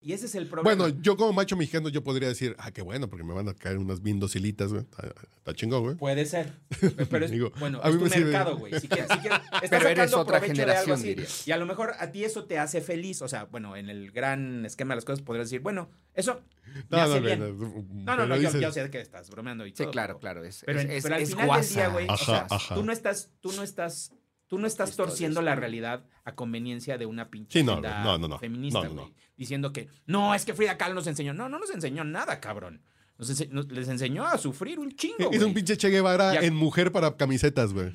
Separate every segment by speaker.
Speaker 1: Y ese es el problema.
Speaker 2: Bueno, yo como macho mexicano yo podría decir, ah, qué bueno, porque me van a caer unas bien docilitas, güey. Está, está chingón, güey.
Speaker 1: Puede ser. Pero es,
Speaker 2: Digo,
Speaker 1: bueno,
Speaker 2: a
Speaker 1: es
Speaker 2: mí
Speaker 1: tu
Speaker 2: me sirve.
Speaker 1: mercado, güey. Si quieres, si quieres, estás
Speaker 3: Pero eres
Speaker 1: sacando
Speaker 3: otra
Speaker 1: provecho de algo
Speaker 3: generación,
Speaker 1: así.
Speaker 3: diría.
Speaker 1: Y a lo mejor a ti eso te hace feliz. O sea, bueno, en el gran esquema de las cosas podrías decir, bueno, eso me hace bien. No, no, no,
Speaker 2: pero
Speaker 1: yo,
Speaker 2: dices,
Speaker 1: yo sé que estás bromeando y
Speaker 3: Sí,
Speaker 1: todo,
Speaker 3: claro,
Speaker 1: pero-
Speaker 3: claro. Es,
Speaker 1: Pero,
Speaker 3: es,
Speaker 1: en-
Speaker 3: es-
Speaker 1: pero al
Speaker 3: es
Speaker 1: final del día,
Speaker 3: guasa.
Speaker 1: güey, o
Speaker 2: Ajá,
Speaker 1: sea,
Speaker 2: ajá.
Speaker 1: tú no estás, tú no estás, tú no estás
Speaker 3: Historias,
Speaker 1: torciendo la
Speaker 3: güey.
Speaker 1: realidad a conveniencia de una pinche
Speaker 2: Sí, no,
Speaker 1: agenda
Speaker 2: güey, no, no, no.
Speaker 1: feminista,
Speaker 2: No, no, no.
Speaker 1: güey, diciendo que no es que Frida Kahlo nos enseñó, no, no nos enseñó nada, cabrón. Nos ense- nos- les enseñó a sufrir un chingo,
Speaker 2: "E-, Es
Speaker 1: güey.
Speaker 2: un pinche Che Guevara
Speaker 1: Ya-
Speaker 2: en mujer para camisetas, güey.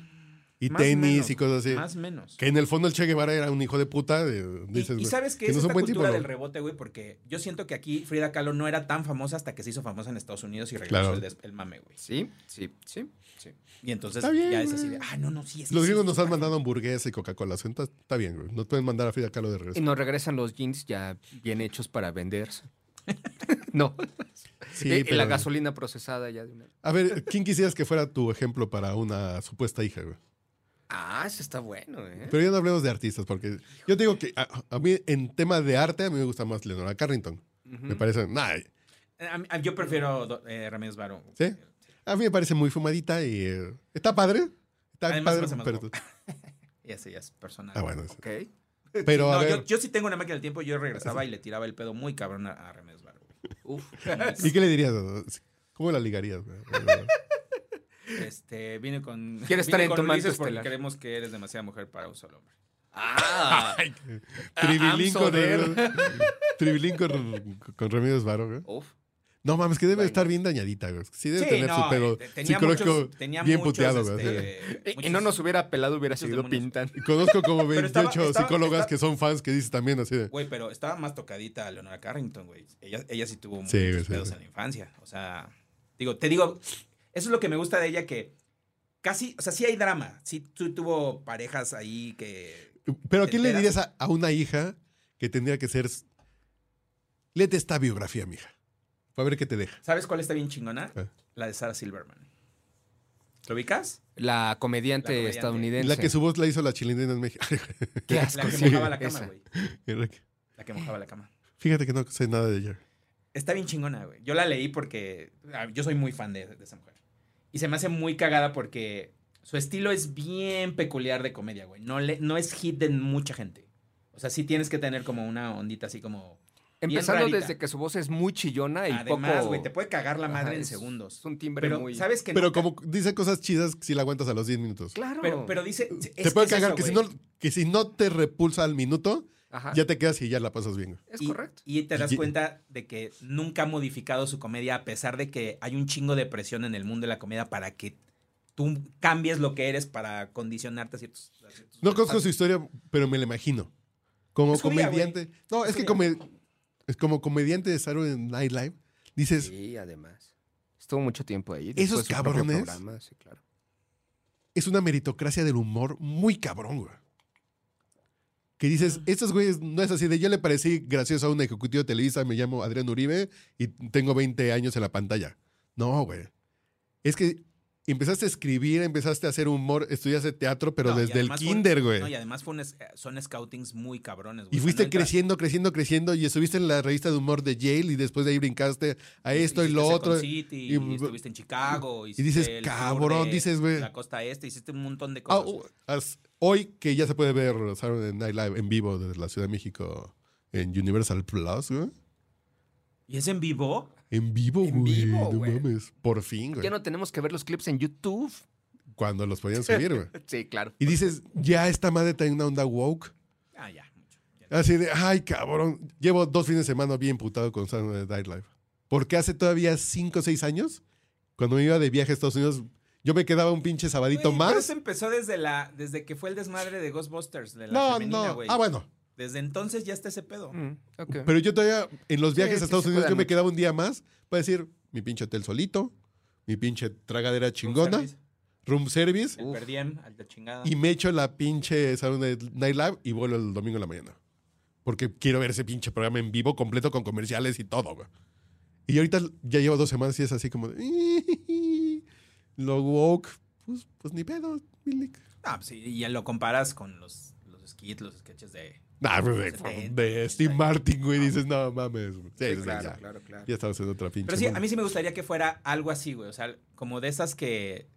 Speaker 2: Y
Speaker 1: Más
Speaker 2: tenis
Speaker 1: menos,
Speaker 2: y cosas así.
Speaker 1: Más menos.
Speaker 2: Que en el fondo el Che Guevara era un hijo de puta. eh,
Speaker 1: Y,
Speaker 2: dices,
Speaker 1: y
Speaker 2: güey,
Speaker 1: sabes que,
Speaker 2: que
Speaker 1: es
Speaker 2: no es un
Speaker 1: esta
Speaker 2: buen
Speaker 1: cultura
Speaker 2: tipo, ¿no?
Speaker 1: del rebote, güey, porque yo siento que aquí Frida Kahlo no era tan famosa hasta que se hizo famosa en Estados Unidos y regresó
Speaker 2: Claro.
Speaker 1: el, des- el mame, güey.
Speaker 3: Sí, sí, sí. sí.
Speaker 1: Y entonces
Speaker 2: Está bien,
Speaker 1: ya es así
Speaker 2: güey.
Speaker 1: de, ah, no, no, sí, es que
Speaker 2: Los
Speaker 1: sí,
Speaker 2: gringos
Speaker 1: es
Speaker 2: nos
Speaker 1: tu
Speaker 2: han
Speaker 1: país".
Speaker 2: mandado hamburguesa y Coca-Cola. Entonces, Está, está bien, güey. Nos pueden mandar a Frida Kahlo de
Speaker 3: Y
Speaker 2: regreso.
Speaker 3: nos regresan los jeans ya bien hechos para venderse. no.
Speaker 2: Sí,
Speaker 3: Y- y la
Speaker 2: pero-
Speaker 3: gasolina procesada ya de una.
Speaker 2: A ver, ¿quién quisieras que fuera tu ejemplo para una supuesta hija, güey?
Speaker 3: Ah, eso está bueno, ¿eh?
Speaker 2: Pero ya no hablemos de artistas, porque yo te digo que a, a mí, en tema de arte, a mí me gusta más Leonora Carrington.
Speaker 3: Ujú.
Speaker 1: Mm.
Speaker 2: Me parece. nah,
Speaker 1: Eh, A mí- a- yo prefiero do- eh, Ramírez Varo.
Speaker 2: ¿Sí? a mí me parece muy fumadita y. eh, está padre. Está
Speaker 1: Además,
Speaker 2: padre.
Speaker 1: se me hace más
Speaker 2: pero,
Speaker 1: Y ese ya es personal.
Speaker 2: ah, bueno. sí.
Speaker 3: Ok.
Speaker 2: Pero a
Speaker 1: No,
Speaker 2: ver.
Speaker 1: yo, yo sí tengo una máquina del tiempo, yo regresaba y le tiraba el pedo muy cabrón a, a Ramírez Varo.
Speaker 3: Uf.
Speaker 2: ¿Y qué le dirías? eh, ¿Cómo la ligarías? güey?
Speaker 1: Este, vine con.
Speaker 3: ¿Quieres
Speaker 1: vine
Speaker 3: estar en
Speaker 1: con
Speaker 3: tu manto
Speaker 1: Ulises porque
Speaker 3: estelar?
Speaker 1: creemos que eres demasiada mujer para un solo hombre.
Speaker 3: ah.
Speaker 2: Tribilín
Speaker 3: I'm so
Speaker 2: con,
Speaker 3: there.
Speaker 2: Tribilín con, con Remedios Varo, güey.
Speaker 3: Uf.
Speaker 2: No mames, que debe
Speaker 3: Bueno.
Speaker 2: estar bien dañadita, güey. Sí debe tener su
Speaker 1: eh,
Speaker 2: pedo
Speaker 1: te- tenía
Speaker 2: psicológico
Speaker 1: muchos- tenía
Speaker 2: bien
Speaker 1: muchos,
Speaker 2: puteado, güey.
Speaker 1: este,
Speaker 2: así.
Speaker 3: Y- Eh, Y
Speaker 1: muchos-
Speaker 3: no nos hubiera pelado, hubiera
Speaker 1: muchos
Speaker 3: seguido
Speaker 1: demonios.
Speaker 3: pintando.
Speaker 2: Conozco como
Speaker 1: Pero
Speaker 2: 28
Speaker 1: estaba- estaba-
Speaker 2: psicólogas
Speaker 1: estaba-
Speaker 2: que son fans que dices también así de...
Speaker 1: Güey, pero estaba más tocadita a Leonora Carrington, güey. Ella, ella sí tuvo
Speaker 2: Sí, güey,
Speaker 1: muchos
Speaker 2: sí,
Speaker 1: pedos
Speaker 2: sí.
Speaker 1: en la infancia. O sea, digo, te digo, eso es lo que me gusta de ella, que casi, o sea, sí hay drama. Sí tu- tuvo parejas ahí que...
Speaker 2: Pero ¿a quién le
Speaker 1: ¿Te
Speaker 2: dirías
Speaker 1: enteras?
Speaker 2: a, a una hija que tendría que ser... Léete esta biografía, mija. Para ver qué te deja.
Speaker 1: ¿Sabes cuál está bien chingona?
Speaker 2: ¿Eh?
Speaker 1: La de Sarah Silverman. ¿Lo ubicas?
Speaker 3: La
Speaker 1: La
Speaker 3: comediante,
Speaker 1: comediante.
Speaker 3: estadounidense.
Speaker 2: La que su voz la hizo la chilindrina en México.
Speaker 3: Qué asco,
Speaker 1: La que
Speaker 3: sí.
Speaker 1: mojaba la cama,
Speaker 3: Esa.
Speaker 1: güey.
Speaker 2: Fíjate
Speaker 1: La que mojaba la cama.
Speaker 2: que no sé nada de ella.
Speaker 1: Está bien chingona, güey. Yo la leí porque ah, yo soy muy fan de, de esa mujer. Y se me hace muy cagada porque su estilo es bien peculiar de comedia, güey. No, le, no es hit de mucha gente. O sea, sí tienes que tener como una ondita así como... bien
Speaker 3: Empezando
Speaker 1: rarita.
Speaker 3: desde que su voz es muy chillona y
Speaker 1: Además,
Speaker 3: poco.
Speaker 1: güey, te puede cagar la madre
Speaker 3: Ajá,
Speaker 1: en
Speaker 3: es-
Speaker 1: segundos.
Speaker 3: Es un timbre
Speaker 1: pero
Speaker 3: muy.
Speaker 1: sabes que
Speaker 2: Pero
Speaker 1: no-
Speaker 2: como dice cosas chidas, si la aguantas a los 10 minutos.
Speaker 3: Claro.
Speaker 1: Pero, pero dice...
Speaker 2: te puede cagar que, si no, que si no te repulsa al minuto,
Speaker 1: Ah.
Speaker 3: Ajá.
Speaker 2: ya te quedas y ya la pasas bien. güey.
Speaker 3: Es
Speaker 1: y,
Speaker 3: correcto.
Speaker 1: Y te das
Speaker 2: Y-
Speaker 1: cuenta de que nunca ha modificado su comedia, a pesar de que hay un chingo de presión en el mundo de la comedia para que tú cambies lo que eres para condicionarte a ciertos. a ciertos-
Speaker 2: No conozco su historia, pero me la imagino. Como
Speaker 1: Ah. Es judía,
Speaker 2: comediante. no, es,
Speaker 1: Es
Speaker 2: que
Speaker 1: judía.
Speaker 2: come- es como comediante de Saturday Night Live. Dices,
Speaker 3: Sí, además. Estuvo mucho tiempo ahí.
Speaker 2: Esos
Speaker 3: después su propio
Speaker 2: cabrones.
Speaker 3: programa, sí, claro.
Speaker 2: es una meritocracia del humor muy cabrón, güey. Que
Speaker 1: Ah.
Speaker 2: dices, estos güeyes no es así de yo le parecí gracioso a un ejecutivo de Televisa, me llamo Adrián Uribe y tengo 20 años en la pantalla. No, güey. Es que empezaste a escribir, empezaste a hacer humor, estudiaste teatro, pero
Speaker 1: No, y
Speaker 2: desde el
Speaker 1: además fue un-
Speaker 2: kinder, güey.
Speaker 1: No, y además fue un es- eh, son scoutings muy cabrones, güey. O
Speaker 2: Y
Speaker 1: sea,
Speaker 2: fuiste
Speaker 1: no entra-
Speaker 2: creciendo, creciendo, creciendo y estuviste en la revista de humor de Yale y después de ahí brincaste a esto y
Speaker 1: hiciste
Speaker 2: lo
Speaker 1: Second
Speaker 2: otro.
Speaker 1: City,
Speaker 2: y-
Speaker 1: y estuviste en Chicago. hiciste
Speaker 2: dices,
Speaker 1: el tour
Speaker 2: cabrón,
Speaker 1: de
Speaker 2: dices, güey.
Speaker 1: La costa este, hiciste un montón de
Speaker 2: Ah,
Speaker 1: cosas.
Speaker 2: uh,
Speaker 1: güey.
Speaker 2: as- hoy que ya se puede ver Saturday Night Live en vivo desde la Ciudad de México en Universal Plus, güey.
Speaker 1: ¿Y es en vivo?
Speaker 2: En vivo,
Speaker 3: En
Speaker 2: güey.
Speaker 3: vivo,
Speaker 2: no
Speaker 3: güey.
Speaker 2: mames. Por fin, güey.
Speaker 3: Ya no tenemos que ver los clips en YouTube.
Speaker 2: Cuando los podían subir, güey.
Speaker 3: Sí, claro.
Speaker 2: Y dices, ya esta madre tiene una onda woke.
Speaker 1: Ah, ya, mucho. Ya no.
Speaker 2: Así de, ay, cabrón. Llevo dos fines de semana bien putado con Saturday Night Live. Porque hace todavía cinco o seis años, cuando me iba de viaje a Estados Unidos, yo me quedaba un pinche sabadito
Speaker 1: Güey, pero
Speaker 2: más.
Speaker 1: eso empezó desde la desde que fue el desmadre de Ghostbusters, de la
Speaker 2: No,
Speaker 1: femenina,
Speaker 2: no.
Speaker 1: güey.
Speaker 2: Ah, bueno.
Speaker 1: Desde entonces ya está ese pedo.
Speaker 3: Mm, ok.
Speaker 2: Pero yo todavía, en los viajes
Speaker 3: sí,
Speaker 2: a Estados
Speaker 3: se
Speaker 2: Unidos, yo
Speaker 3: cuidan
Speaker 2: me
Speaker 3: mucho.
Speaker 2: quedaba un día más para decir, mi pinche hotel solito, mi pinche tragadera chingona,
Speaker 1: Service,
Speaker 2: room service,
Speaker 1: El
Speaker 3: Uf.
Speaker 1: per diem, al de chingada.
Speaker 2: y me echo la pinche Saturday Night Live y vuelvo el domingo en la mañana. Porque quiero ver ese pinche programa en vivo, completo con comerciales y todo, güey. Y ahorita ya llevo dos semanas y es así como de... Lo woke, pues, pues ni pedo, Milik.
Speaker 1: Ah, pues sí, y ya lo comparas con los, los skits, los sketches de,
Speaker 2: Nah, pues, de, de Steve Martin, güey, dices, no mames. güey. Sí,
Speaker 1: Sí,
Speaker 2: sí,
Speaker 1: claro,
Speaker 2: ya,
Speaker 1: claro, claro.
Speaker 2: ya estamos en otra pinche.
Speaker 1: Pero sí,
Speaker 2: onda.
Speaker 1: a mí sí me gustaría que fuera algo así, güey. O sea, como de esas que,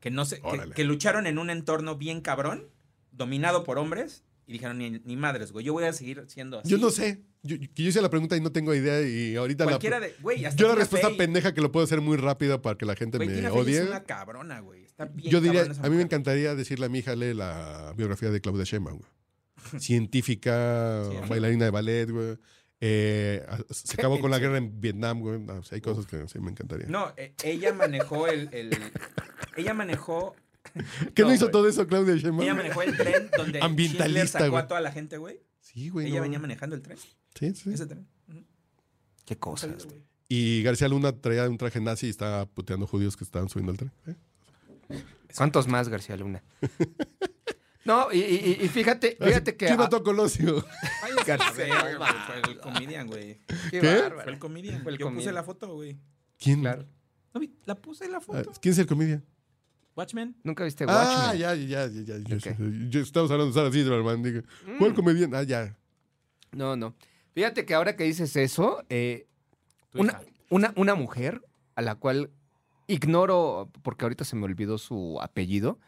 Speaker 1: que no sé, que,
Speaker 2: Órale.
Speaker 1: que lucharon en un entorno bien cabrón, dominado por hombres, y dijeron, ni, ni madres, güey, yo voy a seguir siendo así.
Speaker 2: Yo no sé. Yo, yo hice la pregunta y no tengo idea y ahorita
Speaker 1: Cualquiera
Speaker 2: la...
Speaker 1: de, güey, hasta
Speaker 2: Yo la
Speaker 1: Tina
Speaker 2: respuesta
Speaker 1: Fey.
Speaker 2: pendeja que lo puedo hacer muy rápido para que la gente
Speaker 1: Güey,
Speaker 2: me
Speaker 1: Tina Fey es
Speaker 2: odie.
Speaker 1: una cabrona, güey. Está bien
Speaker 2: Yo diría,
Speaker 1: cabrona esa
Speaker 2: a mí me
Speaker 1: mujer.
Speaker 2: encantaría decirle a mi hija, lee la biografía de Claudia Sheinbaum, güey. Científica,
Speaker 1: Sí, amigo.
Speaker 2: bailarina de ballet, güey. Eh, se acabó con la guerra en Vietnam, güey. No, o sea, hay cosas que sí me encantaría.
Speaker 1: No, eh, ella manejó el, el- Ella manejó.
Speaker 2: ¿Qué no,
Speaker 1: no,
Speaker 2: hizo
Speaker 1: güey.
Speaker 2: todo eso Claudia Sheinbaum?
Speaker 1: Ella manejó el tren donde Hitler
Speaker 2: Ambientalista,
Speaker 1: sacó
Speaker 2: güey.
Speaker 1: a toda la gente, güey.
Speaker 2: Sí, güey.
Speaker 1: Ella
Speaker 2: no.
Speaker 1: venía manejando el tren.
Speaker 2: Sí, sí.
Speaker 1: Ese tren. Ujú.
Speaker 3: Qué cosas.
Speaker 1: Salió, güey.
Speaker 2: Y García Luna traía un traje nazi y estaba puteando judíos que estaban subiendo al tren. ¿eh?
Speaker 3: ¿Cuántos más, García Luna? No, y, y- y fíjate, fíjate que.
Speaker 2: ¿Quién
Speaker 3: ah,
Speaker 2: mató a Colosio?
Speaker 1: Sí,
Speaker 3: García
Speaker 1: güey,
Speaker 3: Luna,
Speaker 1: fue el comedian, güey.
Speaker 2: ¿Qué?
Speaker 3: qué bárbaro.
Speaker 1: Fue el comedian.
Speaker 3: Fue el
Speaker 1: Yo puse
Speaker 3: comedian.
Speaker 1: la foto, güey.
Speaker 2: ¿Quién?
Speaker 3: Claro.
Speaker 1: No, vi- la puse la
Speaker 2: Ah,
Speaker 1: foto.
Speaker 2: ¿Quién es el comedian?
Speaker 1: Watchmen.
Speaker 3: Nunca viste Watchmen.
Speaker 2: Ah, ya, ya, ya. ya, ya,
Speaker 3: Ok. Mm.
Speaker 2: Yo- estamos hablando de Sara Sidro, hermano. Dije, ¿Cuál comedian? Ah, ya.
Speaker 3: No, no. Fíjate que ahora que dices eso, eh,
Speaker 1: Tu
Speaker 3: una,
Speaker 1: hija.
Speaker 3: una, una mujer a la cual ignoro, porque ahorita se me olvidó su apellido,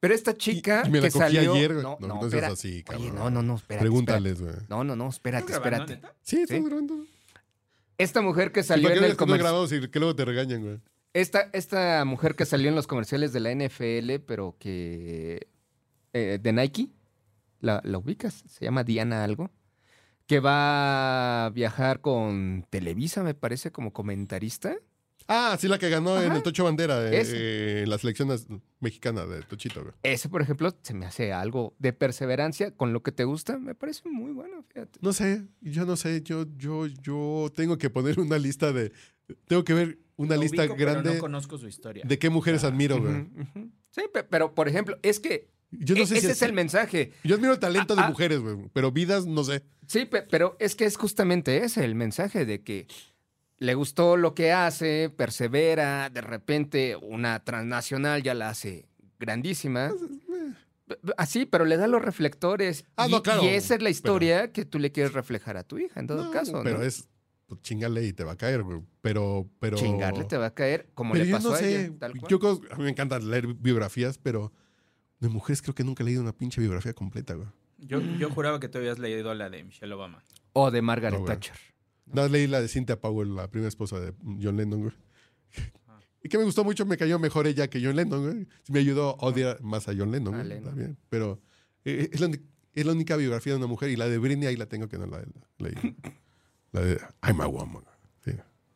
Speaker 3: pero esta chica
Speaker 2: y me la
Speaker 3: que
Speaker 2: cogí
Speaker 3: salió...
Speaker 2: ayer, güey.
Speaker 3: no,
Speaker 2: No,
Speaker 3: no,
Speaker 2: no seas
Speaker 3: espera.
Speaker 2: así,
Speaker 3: Oye,
Speaker 2: cabrón.
Speaker 3: no, no, no, espérate. espérate.
Speaker 2: Pregúntales, güey.
Speaker 3: No, no, no, espérate,
Speaker 1: ¿Están grabando,
Speaker 3: espérate.
Speaker 1: neta?
Speaker 2: Sí, estamos
Speaker 3: ¿Sí?
Speaker 2: grabando. Sí,
Speaker 3: Esta mujer que
Speaker 2: ¿Para
Speaker 3: salió
Speaker 2: qué
Speaker 3: en el
Speaker 2: ves que no
Speaker 3: comercial...
Speaker 2: grabamos y que luego te regañan, güey?
Speaker 3: Esta, esta mujer que salió en los comerciales de la NFL, pero que... eh, de Nike, ¿la, la ubicas? Se llama Diana algo. Que va a viajar con Televisa, me parece, como comentarista.
Speaker 2: Ah, sí, la que ganó en
Speaker 3: Ajá.
Speaker 2: el Tocho Bandera, eh,
Speaker 3: Esa.
Speaker 2: eh, en la selección nas- mexicana de Tochito, güey.
Speaker 3: Ese, por ejemplo, se me hace algo de perseverancia con lo que te gusta. Me parece muy bueno, fíjate.
Speaker 2: No sé, yo no sé, yo, yo, yo tengo que poner una lista de, tengo que ver una
Speaker 1: La
Speaker 2: lista
Speaker 1: ubico, pero
Speaker 2: grande
Speaker 1: no conozco su historia.
Speaker 2: de qué mujeres admiro, güey.
Speaker 3: Ah. Ujú, ujú. Sí, pe- pero, por ejemplo, es que
Speaker 2: Yo no
Speaker 3: e-
Speaker 2: sé
Speaker 3: ese
Speaker 2: si
Speaker 3: es el mensaje.
Speaker 2: yo admiro el talento de
Speaker 3: Ah, ah.
Speaker 2: mujeres, güey, pero vidas no sé.
Speaker 3: Sí, pe- pero es que es justamente ese el mensaje de que le gustó lo que hace, persevera, de repente una transnacional ya la hace grandísima.
Speaker 2: Pues,
Speaker 3: B- b- Así, pero le da los reflectores.
Speaker 2: Ah,
Speaker 3: y,
Speaker 2: no, claro,
Speaker 3: y esa es la
Speaker 2: pero-
Speaker 3: historia que tú le quieres reflejar a tu hija, en todo
Speaker 2: No,
Speaker 3: caso.
Speaker 2: pero
Speaker 3: ¿no?
Speaker 2: es pues, chingale y te va a caer, güey. Pero, pero
Speaker 3: Chingarle te va a caer como
Speaker 2: pero
Speaker 3: le
Speaker 2: yo
Speaker 3: pasó
Speaker 2: no
Speaker 3: a
Speaker 2: sé.
Speaker 3: ella. tal cual.
Speaker 2: Yo cos- a mí me encanta leer biografías, pero de mujeres creo que nunca he leído una pinche biografía completa, güey.
Speaker 1: Yo, yo juraba que tú habías leído la de Michelle Obama.
Speaker 3: O de Margaret
Speaker 2: No, güey.
Speaker 3: Thatcher.
Speaker 2: No, leí la de Cynthia Powell, la primera esposa de John Lennon, güey.
Speaker 3: Ah.
Speaker 2: Y que me gustó mucho, me cayó mejor ella que John Lennon, güey. Me ayudó a odiar más a John Lennon,
Speaker 3: Ah,
Speaker 2: güey,
Speaker 3: Lennon.
Speaker 2: también. Pero eh, es la, uni- es la única biografía de una mujer y la de Britney ahí la tengo que no la la leí. La de I'm a woman. Sí.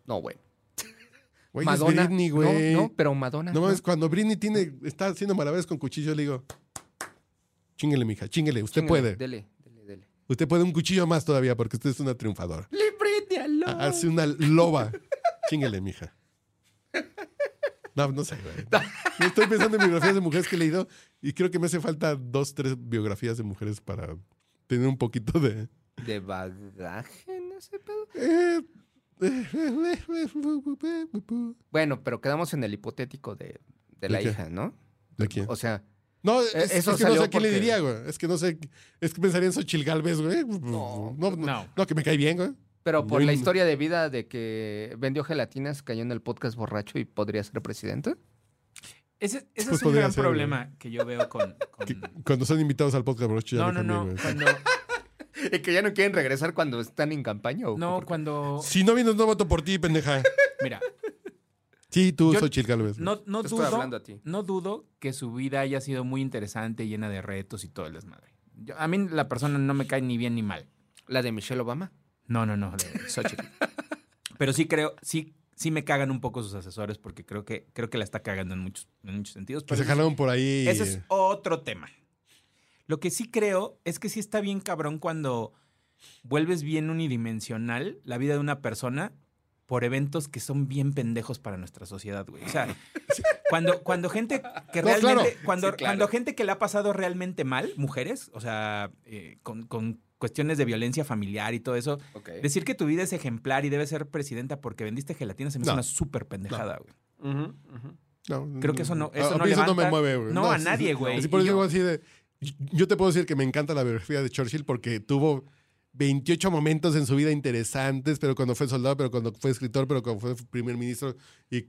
Speaker 3: No, güey.
Speaker 2: Güey, es
Speaker 3: Madonna.
Speaker 2: Britney, güey.
Speaker 3: No,
Speaker 2: No,
Speaker 3: no, pero Madonna.
Speaker 2: mames,
Speaker 3: no.
Speaker 2: cuando Britney tiene, está haciendo maravillas con cuchillo, le digo, chingale, mija, chingale, usted
Speaker 3: Chíngale,
Speaker 2: puede.
Speaker 3: Dele, dele, dele.
Speaker 2: Usted puede un cuchillo más todavía porque usted es una triunfadora.
Speaker 3: Librite
Speaker 2: Hace una loba. Chingale, mija. No, no sé, güey. Estoy pensando en biografías de mujeres que he leído y creo que me hace falta dos, tres biografías de mujeres para tener un poquito de.
Speaker 3: De bagaje, no sé, pedo.
Speaker 2: ¿De
Speaker 3: Bueno, pero quedamos en el hipotético de, de la
Speaker 2: ¿De qué?
Speaker 3: hija, ¿no?
Speaker 2: quién?
Speaker 3: O sea,
Speaker 2: No, es,
Speaker 3: Eh, eso
Speaker 2: es que no sé
Speaker 3: salió
Speaker 2: a quién le
Speaker 3: porque-
Speaker 2: diría, güey. Es que no sé. Es que pensaría en Xochil Galvez, güey. No, no,
Speaker 1: no.
Speaker 2: no, que me cae bien, güey.
Speaker 3: pero por
Speaker 2: Yo
Speaker 3: la
Speaker 2: in-
Speaker 3: historia de vida de que vendió gelatinas, cayó en el podcast borracho y podría ser presidente.
Speaker 1: Ese, ese
Speaker 2: Pues
Speaker 1: es un
Speaker 2: podría
Speaker 1: gran
Speaker 2: ser,
Speaker 1: problema que yo veo con... con-
Speaker 2: Que- cuando son invitados al podcast, bro, ya
Speaker 1: No, no,
Speaker 2: dejan
Speaker 1: no.
Speaker 2: bien, güey.
Speaker 1: Cuando,
Speaker 3: Y que ya no quieren regresar cuando están en campaña. ¿o
Speaker 1: no,
Speaker 3: Oh, por qué?
Speaker 1: cuando...
Speaker 2: Si no vienes, no voto por ti, pendeja.
Speaker 1: Mira,
Speaker 2: Sí, tú,
Speaker 1: Yo-
Speaker 2: Xochil Galvez.
Speaker 1: no, no
Speaker 3: Te estoy
Speaker 1: dudo...
Speaker 3: hablando a ti.
Speaker 1: No dudo que su vida haya sido muy interesante, llena de retos y todo el desmadre. Yo- a mí la persona no me cae ni bien ni mal.
Speaker 3: La de Michelle Obama.
Speaker 1: No, no, no. de Xochitl. Pero sí creo, sí, sí me cagan un poco sus asesores porque creo que, creo que la está cagando en muchos, en muchos sentidos.
Speaker 2: Que
Speaker 1: Pero
Speaker 2: se
Speaker 1: eso es-
Speaker 2: jalaron por ahí.
Speaker 1: pues, Ese es otro tema. Lo que sí creo es que sí está bien cabrón cuando vuelves bien unidimensional la vida de una persona por eventos que son bien pendejos para nuestra sociedad, güey. O sea, cuando, cuando gente que
Speaker 2: No,
Speaker 1: realmente,
Speaker 2: claro.
Speaker 1: cuando,
Speaker 3: Sí, claro.
Speaker 1: cuando gente que le ha pasado realmente mal, mujeres, o sea, eh, con, con cuestiones de violencia familiar y todo eso,
Speaker 3: Ok.
Speaker 1: decir que tu vida es ejemplar y debes ser presidenta porque vendiste gelatina se me hace
Speaker 2: No.
Speaker 1: una súper pendejada, güey.
Speaker 2: No,
Speaker 1: Creo que eso no- eso
Speaker 2: a
Speaker 1: no
Speaker 2: mí eso no
Speaker 1: levanta-
Speaker 2: me mueve, güey.
Speaker 1: No, a nadie, güey.
Speaker 2: Así por
Speaker 1: Y
Speaker 2: eso
Speaker 1: yo-
Speaker 2: digo así de. Yo te puedo decir que me encanta la biografía de Churchill porque tuvo 28 momentos en su vida interesantes, pero cuando fue soldado, pero cuando fue escritor, pero cuando fue primer ministro. Y,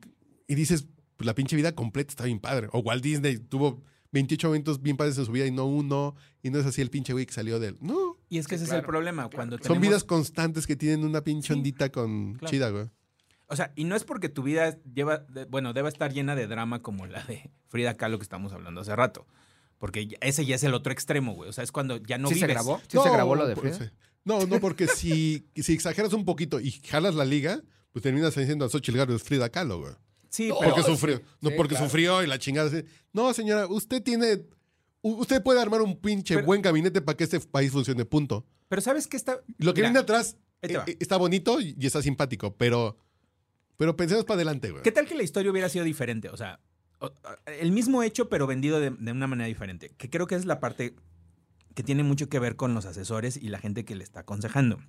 Speaker 2: y dices, pues, la pinche vida completa está bien padre. O Walt Disney tuvo 28 momentos bien padres en su vida y no uno. Y no es así el pinche güey que salió del. No.
Speaker 1: Y es que ese es el
Speaker 3: claro,
Speaker 1: problema. Cuando
Speaker 2: Son
Speaker 1: tenemos-
Speaker 2: vidas constantes que tienen una
Speaker 1: Sí.
Speaker 2: pinche ondita con
Speaker 1: Claro.
Speaker 2: chida, güey.
Speaker 1: O sea, y no es porque tu vida lleva, de- bueno, deba estar llena de drama como la de Frida Kahlo que estamos hablando hace rato. Porque ya- ese ya es el otro extremo, güey. O sea, es cuando ya no
Speaker 3: ¿Sí se
Speaker 1: vives.
Speaker 3: grabó? ¿Sí se grabó lo de
Speaker 2: por-
Speaker 3: Frida?
Speaker 2: sí. No, no, porque si, si exageras un poquito y jalas la liga, pues terminas diciendo a Xochitl Gálvez Frida Kahlo, güey.
Speaker 1: Sí,
Speaker 3: No,
Speaker 1: pero
Speaker 2: Porque sufrió. No,
Speaker 3: sí,
Speaker 2: porque
Speaker 3: claro.
Speaker 2: sufrió y la chingada. así. No, señora, usted tiene. u- Usted puede armar un pinche
Speaker 1: Pero-
Speaker 2: buen gabinete para que este país funcione, punto.
Speaker 1: Pero sabes que está.
Speaker 2: Lo que
Speaker 1: Mira,
Speaker 2: viene atrás
Speaker 1: ahí te
Speaker 2: eh,
Speaker 1: va.
Speaker 2: eh, está bonito y está simpático, pero. Pero pensemos para adelante, güey.
Speaker 1: ¿Qué tal que la historia hubiera sido diferente? O sea, o- o- el mismo hecho, pero vendido de, de una manera diferente. Que creo que es la parte que tiene mucho que ver con los asesores y la gente que le está aconsejando.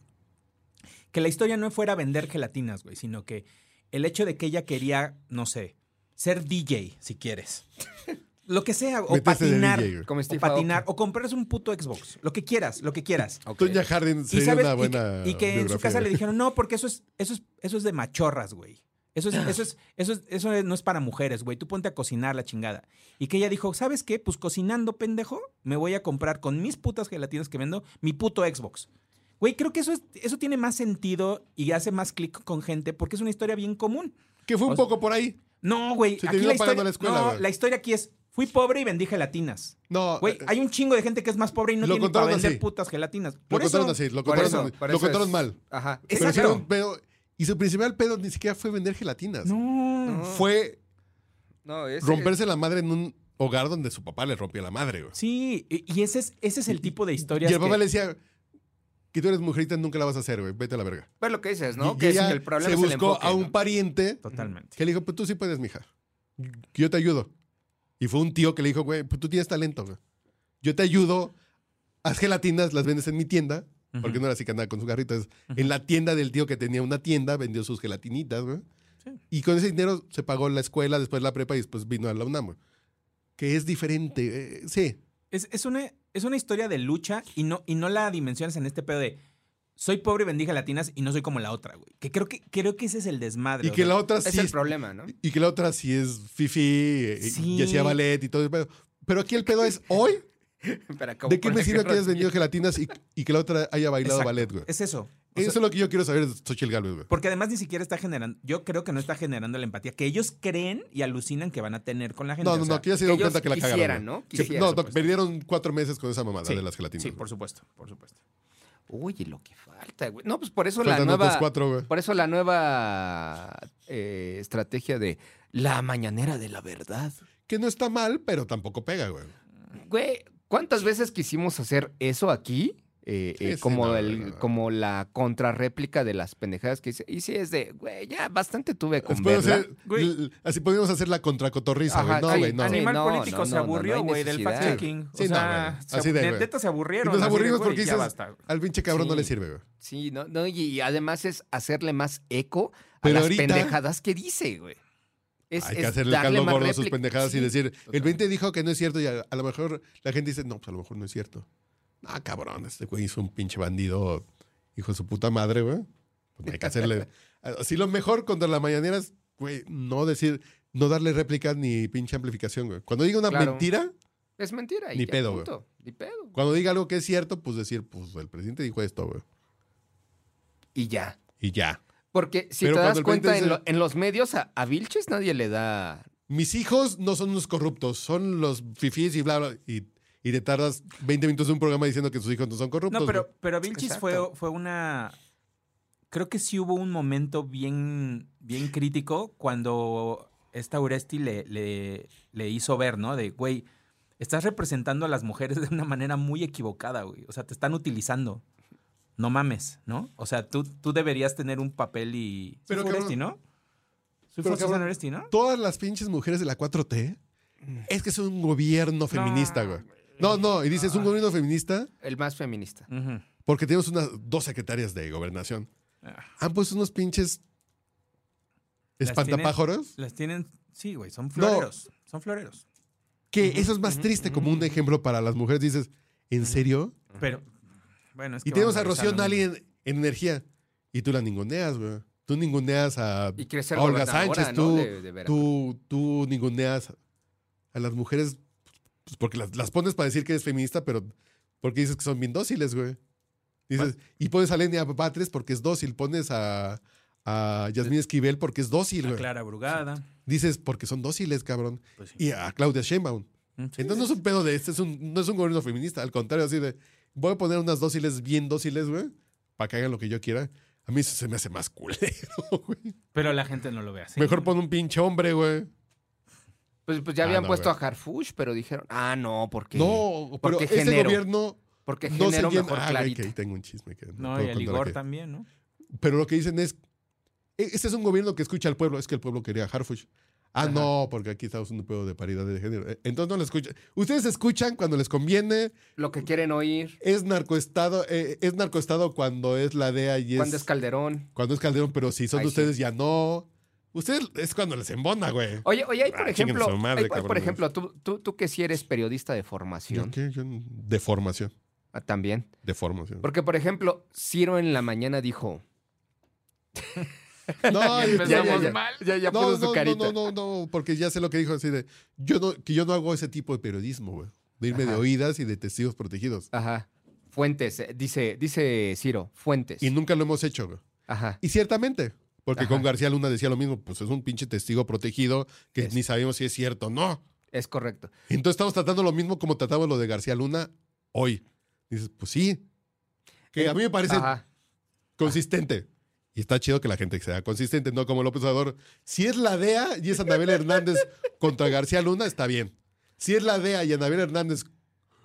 Speaker 1: Que la historia no fuera vender gelatinas, güey, sino que el hecho de que ella quería, no sé, ser DJ, si quieres. Lo que sea, o
Speaker 2: Meterse de
Speaker 1: patinar.
Speaker 2: DJ, güey.
Speaker 3: Como
Speaker 1: o
Speaker 3: Steve
Speaker 1: patinar,
Speaker 3: Aoki.
Speaker 1: o comprarse un puto Xbox. Lo que quieras, lo que quieras.
Speaker 3: Ok.
Speaker 2: Tonya Harding
Speaker 1: Y,
Speaker 2: sería
Speaker 1: sabes,
Speaker 2: una
Speaker 1: y
Speaker 2: buena.
Speaker 1: que, y que en su
Speaker 2: biografía, ¿eh?
Speaker 1: casa le
Speaker 2: güey.
Speaker 1: dijeron, no, porque eso es, eso es, eso es de machorras, güey. Eso es, eso es, eso es, eso es- no es para mujeres, güey. Tú ponte a cocinar la chingada. Y que ella dijo, ¿sabes qué? Pues cocinando, pendejo, me voy a comprar con mis putas gelatinas que vendo, mi puto Xbox. Güey, creo que eso es, eso tiene más sentido y hace más clic con gente porque es una historia bien común.
Speaker 2: Que fue un
Speaker 1: O sea-
Speaker 2: poco por ahí.
Speaker 1: No, güey.
Speaker 2: Se
Speaker 1: aquí
Speaker 2: terminó
Speaker 1: la
Speaker 2: pagando
Speaker 1: historia,
Speaker 2: la escuela,
Speaker 1: no,
Speaker 2: güey.
Speaker 1: la historia aquí es, fui pobre y vendí gelatinas.
Speaker 2: No.
Speaker 1: Güey,
Speaker 2: eh,
Speaker 1: hay un chingo de gente que es más pobre y no
Speaker 2: Lo
Speaker 1: tiene para
Speaker 2: contaron
Speaker 1: vender
Speaker 2: así.
Speaker 1: putas gelatinas.
Speaker 2: lo
Speaker 1: Por eso,
Speaker 2: contaron así, lo
Speaker 3: Por
Speaker 2: contaron,
Speaker 3: eso, por
Speaker 2: lo
Speaker 3: eso
Speaker 2: contaron
Speaker 3: es-
Speaker 2: mal.
Speaker 3: Ajá.
Speaker 2: Pero
Speaker 1: Exacto.
Speaker 2: hicieron- pero- y su principal pedo ni siquiera fue vender gelatinas.
Speaker 1: No.
Speaker 3: No.
Speaker 2: Fue
Speaker 3: No, es-
Speaker 2: romperse la madre en un hogar donde su papá le rompía la madre, güey.
Speaker 1: Sí, y y ese es, ese es el tipo de historias.
Speaker 2: Y el papá
Speaker 1: que-
Speaker 2: le decía que tú eres mujerita, nunca la vas a hacer, güey. Vete a la verga.
Speaker 3: Pues lo que dices,
Speaker 2: Y-
Speaker 3: ¿no?
Speaker 2: y
Speaker 3: Que es-
Speaker 2: ella
Speaker 3: el problema
Speaker 2: se
Speaker 3: es el
Speaker 2: buscó
Speaker 3: enfoque,
Speaker 2: a un
Speaker 3: ¿no?
Speaker 2: pariente
Speaker 1: Totalmente.
Speaker 2: que le dijo, pues tú sí puedes, mija. Yo te ayudo. Y fue un tío que le dijo, güey, pues tú tienes talento, güey. Yo te ayudo. Haz gelatinas, las vendes en mi tienda. Mm, Porque
Speaker 1: Ujú.
Speaker 2: no era así que andaba con su carrito. es En la tienda del tío que tenía una tienda, vendió sus gelatinitas, güey.
Speaker 1: Sí.
Speaker 2: Y con ese dinero se pagó la escuela, después la prepa y después vino a la UNAM, güey. Que es diferente. eh, sí.
Speaker 1: Es, es una, es una historia de lucha y no, y no la dimensiones en este pedo de soy pobre y vendí gelatinas y no soy como la otra, güey. Que creo que, creo que ese es el desmadre.
Speaker 2: Y
Speaker 1: o
Speaker 2: que
Speaker 1: sea,
Speaker 2: la otra
Speaker 3: Es
Speaker 2: sí
Speaker 3: el problema, ¿no?
Speaker 2: Y que la otra sí es fifi eh,
Speaker 1: Sí.
Speaker 2: y hacía ballet y todo el pedo. Pero aquí el pedo es hoy.
Speaker 3: Para acabar
Speaker 2: ¿De qué
Speaker 3: con
Speaker 2: me
Speaker 3: la
Speaker 2: sirve que hayas
Speaker 3: guerra.
Speaker 2: vendido gelatinas y, y que la otra haya bailado
Speaker 1: Exacto.
Speaker 2: ballet, güey?
Speaker 1: Es eso. O
Speaker 2: Eso
Speaker 1: sea,
Speaker 2: es lo que yo quiero saber de Xochitl Galvez, güey.
Speaker 1: porque además ni siquiera está generando, yo creo que no está generando la empatía que ellos creen y alucinan que van a tener con la gente.
Speaker 2: No,
Speaker 1: o
Speaker 2: no,
Speaker 1: sea,
Speaker 2: no, que ya se dieron
Speaker 3: ellos
Speaker 2: cuenta que la
Speaker 3: quisieran,
Speaker 2: cagaron.
Speaker 3: ¿no?
Speaker 2: güey. Sí,
Speaker 3: Quisieran,
Speaker 2: no, no,
Speaker 1: supuesto.
Speaker 2: perdieron cuatro meses con esa mamada
Speaker 1: Sí,
Speaker 2: de las gelatinas.
Speaker 1: Sí,
Speaker 2: güey.
Speaker 1: por supuesto, por supuesto.
Speaker 3: Uy, lo que falta, güey. No, pues por eso
Speaker 2: Faltan
Speaker 3: la
Speaker 2: otros
Speaker 3: nueva...
Speaker 2: cuatro, güey.
Speaker 3: Por eso la nueva eh, estrategia de la mañanera de la verdad.
Speaker 2: Que no está mal, pero tampoco pega, güey.
Speaker 3: Güey, ¿cuántas veces quisimos hacer eso aquí? Eh,
Speaker 2: Sí,
Speaker 3: eh,
Speaker 2: sí,
Speaker 3: como,
Speaker 2: no,
Speaker 3: el,
Speaker 2: no, no.
Speaker 3: como la contrarréplica de las pendejadas que hice. Y sí, es de, güey, ya bastante tuve con
Speaker 2: Después
Speaker 3: verla.
Speaker 2: hacer-
Speaker 1: Güey.
Speaker 2: l- así podíamos hacer la contracotorriza, güey.
Speaker 3: Ajá,
Speaker 2: No,
Speaker 3: sí,
Speaker 2: güey, no.
Speaker 3: así-
Speaker 1: Animal
Speaker 3: no,
Speaker 1: político
Speaker 3: no,
Speaker 1: se
Speaker 3: no, no, no
Speaker 1: aburrió,
Speaker 3: hay
Speaker 1: güey, del
Speaker 3: necesidad.
Speaker 1: fact-checking.
Speaker 2: Sí,
Speaker 1: o
Speaker 2: no,
Speaker 1: sea,
Speaker 2: güey.
Speaker 1: se
Speaker 2: Así de,
Speaker 1: abu-
Speaker 2: güey.
Speaker 1: neta se
Speaker 2: Y
Speaker 1: aburrieron.
Speaker 2: nos
Speaker 1: así de,
Speaker 2: aburrimos
Speaker 1: güey,
Speaker 2: porque
Speaker 1: ya
Speaker 2: dices,
Speaker 1: basta.
Speaker 2: al pinche cabrón no
Speaker 3: Sí.
Speaker 2: le sirve, güey.
Speaker 3: Sí, no, no, y, y además es hacerle más eco a
Speaker 2: Pero
Speaker 3: las
Speaker 2: ahorita-
Speaker 3: pendejadas que dice, güey. Es,
Speaker 2: Hay que
Speaker 3: es
Speaker 2: hacerle el
Speaker 3: darle
Speaker 2: caldo
Speaker 3: más
Speaker 2: gordo a sus
Speaker 3: réplica.
Speaker 2: pendejadas y
Speaker 3: Sí.
Speaker 2: decir, el
Speaker 3: totalmente.
Speaker 2: 20 dijo que no es cierto y a, a lo mejor la gente dice, no, pues a lo mejor no es cierto. Ah, cabrón, este güey es un pinche bandido, hijo de su puta madre, güey. Pues hay que hacerle... Así lo mejor contra la mañanera es, güey, no decir, no darle réplicas ni pinche amplificación, güey. Cuando diga una
Speaker 3: Claro.
Speaker 2: mentira,
Speaker 3: Es mentira. y
Speaker 2: Ni
Speaker 3: ya,
Speaker 2: pedo, güey.
Speaker 3: punto. Ni pedo.
Speaker 2: cuando diga algo que es cierto, pues decir, pues el presidente dijo esto, güey.
Speaker 3: Y ya.
Speaker 2: Y ya.
Speaker 3: Porque si
Speaker 2: Pero
Speaker 3: te
Speaker 2: cuando
Speaker 3: das
Speaker 2: el
Speaker 3: cuenta,
Speaker 2: presidente
Speaker 3: en,
Speaker 2: dice-
Speaker 3: lo- en los medios a, a Vilches nadie le da.
Speaker 2: Mis hijos no son unos corruptos, son los fifís y bla, bla. Y, y te tardas 20 minutos de un programa diciendo que sus hijos no son corruptos.
Speaker 1: No,
Speaker 2: Pues, güey.
Speaker 1: pero, pero Vilchis fue,
Speaker 3: Exacto.
Speaker 1: fue una. Creo que sí hubo un momento bien, bien crítico cuando esta Uresti le, le, le hizo ver, ¿no? De, güey, estás representando a las mujeres de una manera muy equivocada, güey. O sea, te están utilizando. No mames, ¿no? O sea, tú, tú deberías tener un papel y. Sí
Speaker 2: Pero,
Speaker 1: fue Uresti, ¿no? Sí fue
Speaker 2: Pero, cabrón,
Speaker 1: Susan Uresti, ¿no?
Speaker 2: Todas las pinches mujeres de la 4T
Speaker 1: Mm.
Speaker 2: es que es un gobierno feminista, güey. No, no, y dices un gobierno feminista
Speaker 3: El más feminista.
Speaker 1: Ujú.
Speaker 2: porque tenemos unas dos secretarias de gobernación.
Speaker 1: Ah.
Speaker 2: Han puesto unos pinches
Speaker 1: Las tienen-
Speaker 2: espantapájaros.
Speaker 1: Las tienen. Sí, güey, son
Speaker 2: No.
Speaker 1: floreros. Son floreros.
Speaker 2: Que
Speaker 1: Ujú,
Speaker 2: eso es más
Speaker 1: ujú,
Speaker 2: triste como
Speaker 1: ujú.
Speaker 2: un ejemplo para las mujeres. Dices, ¿en serio?
Speaker 1: Pero, bueno, es que
Speaker 2: Y tenemos a
Speaker 1: vamos
Speaker 2: Rocío
Speaker 1: regresar a lo
Speaker 2: Nali
Speaker 1: mismo.
Speaker 2: en, en energía. Y tú la ninguneas, güey. Tú ninguneas a
Speaker 3: Y quiere ser
Speaker 2: a Olga
Speaker 3: gobernadora,
Speaker 2: Sánchez,
Speaker 3: ¿no?
Speaker 2: tú-
Speaker 3: de, de Veracruz.
Speaker 2: tú, tú ninguneas a las mujeres pues, porque las, las pones para decir que eres feminista, pero porque dices que son bien dóciles, güey. Dices, y pones a Lenia Batres porque es dócil, pones a, a Yasmín Esquivel porque es dócil,
Speaker 1: A
Speaker 2: güey.
Speaker 1: Clara Brugada.
Speaker 2: Dices porque son dóciles, cabrón.
Speaker 1: Pues sí.
Speaker 2: Y a Claudia Sheinbaum. Entonces no es un pedo de este, es un- no es un gobierno feminista, al contrario, así de voy a poner unas dóciles bien dóciles, güey, para que hagan lo que yo quiera. A mí eso se me hace más culero, güey.
Speaker 1: Pero la gente no lo ve así.
Speaker 2: Mejor pon un pinche hombre, güey.
Speaker 3: Pues, pues ya
Speaker 2: Ah,
Speaker 3: habían
Speaker 2: no,
Speaker 3: puesto
Speaker 2: güey.
Speaker 3: a Harfush, pero dijeron, ah, no, porque,
Speaker 2: No, pero
Speaker 3: Porque
Speaker 2: este
Speaker 3: género.
Speaker 2: gobierno
Speaker 3: porque
Speaker 2: no se
Speaker 3: generó
Speaker 2: llena.
Speaker 3: mejor
Speaker 2: Ah, güey,
Speaker 3: clarita.
Speaker 2: que ahí tengo un chisme que no
Speaker 1: No,
Speaker 2: puedo
Speaker 1: y al
Speaker 2: contar
Speaker 1: Igor
Speaker 2: aquí.
Speaker 1: también, ¿no?
Speaker 2: Pero lo que dicen es, "E- este es un gobierno que escucha al pueblo, es que el pueblo quería a Harfush. Ah,
Speaker 3: Ajá.
Speaker 2: no, porque aquí estamos en un pedo de paridad de género. Eh, Entonces no lo escuchan. Ustedes escuchan cuando les conviene.
Speaker 3: Lo que quieren oír,
Speaker 2: Es narcoestado, eh, es narcoestado cuando es la DEA y es
Speaker 3: cuando es Calderón.
Speaker 2: cuando es Calderón, pero si son
Speaker 3: Ay,
Speaker 2: de ustedes ya no. Ustedes es cuando les embona, güey.
Speaker 3: Oye, oye, hay
Speaker 2: Ah,
Speaker 3: por
Speaker 2: chinguen
Speaker 3: ejemplo,
Speaker 2: a su madre,
Speaker 3: hay- hay, por
Speaker 2: cabrones.
Speaker 3: ejemplo, tú, tú, tú que si eres periodista de
Speaker 2: Yo
Speaker 3: formación
Speaker 2: qué, yo n- de formación,
Speaker 3: ah, también.
Speaker 2: de formación.
Speaker 3: Porque, por ejemplo, Ciro en la mañana dijo.
Speaker 2: No, ya- ya-
Speaker 1: empezamos
Speaker 2: ya- ya.
Speaker 1: mal.
Speaker 3: Ya, ya
Speaker 2: no,
Speaker 3: puso su
Speaker 2: no,
Speaker 3: carita.
Speaker 2: no, no, no, no, porque ya sé lo que dijo así de, yo no, que yo no hago ese tipo de periodismo, güey. De irme de
Speaker 3: Ajá.
Speaker 2: oídas y de testigos protegidos.
Speaker 3: Ajá. Fuentes, eh, dice, dice Ciro, fuentes.
Speaker 2: Y nunca lo hemos hecho, güey.
Speaker 3: Ajá.
Speaker 2: Y ciertamente, porque
Speaker 3: Ajá.
Speaker 2: con García Luna decía lo mismo, pues es un pinche testigo protegido que
Speaker 3: Es.
Speaker 2: ni sabemos si es cierto o no.
Speaker 3: Es correcto.
Speaker 2: Entonces estamos tratando lo mismo como tratamos lo de García Luna hoy. Dices, pues sí. Que a mí me parece
Speaker 3: Eh, Ajá.
Speaker 2: consistente. Y está chido que la gente sea consistente, no como López Obrador. Si es la DEA y es Anabel Hernández contra García Luna, está bien. Si es la DEA y Anabel Hernández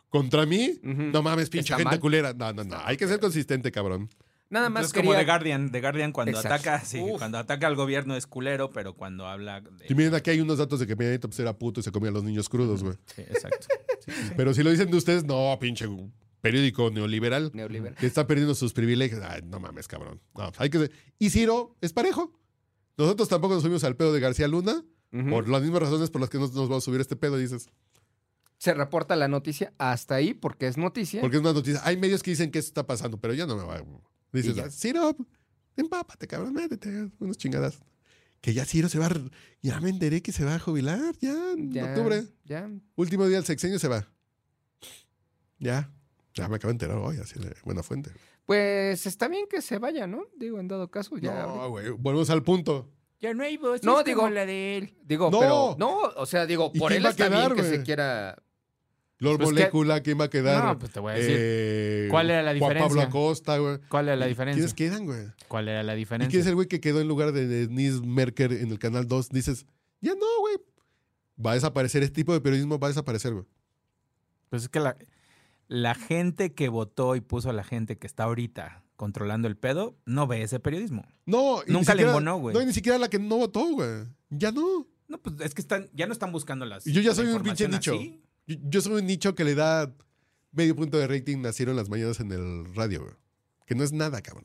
Speaker 2: contra mí,
Speaker 3: Ujú.
Speaker 2: no mames, pinche
Speaker 3: Está
Speaker 2: gente
Speaker 3: mal.
Speaker 2: culera. No, no, no. Hay que ser consistente, cabrón.
Speaker 3: Nada más
Speaker 1: Es como The
Speaker 3: quería-
Speaker 1: Guardian. The Guardian cuando
Speaker 3: Exacto.
Speaker 1: ataca, sí,
Speaker 3: Uf.
Speaker 1: cuando ataca al gobierno es culero, pero cuando habla de-
Speaker 2: Y miren, aquí hay unos datos de que Peña Nieto pues, era puto y se comía a los niños crudos, güey.
Speaker 1: Sí, exacto. Sí, sí, sí.
Speaker 2: Pero si lo dicen de ustedes, no, pinche periódico neoliberal.
Speaker 3: Neoliberal.
Speaker 2: que está perdiendo sus privilegios. Ay, no mames, cabrón. No, hay que ser- Y Ciro es parejo. Nosotros tampoco nos subimos al pedo de García Luna
Speaker 3: Ujú.
Speaker 2: por las mismas razones por las que no nos vamos a subir a este pedo, dices.
Speaker 3: Se reporta la noticia hasta ahí porque es noticia.
Speaker 2: Porque es una noticia. Hay medios que dicen que esto está pasando, pero yo no me voy. a- Dices,
Speaker 3: Y ya.
Speaker 2: "Ah, Ciro, empápate, cabrón, métete unas chingadas. Que ya Ciro se va, a re- ya me enteré que se va a jubilar, ya en
Speaker 3: Ya,
Speaker 2: octubre.
Speaker 3: Ya.
Speaker 2: Último día del sexenio se va. Ya, ya me acabo de enterar hoy, así de buena fuente.
Speaker 3: Pues está bien que se vaya, ¿no? Digo, en dado caso,
Speaker 4: Pues
Speaker 3: ya.
Speaker 2: no,
Speaker 3: ahorita-
Speaker 2: güey, volvemos al punto.
Speaker 1: Ya no hay voz.
Speaker 3: No,
Speaker 1: es
Speaker 3: digo-
Speaker 1: como la de él.
Speaker 3: Digo,
Speaker 2: No.
Speaker 3: pero. No, o sea, digo,
Speaker 2: ¿Y
Speaker 3: por
Speaker 2: quién
Speaker 3: él
Speaker 2: va a
Speaker 3: está
Speaker 2: quedar,
Speaker 3: bien que se
Speaker 2: güey?
Speaker 3: quiera.
Speaker 2: Lord
Speaker 4: Pues, ¿qué-
Speaker 2: Molécula, ¿quién va a quedar?
Speaker 4: No, pues te voy a decir.
Speaker 2: Eh,
Speaker 4: ¿Cuál era la
Speaker 2: Juan Pablo
Speaker 4: diferencia?
Speaker 2: Acosta, güey.
Speaker 4: ¿Cuál era la diferencia?
Speaker 2: ¿Quiénes quedan, güey?
Speaker 4: ¿Cuál era la
Speaker 2: ¿Y quién es
Speaker 4: diferencia?
Speaker 2: el güey que quedó en lugar de Denise Merker en el Canal 2? Dices, ya no, güey. Va a desaparecer, este tipo de periodismo va a desaparecer, güey.
Speaker 1: Pues es que la, la gente que votó y puso a la gente que está ahorita controlando el pedo, no ve ese periodismo.
Speaker 2: No, y ni
Speaker 1: Nunca le
Speaker 2: siquiera-
Speaker 1: embonó, güey.
Speaker 2: No, y ni siquiera la que no votó, güey. Ya no.
Speaker 1: No, pues es que están, ya no están buscando las.
Speaker 2: Y yo ya
Speaker 1: la
Speaker 2: soy un pinche
Speaker 1: información
Speaker 2: nicho.
Speaker 1: así.
Speaker 2: Yo, yo soy un nicho que le da medio punto de rating, nacieron las mañanas en el radio, güey. Que no es nada, cabrón.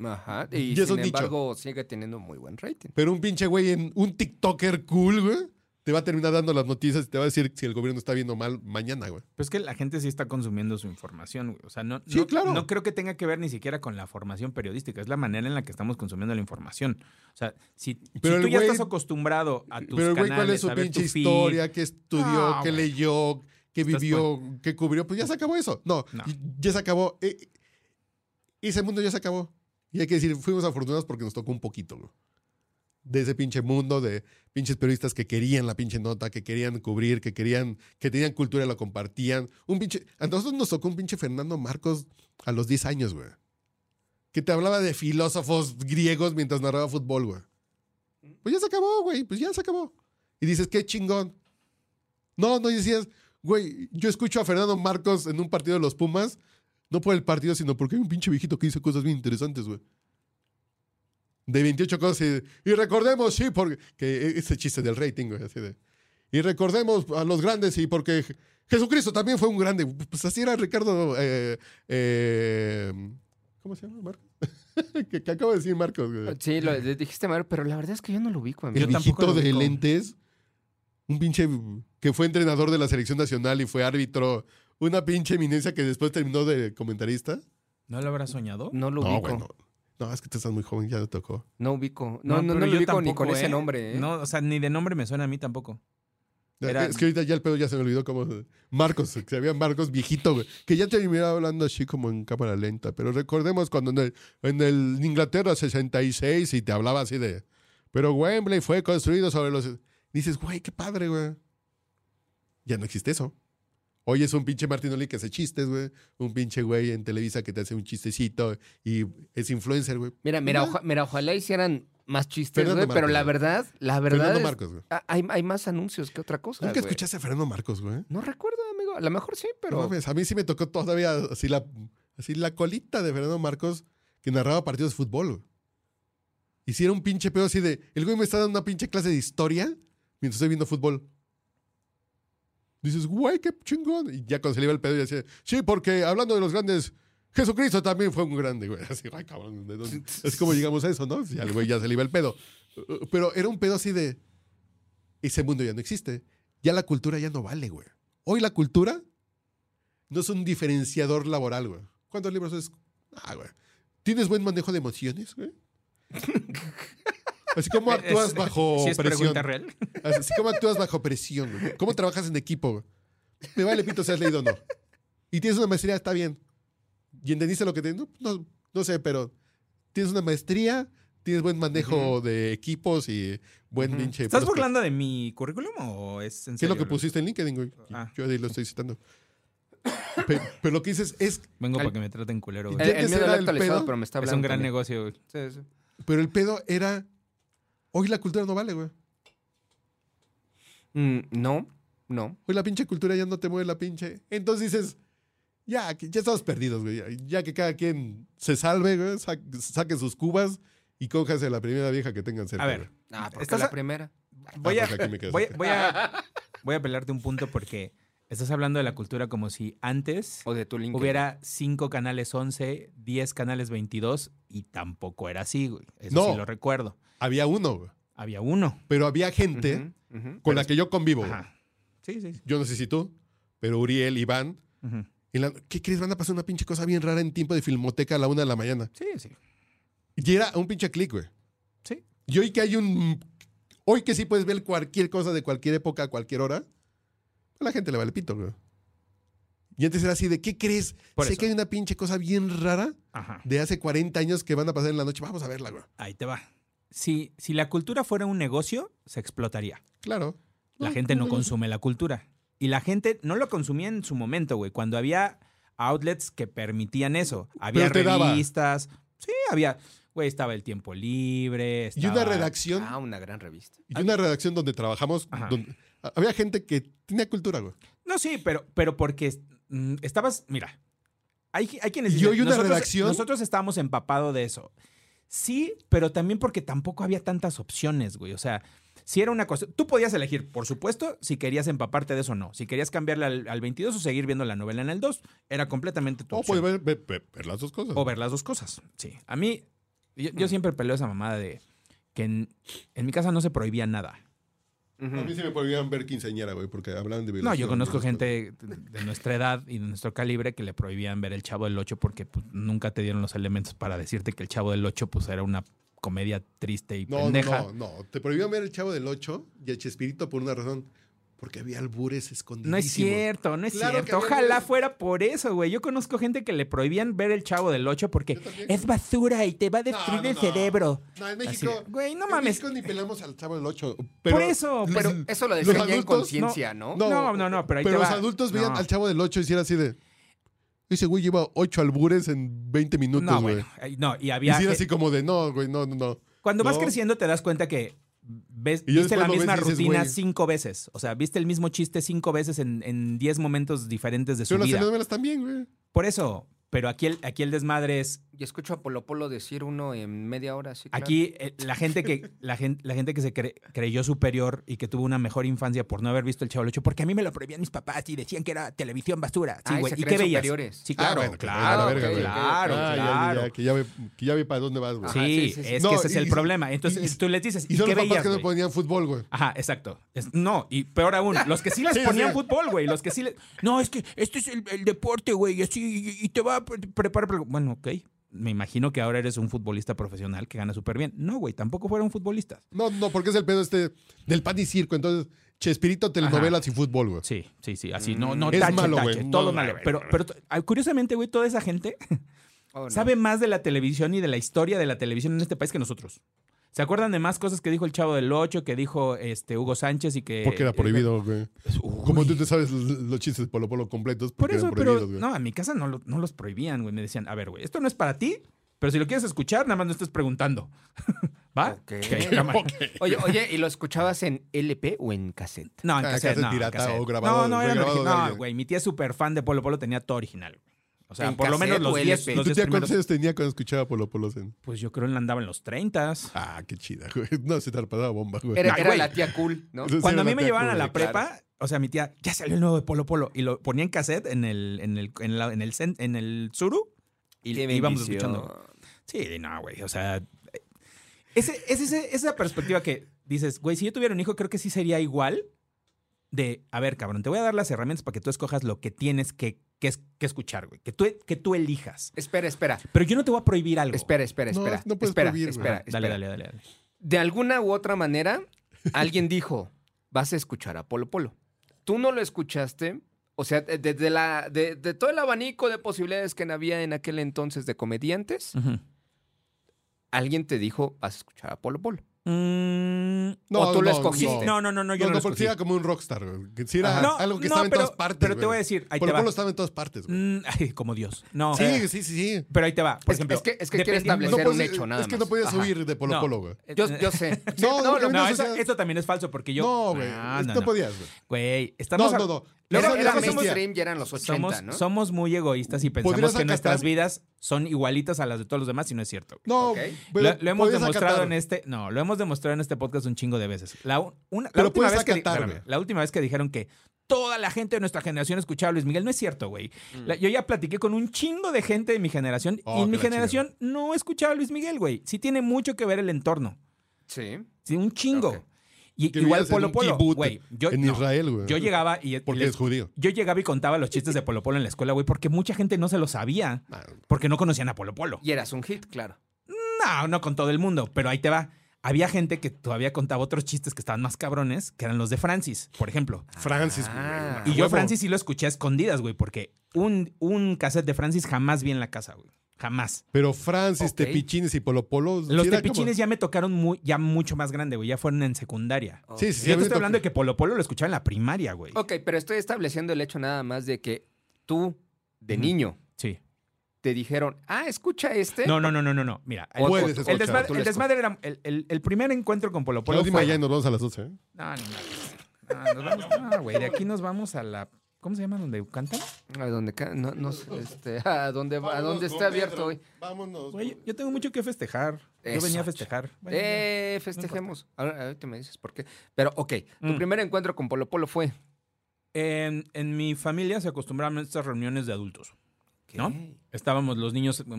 Speaker 3: Ajá. Y,
Speaker 2: Y es un
Speaker 3: sin
Speaker 2: nicho.
Speaker 3: embargo, sigue teniendo muy buen rating.
Speaker 2: Pero un pinche güey, en, un TikToker cool, güey, te va a terminar dando las noticias y te va a decir si el gobierno está viendo mal mañana, güey.
Speaker 1: Pues que la gente sí está consumiendo su información, güey. O sea, no,
Speaker 2: Sí,
Speaker 1: no-
Speaker 2: claro.
Speaker 1: no creo que tenga que ver ni siquiera con la formación periodística. Es la manera en la que estamos consumiendo la información. O sea, si, si
Speaker 2: Pero el
Speaker 1: tú ya
Speaker 2: güey-
Speaker 1: estás acostumbrado a tus
Speaker 2: Pero el güey,
Speaker 1: canales,
Speaker 2: ¿cuál es su
Speaker 1: a ver
Speaker 2: pinche
Speaker 1: tu feed,
Speaker 2: historia? ¿Qué estudió?
Speaker 1: No,
Speaker 2: ¿Qué
Speaker 1: güey.
Speaker 2: leyó? ¿Qué
Speaker 1: Estás
Speaker 2: vivió? ¿Qué cubrió? Pues ya se acabó eso. No,
Speaker 1: No.
Speaker 2: y- ya se acabó. E- ese mundo ya se acabó. Y hay que decir, fuimos afortunados porque nos tocó un poquito, güey. De ese pinche mundo de pinches periodistas que querían la pinche nota, que querían cubrir, que querían, que tenían cultura y la compartían. Un pinche. A nosotros nos tocó un pinche Fernando Marcos a los 10 años, güey. Que te hablaba de filósofos griegos mientras narraba fútbol, güey. Pues ya se acabó, güey. Pues ya se acabó. Y dices, qué chingón. No, no, y decías, güey, yo escucho a Fernando Marcos en un partido de los Pumas, no por el partido, sino porque hay un pinche viejito que dice cosas bien interesantes, güey. De 28 cosas. Y, y recordemos, sí, porque. Que e-, ese chiste del rating, güey, así de. Y recordemos a los grandes y porque Je- Jesucristo también fue un grande. Pues así era Ricardo. eh, eh, ¿Cómo se llama, Marcos? que, que acabo de decir Marcos, güey.
Speaker 3: Sí, lo le dijiste, Mario, pero la verdad es que yo no lo ubico.
Speaker 2: El
Speaker 3: amigo.
Speaker 1: Yo tampoco
Speaker 2: viejito
Speaker 1: lo
Speaker 2: de
Speaker 1: ubico.
Speaker 2: lentes Un pinche que fue entrenador de la selección nacional y fue árbitro. Una pinche eminencia que después terminó de comentarista.
Speaker 1: ¿No lo habrá soñado?
Speaker 3: No lo
Speaker 2: No,
Speaker 3: ubico.
Speaker 2: bueno. No, es que tú estás muy joven, ya no tocó.
Speaker 3: No ubico. No, no, no,
Speaker 1: pero
Speaker 3: lo
Speaker 1: yo
Speaker 3: ubico ni
Speaker 1: tampoco,
Speaker 3: con ese
Speaker 1: ¿eh?
Speaker 3: nombre. ¿eh?
Speaker 1: No, o sea, ni de nombre me suena a mí tampoco. Era-
Speaker 2: Es que ahorita ya el pedo ya se me olvidó como Marcos, que había Marcos viejito, güey, que ya terminaba hablando así como en cámara lenta, pero recordemos cuando en el, en el Inglaterra 66 y te hablaba así de, pero Wembley fue construido sobre los... Dices, güey, qué padre, güey. Ya no existe eso. Hoy es un pinche Martinoli que hace chistes, güey. Un pinche güey en Televisa que te hace un chistecito y es influencer, güey.
Speaker 3: Mira, mira,
Speaker 2: Ujú.
Speaker 3: oja- mira, ojalá hicieran más chistes,
Speaker 2: Fernando
Speaker 3: güey, pero
Speaker 2: Marcos,
Speaker 3: la
Speaker 2: güey.
Speaker 3: verdad, la verdad
Speaker 2: Fernando
Speaker 3: es-
Speaker 2: Marcos, güey.
Speaker 3: ah, hay, hay más anuncios que otra cosa,
Speaker 2: Nunca
Speaker 3: güey.
Speaker 2: escuchaste a Fernando Marcos, güey.
Speaker 3: No recuerdo, amigo. A lo mejor sí,
Speaker 2: No
Speaker 3: pero...
Speaker 2: mames, a mí sí me tocó todavía así la, así la colita de Fernando Marcos que narraba partidos de fútbol. güey. Y si era un pinche pedo así de, el güey me está dando una pinche clase de historia mientras estoy viendo fútbol. Dices, güey, qué chingón. Y ya cuando se le iba el pedo y decía, sí, porque hablando de los grandes, Jesucristo también fue un grande, güey. Así, ay, cabrón, ¿de dónde? Es como llegamos a eso, ¿no? Y al güey ya se le iba el pedo. Pero era un pedo así de, ese mundo ya no existe. Ya la cultura ya no vale, güey. Hoy la cultura no es un diferenciador laboral, güey. ¿Cuántos libros es? Ah, güey. ¿Tienes buen manejo de emociones, güey? Así como actúas
Speaker 1: Es-
Speaker 2: bajo
Speaker 1: ¿Sí es
Speaker 2: presión.
Speaker 1: pregunta real?
Speaker 2: Así como actúas bajo presión, güey. ¿Cómo trabajas en equipo, güey? Me vale pito si has leído o no. Y tienes una maestría, está bien. ¿Y entendiste lo que te... No, no, no sé, pero tienes una maestría, tienes buen manejo de equipos y buen
Speaker 3: Ujú.
Speaker 2: pinche...
Speaker 1: ¿Estás
Speaker 2: prospecto.
Speaker 1: burlando de mi currículum o es en
Speaker 2: pues ¿Qué es
Speaker 1: serio?
Speaker 2: lo que pusiste en LinkedIn, güey?
Speaker 1: Ah.
Speaker 2: Yo ahí lo estoy citando. Pe- Pero, lo que dices es...
Speaker 1: Vengo
Speaker 3: Al-
Speaker 1: para que me traten culero,
Speaker 2: Y
Speaker 1: güey.
Speaker 3: El, el
Speaker 2: ¿Entiendes?
Speaker 3: mío no
Speaker 2: Era
Speaker 3: lo he
Speaker 2: el
Speaker 3: actualizado,
Speaker 2: pedo.
Speaker 3: pero me está
Speaker 1: Es
Speaker 3: hablando.
Speaker 1: un gran
Speaker 3: también.
Speaker 1: negocio, güey.
Speaker 3: Sí, sí.
Speaker 2: Pero el pedo era... Hoy la cultura no vale, güey.
Speaker 3: Mm, no, no.
Speaker 2: Hoy la pinche cultura ya no te mueve la pinche. Entonces dices, ya, que- ya estamos perdidos, güey. Ya, ya que cada quien se salve, güey, sa- saque sus cubas y cójase la primera vieja que tengan cerca.
Speaker 1: A ver,
Speaker 2: güey.
Speaker 3: Ah, porque
Speaker 1: Estás
Speaker 3: la
Speaker 1: a-
Speaker 3: primera.
Speaker 1: Voy
Speaker 2: Ah,
Speaker 1: a,
Speaker 2: pues aquí me quedo.
Speaker 1: voy, a- voy a, voy a pelarte un punto porque estás hablando de la cultura como si antes
Speaker 3: O de tu link.
Speaker 1: hubiera 5 canales 11, 10 canales 22 y tampoco era así, güey. Eso
Speaker 2: No.
Speaker 1: sí lo recuerdo.
Speaker 2: Había uno, güey,
Speaker 1: Había uno.
Speaker 2: pero había gente con la que yo convivo. güey.
Speaker 1: Ajá. Sí, sí. sí.
Speaker 2: Yo no sé si tú, pero Uriel, Iván.
Speaker 1: Ujú.
Speaker 2: en la- ¿Qué crees? Van a pasar una pinche cosa bien rara en tiempo de filmoteca a la una de la mañana.
Speaker 1: Sí, sí.
Speaker 2: Y era un pinche clic, güey.
Speaker 1: Sí.
Speaker 2: Y hoy que hay un. Hoy que sí puedes ver cualquier cosa de cualquier época, a cualquier hora, a la gente le vale pito, güey. Y antes era así de, ¿qué crees?
Speaker 1: Por
Speaker 2: sé
Speaker 1: eso.
Speaker 2: que hay una pinche cosa bien rara
Speaker 1: Ajá.
Speaker 2: de hace 40 años que van a pasar en la noche. Vamos a verla, güey.
Speaker 1: Ahí te va. Si, si la cultura fuera un negocio, se explotaría.
Speaker 2: Claro.
Speaker 1: La gente no consume la cultura. Y la gente no lo consumía en su momento, güey. Cuando había outlets que permitían eso. Había
Speaker 2: Pero te daba.
Speaker 1: revistas. Sí, había. Güey, estaba el tiempo libre.
Speaker 2: Y una
Speaker 1: estaba-
Speaker 2: redacción,
Speaker 3: Ah, una gran revista.
Speaker 2: y una redacción donde trabajamos,
Speaker 1: Ajá.
Speaker 2: donde- había gente que tenía cultura, güey.
Speaker 1: No, sí, pero, pero porque mm, estabas. Mira. Hay, hay quienes
Speaker 2: Y
Speaker 1: dicen,
Speaker 2: hoy una
Speaker 1: "Nosotros-
Speaker 2: redacción-
Speaker 1: Nosotros estábamos empapados de eso. Sí, pero también porque tampoco había tantas opciones, güey. O sea, si era una cosa. Tú podías elegir, por supuesto, si querías empaparte de eso o no. Si querías cambiarle al, al 22 o seguir viendo la novela en el 2, era completamente tu
Speaker 2: O
Speaker 1: opción.
Speaker 2: Oh, puede ver, ver- ver- ver las dos cosas.
Speaker 1: O ver las dos cosas. Sí. A mí, yo,
Speaker 2: Mm.
Speaker 1: yo siempre peleo esa mamada de que en, en mi casa no se prohibía nada.
Speaker 2: A mí sí me podían ver quinceañera, güey, porque hablaban de
Speaker 1: No,
Speaker 2: violación.
Speaker 1: yo conozco
Speaker 2: Esas cosas.
Speaker 1: gente de nuestra edad y de nuestro calibre que le prohibían ver El Chavo del Ocho porque pues, nunca te dieron los elementos para decirte que El Chavo del Ocho pues, era una comedia triste y
Speaker 2: No, no,
Speaker 1: pendeja.
Speaker 2: no, no. Te prohibieron ver el Chavo del 8 y el Chespirito por una razón. Porque había albures escondidos.
Speaker 1: No es cierto, no es
Speaker 2: Claro que
Speaker 1: cierto.
Speaker 2: había
Speaker 1: Ojalá
Speaker 2: veces-
Speaker 1: fuera por eso, güey. Yo conozco gente que le prohibían ver El Chavo del Ocho porque
Speaker 2: Yo también.
Speaker 1: es basura y te va a destruir
Speaker 2: No, no,
Speaker 1: el
Speaker 2: no.
Speaker 1: cerebro.
Speaker 2: No, en
Speaker 1: Así
Speaker 2: México.
Speaker 1: de, güey, no
Speaker 2: en
Speaker 1: mames.
Speaker 2: México ni pelamos al Chavo del 8.
Speaker 1: por eso, pero...
Speaker 2: Los-
Speaker 3: Eso lo
Speaker 2: los
Speaker 3: decían ya en
Speaker 2: adultos,
Speaker 3: conciencia, ¿no?
Speaker 1: No, no, no, pero ahí te
Speaker 2: los
Speaker 1: va.
Speaker 2: adultos veían
Speaker 1: No.
Speaker 2: al Chavo del 8 y era así de. Ese güey lleva 8 albures en 20 minutos,
Speaker 1: No,
Speaker 2: güey.
Speaker 1: bueno, eh, no, y
Speaker 2: y
Speaker 1: había...
Speaker 2: sí era
Speaker 1: ge-
Speaker 2: así como de, no, güey, no, no, no.
Speaker 1: Cuando vas
Speaker 2: No.
Speaker 1: creciendo te das cuenta que ves,
Speaker 2: Y ya
Speaker 1: viste
Speaker 2: después
Speaker 1: la
Speaker 2: lo ves y
Speaker 1: misma
Speaker 2: dices,
Speaker 1: rutina
Speaker 2: "Güey".
Speaker 1: cinco veces. O sea, viste el mismo chiste cinco veces en, en diez momentos diferentes de su
Speaker 2: Pero las
Speaker 1: vida.
Speaker 2: telenovelas también, güey.
Speaker 1: Por eso, pero aquí el, aquí el desmadre es
Speaker 3: Y escucho a Polo Polo decir uno en media hora. Sí, claro.
Speaker 1: Aquí eh, la gente que la gente, la gente que se cre- creyó superior y que tuvo una mejor infancia por no haber visto el Chavo del Ocho, porque a mí me lo prohibían mis papás y decían que era televisión basura. Sí,
Speaker 3: Ah, y
Speaker 1: güey.
Speaker 3: se
Speaker 1: ¿Y qué
Speaker 3: creen
Speaker 1: veías?
Speaker 3: superiores.
Speaker 1: Sí,
Speaker 2: Ah,
Speaker 1: claro,
Speaker 2: bueno, que te valga
Speaker 1: claro,
Speaker 2: la verga,
Speaker 1: claro,
Speaker 2: güey.
Speaker 1: claro,
Speaker 2: Ah, ya, ya, ya, que ya ve, que ya ve para dónde vas, güey.
Speaker 3: Ajá,
Speaker 1: Sí,
Speaker 3: sí, sí, sí.
Speaker 1: es
Speaker 2: No,
Speaker 1: que ese es
Speaker 2: y-
Speaker 1: el problema.
Speaker 2: y-
Speaker 1: Entonces tú les dices,
Speaker 2: Y
Speaker 1: ¿y
Speaker 2: son
Speaker 1: qué
Speaker 2: los papás
Speaker 1: veías?
Speaker 2: que no
Speaker 1: güey?
Speaker 2: ponían fútbol, güey.
Speaker 1: Ajá, exacto. Es- no, y peor aún, los que sí les
Speaker 2: Sí,
Speaker 1: ponían
Speaker 2: sí.
Speaker 1: fútbol, güey, los que sí les... No, es que este es el, el deporte, güey, y así, y, y te va a pre- preparar... para- Bueno, ok. Me imagino que ahora eres un futbolista profesional que gana súper bien. No, güey, tampoco fueron futbolistas.
Speaker 2: No, no, porque es el pedo este del pan y circo. Entonces, Chespirito, telenovelas y fútbol, güey.
Speaker 1: Sí, sí, sí, así, no, no,
Speaker 2: Es
Speaker 1: tache,
Speaker 2: malo,
Speaker 1: tache,
Speaker 2: güey.
Speaker 1: todo
Speaker 2: No,
Speaker 1: malo.
Speaker 2: güey.
Speaker 1: Pero, pero ah, curiosamente, güey, toda esa gente
Speaker 3: Oh, no.
Speaker 1: sabe más de la televisión y de la historia de la televisión en este país que nosotros. ¿Se acuerdan de más cosas que dijo el Chavo del Ocho, que dijo este Hugo Sánchez y que...
Speaker 2: Porque era prohibido, güey.
Speaker 1: eh, Uy.
Speaker 2: Como tú te sabes los los chistes de Polo Polo completos,
Speaker 1: Por
Speaker 2: porque
Speaker 1: eso,
Speaker 2: eran
Speaker 1: pero
Speaker 2: prohibidos, güey.
Speaker 1: no, a mi casa no, lo- no los prohibían, güey. Me decían, a ver, güey, esto no es para ti, pero si lo quieres escuchar, nada más no estés preguntando. ¿Va?
Speaker 3: Ok.
Speaker 1: Ok, cámara.
Speaker 3: Oye, oye, ¿y lo escuchabas en LP o en cassette?
Speaker 1: No, en
Speaker 2: Ah,
Speaker 1: cassette,
Speaker 2: cassette
Speaker 1: no, en
Speaker 2: pirata
Speaker 1: cassette.
Speaker 2: o grabado-
Speaker 1: no, no, eran
Speaker 2: regrabado de
Speaker 1: origi- no,
Speaker 2: alguien.
Speaker 1: güey, mi tía es súper fan de Polo Polo, tenía todo original. güey. O sea,
Speaker 3: ¿En
Speaker 1: por lo menos
Speaker 3: cassette
Speaker 1: los
Speaker 3: o
Speaker 1: 10
Speaker 3: LP?
Speaker 1: los
Speaker 2: ¿Tú
Speaker 1: 10
Speaker 2: tía
Speaker 1: primeros.
Speaker 2: cuántos años tenía cuando escuchaba Polo Polo? Zen?
Speaker 1: Pues yo creo que andaba en los 30.
Speaker 2: Ah, qué chida, güey. No, se te la pasaba bomba, güey.
Speaker 3: Era,
Speaker 1: Ay,
Speaker 3: era
Speaker 1: güey.
Speaker 3: la tía cool, ¿no?
Speaker 2: Entonces,
Speaker 1: Cuando a
Speaker 2: era
Speaker 1: mí me
Speaker 2: tía
Speaker 1: llevaban a
Speaker 2: cool,
Speaker 1: la
Speaker 2: güey.
Speaker 1: prepa, o sea, mi tía, ya salió el nuevo de Polo Polo, y lo ponía en cassette en el, en el, en la- en el, cen- en el Zuru, y
Speaker 3: Qué
Speaker 1: íbamos
Speaker 3: bendición.
Speaker 1: escuchando. Sí, no, güey. O sea, eh, ese, es ese- esa perspectiva que dices, güey, si yo tuviera un hijo, creo que sí sería igual de, a ver, cabrón, te voy a dar las herramientas para que tú escojas lo que tienes que, que, es- que escuchar, güey. Que tú, que tú elijas.
Speaker 3: Espera, espera.
Speaker 1: Pero yo no te voy a prohibir algo.
Speaker 3: Espera, espera,
Speaker 2: No,
Speaker 3: espera.
Speaker 2: no puedes
Speaker 3: espera,
Speaker 2: prohibir, güey.
Speaker 3: espera,
Speaker 1: Dale,
Speaker 3: espera.
Speaker 1: dale, dale, dale.
Speaker 3: De alguna u otra manera, alguien dijo, vas a escuchar a Polo Polo. Tú no lo escuchaste, o sea, de- desde la, de, de todo el abanico de posibilidades que había en aquel entonces de comediantes,
Speaker 1: Ujú.
Speaker 3: alguien te dijo, vas a escuchar a Polo Polo.
Speaker 1: Mm,
Speaker 2: No,
Speaker 3: o tú lo
Speaker 2: no,
Speaker 3: escogiste.
Speaker 1: no, no, no, no, yo no,
Speaker 2: No, no,
Speaker 1: lo
Speaker 2: porque
Speaker 1: escogí.
Speaker 2: sí era como un rockstar, güey. Que sí era
Speaker 1: No,
Speaker 2: algo que
Speaker 1: no,
Speaker 2: estaba en
Speaker 1: pero-
Speaker 2: todas partes.
Speaker 1: Pero te
Speaker 2: güey.
Speaker 1: voy a decir, ahí
Speaker 2: Polo
Speaker 1: te va. eh.
Speaker 2: Polo estaba en todas partes, güey.
Speaker 1: Mm, ay, como Dios. No.
Speaker 2: Sí, sí, sí, sí.
Speaker 1: Pero ahí te va. Por
Speaker 3: Es-
Speaker 1: ejemplo,
Speaker 3: es que- es que quiere
Speaker 1: dependiendo-
Speaker 3: establecer- Era un
Speaker 2: podías-
Speaker 3: hecho, nada
Speaker 2: Es que
Speaker 3: más.
Speaker 2: no podías
Speaker 3: Ajá.
Speaker 2: huir de Polo
Speaker 1: No.
Speaker 2: Polo, güey.
Speaker 3: Yo, yo sé.
Speaker 2: No,
Speaker 3: No,
Speaker 2: no,
Speaker 3: lo-
Speaker 1: No,
Speaker 2: no, o
Speaker 1: eso-
Speaker 2: sea,
Speaker 1: esto también es falso porque yo.
Speaker 2: no, güey.
Speaker 1: Ah,
Speaker 2: No podías, güey.
Speaker 1: Güey, estamos.
Speaker 2: No,
Speaker 1: a-
Speaker 2: no, no.
Speaker 1: Era-
Speaker 3: Era,
Speaker 2: Nosotros
Speaker 3: era
Speaker 1: éramos-
Speaker 2: somos-
Speaker 3: mainstream y eran los 80,
Speaker 1: somos,
Speaker 3: ¿no?
Speaker 1: somos muy egoístas y
Speaker 2: Podrías
Speaker 1: pensamos que
Speaker 2: acatar-
Speaker 1: nuestras vidas son igualitas a las de todos los demás y no es cierto. güey.
Speaker 2: No,
Speaker 3: Ok.
Speaker 2: pero
Speaker 1: lo, lo hemos
Speaker 2: podías
Speaker 1: demostrado
Speaker 2: acatar.
Speaker 1: en este. No, lo hemos demostrado en este podcast un chingo de veces. La, u- una- la
Speaker 2: Pero
Speaker 1: última,
Speaker 2: puedes
Speaker 1: vez que, di-
Speaker 2: acatar,
Speaker 1: espérame,
Speaker 2: güey.
Speaker 1: la última vez que dijeron que toda la gente de nuestra generación escuchaba a Luis Miguel, no es cierto, güey. La- Yo ya platiqué con un chingo de gente de mi generación
Speaker 2: Oh,
Speaker 1: y en
Speaker 2: qué
Speaker 1: mi
Speaker 2: la
Speaker 1: generación no escuchaba a Luis Miguel, güey. Sí tiene mucho que ver el entorno.
Speaker 3: Sí.
Speaker 1: Sí, un chingo.
Speaker 3: Ok.
Speaker 1: Y,
Speaker 2: Que
Speaker 1: igual
Speaker 2: vivías en
Speaker 1: Polo
Speaker 2: un
Speaker 1: Polo,
Speaker 2: kibbutz
Speaker 1: güey. Yo,
Speaker 2: en
Speaker 1: no.
Speaker 2: Israel, güey.
Speaker 1: Yo llegaba y...
Speaker 2: Porque
Speaker 1: les-
Speaker 2: es judío.
Speaker 1: yo llegaba y contaba los chistes de Polo Polo en la escuela, güey, porque mucha gente no se lo sabía,
Speaker 2: Ah,
Speaker 1: porque no conocían a Polo Polo.
Speaker 3: Y eras un hit, claro.
Speaker 1: No, no con todo el mundo, pero ahí te va. Había gente que todavía contaba otros chistes que estaban más cabrones, que eran los de Francis, por ejemplo.
Speaker 2: Francis,
Speaker 3: Ah.
Speaker 1: Y
Speaker 2: güey.
Speaker 1: yo
Speaker 2: Huevo.
Speaker 1: Francis sí lo escuché a escondidas, güey, porque un, un cassette de Francis jamás vi en la casa, güey. Jamás.
Speaker 2: Pero Francis,
Speaker 3: Ok.
Speaker 2: Tepichines y Polo Polo. sí
Speaker 1: Los
Speaker 2: era
Speaker 1: tepichines ya me tocaron muy, ya mucho más grande, güey. Ya fueron en secundaria.
Speaker 2: como- Sí, sí, sí.
Speaker 1: Yo te
Speaker 2: a mí
Speaker 1: estoy
Speaker 2: me
Speaker 1: hablando de que
Speaker 2: tocó.
Speaker 1: Polo Polo lo escuchaba en la primaria, güey.
Speaker 3: Ok, pero estoy estableciendo el hecho nada más de que tú, de
Speaker 1: Ujú.
Speaker 3: niño,
Speaker 1: Sí.
Speaker 3: te dijeron, ah, escucha este.
Speaker 1: No, no, no, no, no, no. Mira, el,
Speaker 2: Puedes
Speaker 1: el
Speaker 2: escuchar,
Speaker 1: desmadre,
Speaker 3: tú
Speaker 1: el
Speaker 3: lo
Speaker 1: desmadre era el, el- el primer encuentro con Polo
Speaker 2: La
Speaker 1: Polo.
Speaker 2: última
Speaker 1: fue-
Speaker 2: ya nos vamos a las 12, ¿eh?
Speaker 1: No, no, no. No, nos vamos- no, güey. De aquí nos vamos a la. ¿Cómo se llama? ¿Donde cantan?
Speaker 3: ¿A dónde, ca- no, no sé, este, ¿a dónde, va- a dónde está abierto hoy?
Speaker 2: Vámonos.
Speaker 1: Güey, yo tengo mucho que festejar. Yo
Speaker 3: Eso,
Speaker 1: venía a festejar. Bueno,
Speaker 3: Eh, festejemos. Ahora, ahorita me dices por qué. Pero, ok, tu
Speaker 1: Mm.
Speaker 3: primer encuentro con Polo Polo fue.
Speaker 1: ya. en, en mi familia se acostumbraban a estas reuniones de adultos. ¿No?
Speaker 3: Ok.
Speaker 1: Estábamos los niños mm,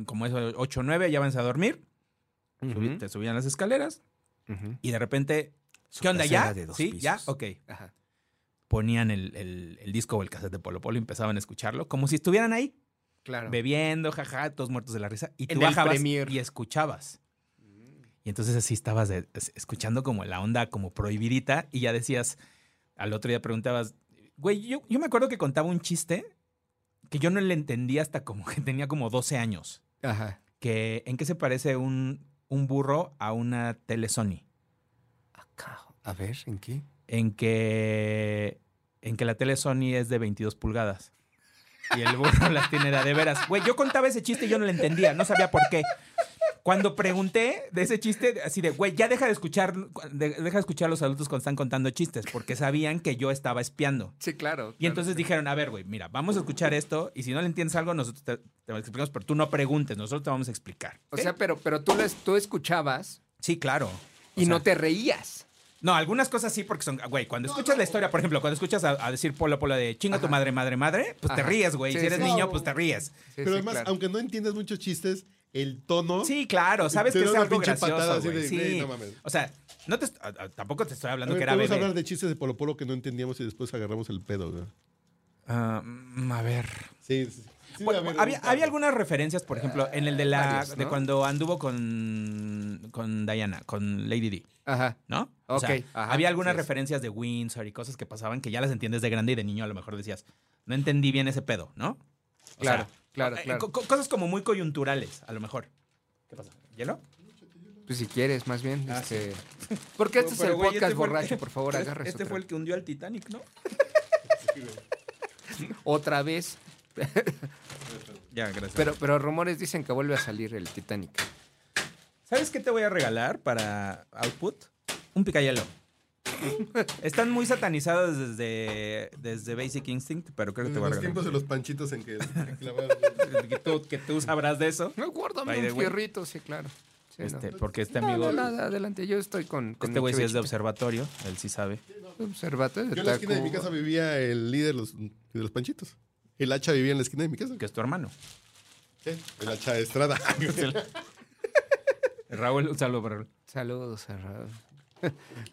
Speaker 1: mm, como eso, 8 o 9, ya váyanse a dormir. Subi-
Speaker 3: Ujú,
Speaker 1: Te subían las escaleras
Speaker 3: ujú.
Speaker 1: y de repente. ¿Qué onda
Speaker 3: casa
Speaker 1: ya?
Speaker 3: era de dos
Speaker 1: sí, ya,
Speaker 3: pisos.
Speaker 1: ok.
Speaker 3: Ajá.
Speaker 1: Ponían el, el- el disco o el cassette de Polo Polo y empezaban a escucharlo como si estuvieran ahí
Speaker 3: Claro.
Speaker 1: bebiendo, jaja, todos muertos de la risa. Y tú
Speaker 3: En el
Speaker 1: bajabas
Speaker 3: Premier.
Speaker 1: y escuchabas. Y entonces así estabas de- es- escuchando como la onda como prohibidita y ya decías, al otro día preguntabas, güey, yo, yo me acuerdo que contaba un chiste que yo no le entendía hasta como que tenía como 12 años.
Speaker 3: Ajá.
Speaker 1: Que, ¿En qué se parece un, un burro a una tele Sony?
Speaker 3: Acá. A ver, ¿en qué?
Speaker 1: En que, en que la tele Sony es de 22 pulgadas. Y el burro las tiene de a de veras. Güey, yo contaba ese chiste y yo no le entendía, no sabía por qué. Cuando pregunté de ese chiste, así de, güey, ya deja de escuchar, de- deja de escuchar a los adultos cuando están contando chistes, porque sabían que yo estaba espiando.
Speaker 3: Sí, claro.
Speaker 1: Y entonces dijeron, a ver, güey, mira, vamos a escuchar esto y si no le entiendes algo, nosotros te, te lo explicamos, pero tú no preguntes, nosotros te vamos a explicar.
Speaker 3: O
Speaker 1: ¿Ok?
Speaker 3: sea, pero, pero tú, les, tú escuchabas
Speaker 1: sí, claro. O
Speaker 3: y no
Speaker 1: sea,
Speaker 3: te reías.
Speaker 1: No, algunas cosas sí, porque son, güey, cuando escuchas la historia, por ejemplo, cuando escuchas a, a decir polo, polo de chinga tu
Speaker 3: Ajá.
Speaker 1: madre, madre, madre, pues te
Speaker 3: Ajá.
Speaker 1: ríes, güey.
Speaker 3: Sí,
Speaker 1: si eres
Speaker 2: sí.
Speaker 1: niño,
Speaker 2: No.
Speaker 1: pues te ríes.
Speaker 3: Sí,
Speaker 2: Pero
Speaker 3: sí,
Speaker 2: además,
Speaker 3: claro.
Speaker 2: aunque no entiendas muchos chistes, el tono.
Speaker 1: Sí, claro, sabes
Speaker 2: Te
Speaker 1: que
Speaker 2: da
Speaker 1: es
Speaker 2: una
Speaker 1: algo
Speaker 2: pinche patada
Speaker 1: gracioso,
Speaker 2: así
Speaker 1: güey.
Speaker 2: de,
Speaker 1: Sí,
Speaker 2: "Güey, no mames".
Speaker 1: o sea, no te, est- a- a- tampoco te estoy
Speaker 2: A
Speaker 1: hablando
Speaker 2: ver,
Speaker 1: que era
Speaker 2: podemos
Speaker 1: bebé.
Speaker 2: hablar de chistes de Polo Polo que no entendíamos y después agarramos el pedo, güey.
Speaker 1: Ah, mm, a ver.
Speaker 2: Sí, sí. sí. Sí,
Speaker 1: Bueno,
Speaker 2: a ver,
Speaker 1: había,
Speaker 2: ahorita.
Speaker 1: había algunas referencias, por ejemplo, en el de la
Speaker 3: varias,
Speaker 1: de
Speaker 3: ¿no?
Speaker 1: cuando anduvo con, con Diana, con Lady D,
Speaker 3: Ajá.
Speaker 1: ¿no?
Speaker 3: Ok, ajá,
Speaker 1: había algunas
Speaker 3: sí es.
Speaker 1: referencias de Windsor y cosas que pasaban que ya las entiendes de grande y de niño a lo mejor decías, no entendí bien ese pedo, ¿no? O
Speaker 3: Claro,
Speaker 1: sea,
Speaker 3: claro,
Speaker 1: eh,
Speaker 3: claro.
Speaker 1: co- co- cosas como muy coyunturales, a lo mejor. ¿Qué pasa? ¿Hielo?
Speaker 3: Pues si quieres, más bien.
Speaker 1: Ah,
Speaker 3: este- Porque este es
Speaker 1: Pero,
Speaker 3: el
Speaker 1: güey,
Speaker 3: podcast
Speaker 1: este fue el-
Speaker 3: borracho, por favor,
Speaker 1: Este-
Speaker 3: agarra
Speaker 1: Este
Speaker 3: otra,
Speaker 1: fue el que hundió al Titanic, ¿no?
Speaker 3: otra vez.
Speaker 1: Ya, gracias.
Speaker 3: Pero, pero rumores dicen que vuelve a salir el Titanic.
Speaker 1: ¿Sabes qué te voy a regalar para output? Un picayelo. Están muy satanizados desde, desde Basic Instinct, pero creo que te voy a
Speaker 2: Los
Speaker 1: regalar.
Speaker 2: tiempos de los panchitos en que.
Speaker 1: Que tú, que tú sabrás de eso.
Speaker 3: No, guárdame
Speaker 1: By the
Speaker 3: un
Speaker 1: way.
Speaker 3: fierrito, sí, claro. Sí, no.
Speaker 1: Este, porque este
Speaker 3: No,
Speaker 1: amigo,
Speaker 3: no, nada, adelante. Yo estoy con. con
Speaker 1: este güey sí
Speaker 3: mi
Speaker 1: es de
Speaker 3: chevechita.
Speaker 1: observatorio, él sí sabe.
Speaker 3: Observate. de
Speaker 2: Yo en la esquina de mi
Speaker 3: Tacuba.
Speaker 2: casa vivía el líder de los, de los panchitos. El hacha vivía en la esquina de mi casa.
Speaker 1: Que es tu hermano.
Speaker 2: Sí, El hacha de Estrada.
Speaker 1: Raúl, un saludo para Raúl.
Speaker 3: Saludos, cerrado.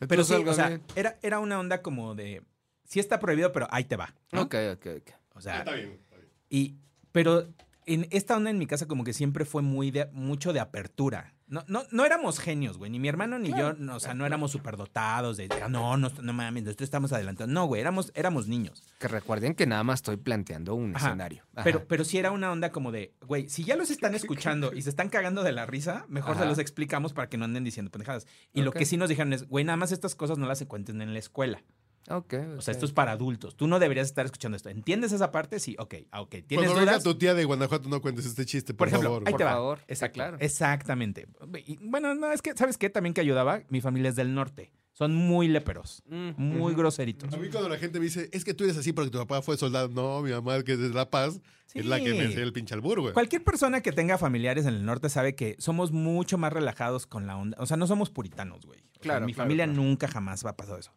Speaker 1: Pero sí, o sea, era, era una onda como de. Sí está prohibido, pero ahí te va. ¿no?
Speaker 3: Ok, ok, ok.
Speaker 1: O sea,
Speaker 2: Está bien, está bien.
Speaker 1: Y, pero en esta onda en mi casa como que siempre fue muy de, mucho de apertura. No, no, no éramos genios, güey. Ni mi hermano ni yo, no, o sea, no éramos superdotados de, de, "Ah, no, no, no mames, nosotros estamos adelantados. No, güey, éramos, éramos niños.
Speaker 3: Que recuerden que nada más estoy planteando un
Speaker 1: Ajá.
Speaker 3: escenario. Ajá.
Speaker 1: Pero, pero sí era una onda como de, güey, si ya los están escuchando y se están cagando de la risa, mejor
Speaker 3: Ajá.
Speaker 1: se los explicamos para que no anden diciendo pendejadas. Y lo
Speaker 3: Ok.
Speaker 1: que sí nos dijeron es, güey, nada más estas cosas no las se cuenten en la escuela.
Speaker 3: Ok,
Speaker 1: O
Speaker 3: ok.
Speaker 1: sea, esto es para adultos. Tú no deberías estar escuchando esto. ¿Entiendes esa parte? Sí, ok, ah, ok.
Speaker 3: Pues
Speaker 1: ¿Tienes
Speaker 2: Cuando venga
Speaker 1: dudas?
Speaker 2: tu tía de Guanajuato, no cuentes este chiste, por,
Speaker 1: Por ejemplo,
Speaker 2: favor.
Speaker 1: ahí
Speaker 2: güey.
Speaker 1: te
Speaker 3: por
Speaker 1: va.
Speaker 3: favor. Sí,
Speaker 1: Exacto.
Speaker 3: claro.
Speaker 1: Exactamente. Y, bueno, no, es que, ¿sabes qué? También que ayudaba, mi familia es del norte. Son muy leperos,
Speaker 3: Mm,
Speaker 1: muy
Speaker 3: ujú.
Speaker 1: groseritos.
Speaker 2: A mí cuando la gente me dice, es que tú eres así porque tu papá fue soldado. No, mi mamá, que es de La Paz,
Speaker 1: Sí.
Speaker 2: es la que me enseñó el pinche albur, güey.
Speaker 1: Cualquier persona que tenga familiares en el norte sabe que somos mucho más relajados con la onda. O sea, no somos puritanos, güey. O sea,
Speaker 3: Claro,
Speaker 1: mi
Speaker 3: claro,
Speaker 1: familia
Speaker 3: claro.
Speaker 1: nunca jamás ha pasado eso.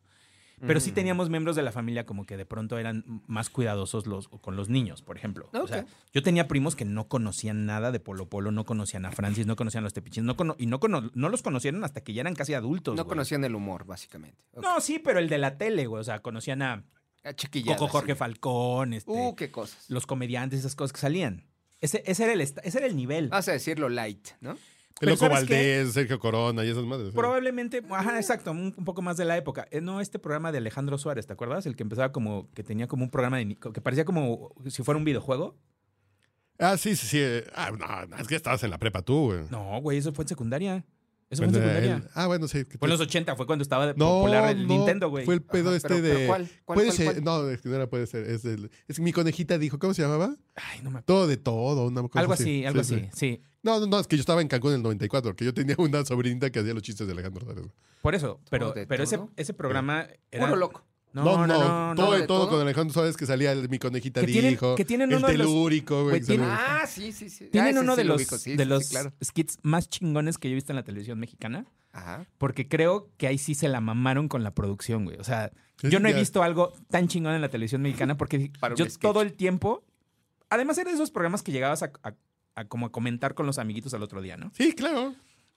Speaker 1: Pero sí
Speaker 3: Mm.
Speaker 1: teníamos miembros de la familia como que de pronto eran más cuidadosos los, con los niños, por ejemplo. O sea,
Speaker 3: Ok.
Speaker 1: yo tenía primos que no conocían nada de Polo Polo, no conocían a Francis, no conocían a los tepichins, no cono- y no, cono- no los conocieron hasta que ya eran casi adultos.
Speaker 3: No
Speaker 1: güey.
Speaker 3: conocían el humor, básicamente. Ok.
Speaker 1: No, sí, pero el de la tele, güey. O sea, conocían a
Speaker 3: Ah, chiquilladas,
Speaker 1: Coco Jorge
Speaker 3: sí.
Speaker 1: Falcón, este,
Speaker 3: Uh, qué cosas.
Speaker 1: los comediantes, esas cosas que salían. Ese, ese, era, el, esta- ese era el nivel.
Speaker 3: Vas a decirlo light, ¿no?
Speaker 2: El
Speaker 1: Pero
Speaker 2: Loco
Speaker 1: ¿sabes qué?
Speaker 2: Valdés, Sergio Corona y esas madres. güey.
Speaker 1: Probablemente, ajá, exacto, un, un poco más de la época. Eh, No, este programa de Alejandro Suárez, ¿te acuerdas? El que empezaba como, que tenía como un programa de, ni- que parecía como si fuera un videojuego.
Speaker 2: Ah, sí, sí, sí. eh, Ah, no, no, es que estabas en la prepa tú, güey.
Speaker 1: No, güey, eso fue en secundaria. Eso
Speaker 2: Bueno,
Speaker 1: fue en secundaria.
Speaker 2: él- ah, bueno, sí. que
Speaker 1: Fue en
Speaker 2: tú-
Speaker 1: los 80, fue cuando estaba de-
Speaker 2: no,
Speaker 1: popular el
Speaker 2: no,
Speaker 1: Nintendo, güey.
Speaker 2: Fue el pedo
Speaker 3: Ajá,
Speaker 2: este
Speaker 3: pero-
Speaker 2: de.
Speaker 3: pero ¿cuál? ¿Cuál,
Speaker 2: puede
Speaker 3: cuál,
Speaker 2: ser.
Speaker 3: cuál?
Speaker 2: No, es que no era puede ser. Es, el- es que mi conejita dijo, ¿cómo se llamaba?
Speaker 1: Ay, no me acuerdo.
Speaker 2: Todo de todo, una cosa
Speaker 1: Algo así, algo
Speaker 2: Sí,
Speaker 1: así,
Speaker 2: sí.
Speaker 1: sí.
Speaker 2: No, no, no, es que yo estaba en Cancún en el 94, que yo tenía una sobrinita que hacía los chistes de Alejandro Suárez. güey.
Speaker 1: Por eso, pero,
Speaker 3: de
Speaker 1: pero ese,
Speaker 3: todo?
Speaker 1: ese programa era...
Speaker 3: Puro loco.
Speaker 1: No, no, no. no,
Speaker 2: todo de
Speaker 3: de
Speaker 2: todo,
Speaker 3: todo.
Speaker 2: con Alejandro Suárez que salía el- mi conejita
Speaker 1: Que tienen-
Speaker 2: dijo.
Speaker 1: que tienen
Speaker 2: el
Speaker 1: uno de los-
Speaker 2: telúrico, güey.
Speaker 1: Güey,
Speaker 2: que
Speaker 1: tienen-
Speaker 2: salía-
Speaker 3: Ah, sí, sí, sí. Ah,
Speaker 1: Tienen
Speaker 3: ese
Speaker 1: uno
Speaker 3: sí
Speaker 1: de
Speaker 3: lo
Speaker 1: los,
Speaker 3: ubico, sí,
Speaker 1: de
Speaker 3: sí,
Speaker 1: los
Speaker 3: sí, claro.
Speaker 1: skits más chingones que yo he visto en la televisión mexicana.
Speaker 3: Ajá.
Speaker 1: Porque creo que ahí sí se la mamaron con la producción, güey. O sea,
Speaker 2: Sí,
Speaker 1: yo no he
Speaker 2: ya.
Speaker 1: visto algo tan chingón en la televisión mexicana porque
Speaker 3: Para un
Speaker 1: yo
Speaker 3: sketch.
Speaker 1: todo el tiempo... Además, era de esos programas que llegabas a, a- a como a comentar con los amiguitos al otro día, ¿no?
Speaker 2: Sí, claro.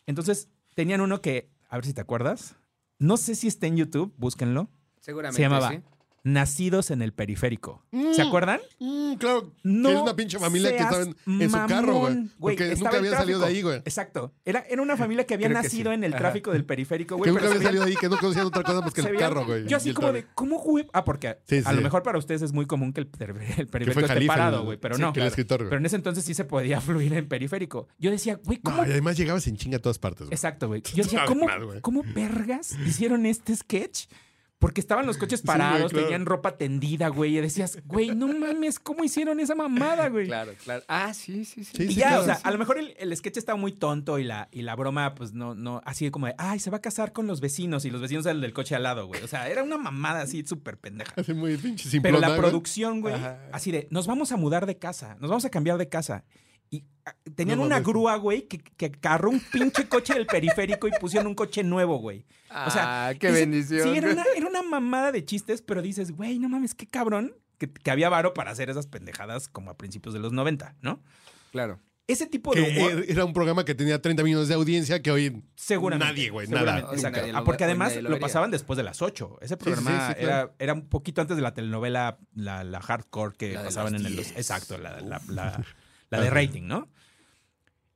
Speaker 1: Entonces, tenían uno que... A ver si te acuerdas. No sé si está en YouTube, búsquenlo.
Speaker 3: Seguramente.
Speaker 1: Se llamaba
Speaker 3: sí.
Speaker 1: Nacidos en el Periférico.
Speaker 2: Mm.
Speaker 1: ¿Se acuerdan?
Speaker 2: Mm, claro.
Speaker 1: No
Speaker 2: que es una pinche familia que
Speaker 1: seas
Speaker 2: estaba en, en su
Speaker 1: mamón,
Speaker 2: carro, güey. Porque
Speaker 1: estaba
Speaker 2: nunca
Speaker 1: el
Speaker 2: habían salido
Speaker 1: tráfico.
Speaker 2: de ahí, güey.
Speaker 1: Exacto. Era, era una familia que había
Speaker 3: Creo que
Speaker 1: nacido
Speaker 3: sí.
Speaker 1: en el
Speaker 3: Ajá.
Speaker 1: tráfico del periférico, güey.
Speaker 2: que
Speaker 1: pero
Speaker 2: nunca habían
Speaker 1: se veían-
Speaker 2: salido de ahí, que no conocían otra cosa más que
Speaker 1: se
Speaker 2: el
Speaker 1: veían-
Speaker 2: carro, güey.
Speaker 1: Yo
Speaker 2: y
Speaker 1: así
Speaker 2: el
Speaker 1: como
Speaker 2: tráfico.
Speaker 1: de, ¿cómo, güey? Ah, porque
Speaker 2: Sí,
Speaker 1: a
Speaker 2: sí.
Speaker 1: lo mejor para ustedes es muy común que el, per- el
Speaker 2: Que
Speaker 1: periférico
Speaker 2: fue
Speaker 1: esté
Speaker 2: Jalifa,
Speaker 1: parado,
Speaker 2: el-
Speaker 1: güey, pero
Speaker 2: sí,
Speaker 1: no.
Speaker 2: que el escritor, güey.
Speaker 1: Pero en ese entonces sí se podía fluir en periférico. Yo decía, güey,
Speaker 2: No,
Speaker 1: ¿cómo?
Speaker 2: y además llegabas en chinga a todas partes, güey.
Speaker 1: Exacto, güey. Yo decía,
Speaker 2: No,
Speaker 1: ¿cómo,
Speaker 2: mal, güey.
Speaker 1: ¿cómo vergas hicieron este sketch Porque estaban los coches
Speaker 2: Sí, güey,
Speaker 1: parados,
Speaker 2: claro.
Speaker 1: tenían ropa tendida, güey. Y decías, güey, no mames, ¿cómo hicieron esa mamada, güey?
Speaker 3: Claro, claro. Ah, sí, sí, sí.
Speaker 2: Sí,
Speaker 1: Y
Speaker 2: sí,
Speaker 1: ya,
Speaker 2: claro.
Speaker 1: o sea, a lo mejor el, el sketch estaba muy tonto y la, y la broma, pues no, no, así como de, ay, se va a casar con los vecinos y los vecinos eran el del coche al lado, güey. O sea, era una mamada así súper pendeja.
Speaker 2: Así muy pinche sin
Speaker 1: Pero la
Speaker 2: ploma, güey.
Speaker 1: producción, güey,
Speaker 2: Ajá.
Speaker 1: así de, nos vamos a mudar de casa, nos vamos a cambiar de casa. Y ah, tenían
Speaker 2: No
Speaker 1: una
Speaker 2: mames.
Speaker 1: grúa, güey, que, que agarró un pinche coche del periférico y pusieron un coche nuevo, güey.
Speaker 3: Ah,
Speaker 1: O sea,
Speaker 3: qué
Speaker 1: Ese-
Speaker 3: bendición.
Speaker 1: Sí, era
Speaker 3: güey.
Speaker 1: una, era una mamada de chistes, pero dices, güey, no mames, qué cabrón que, que había varo para hacer esas pendejadas como a principios de los 90, ¿no?
Speaker 3: Claro.
Speaker 1: Ese tipo de
Speaker 2: Que
Speaker 1: humor,
Speaker 2: er- era un programa que tenía 30 millones de audiencia que hoy
Speaker 1: seguramente.
Speaker 2: nadie, güey,
Speaker 1: seguramente,
Speaker 2: nada.
Speaker 3: Hoy
Speaker 1: exacto.
Speaker 3: nadie lo
Speaker 1: Ah,
Speaker 3: ve-
Speaker 1: porque
Speaker 3: hoy
Speaker 1: además
Speaker 3: nadie lo
Speaker 1: lo
Speaker 3: vería.
Speaker 1: pasaban después de las 8. Ese
Speaker 2: sí, sí,
Speaker 1: programa
Speaker 2: sí, claro.
Speaker 1: era, era un poquito antes de la telenovela, la, la hardcore que
Speaker 3: La de
Speaker 1: pasaban
Speaker 3: las
Speaker 1: en el...
Speaker 3: 10.
Speaker 1: Exacto, la, la- la- la de rating, ¿no?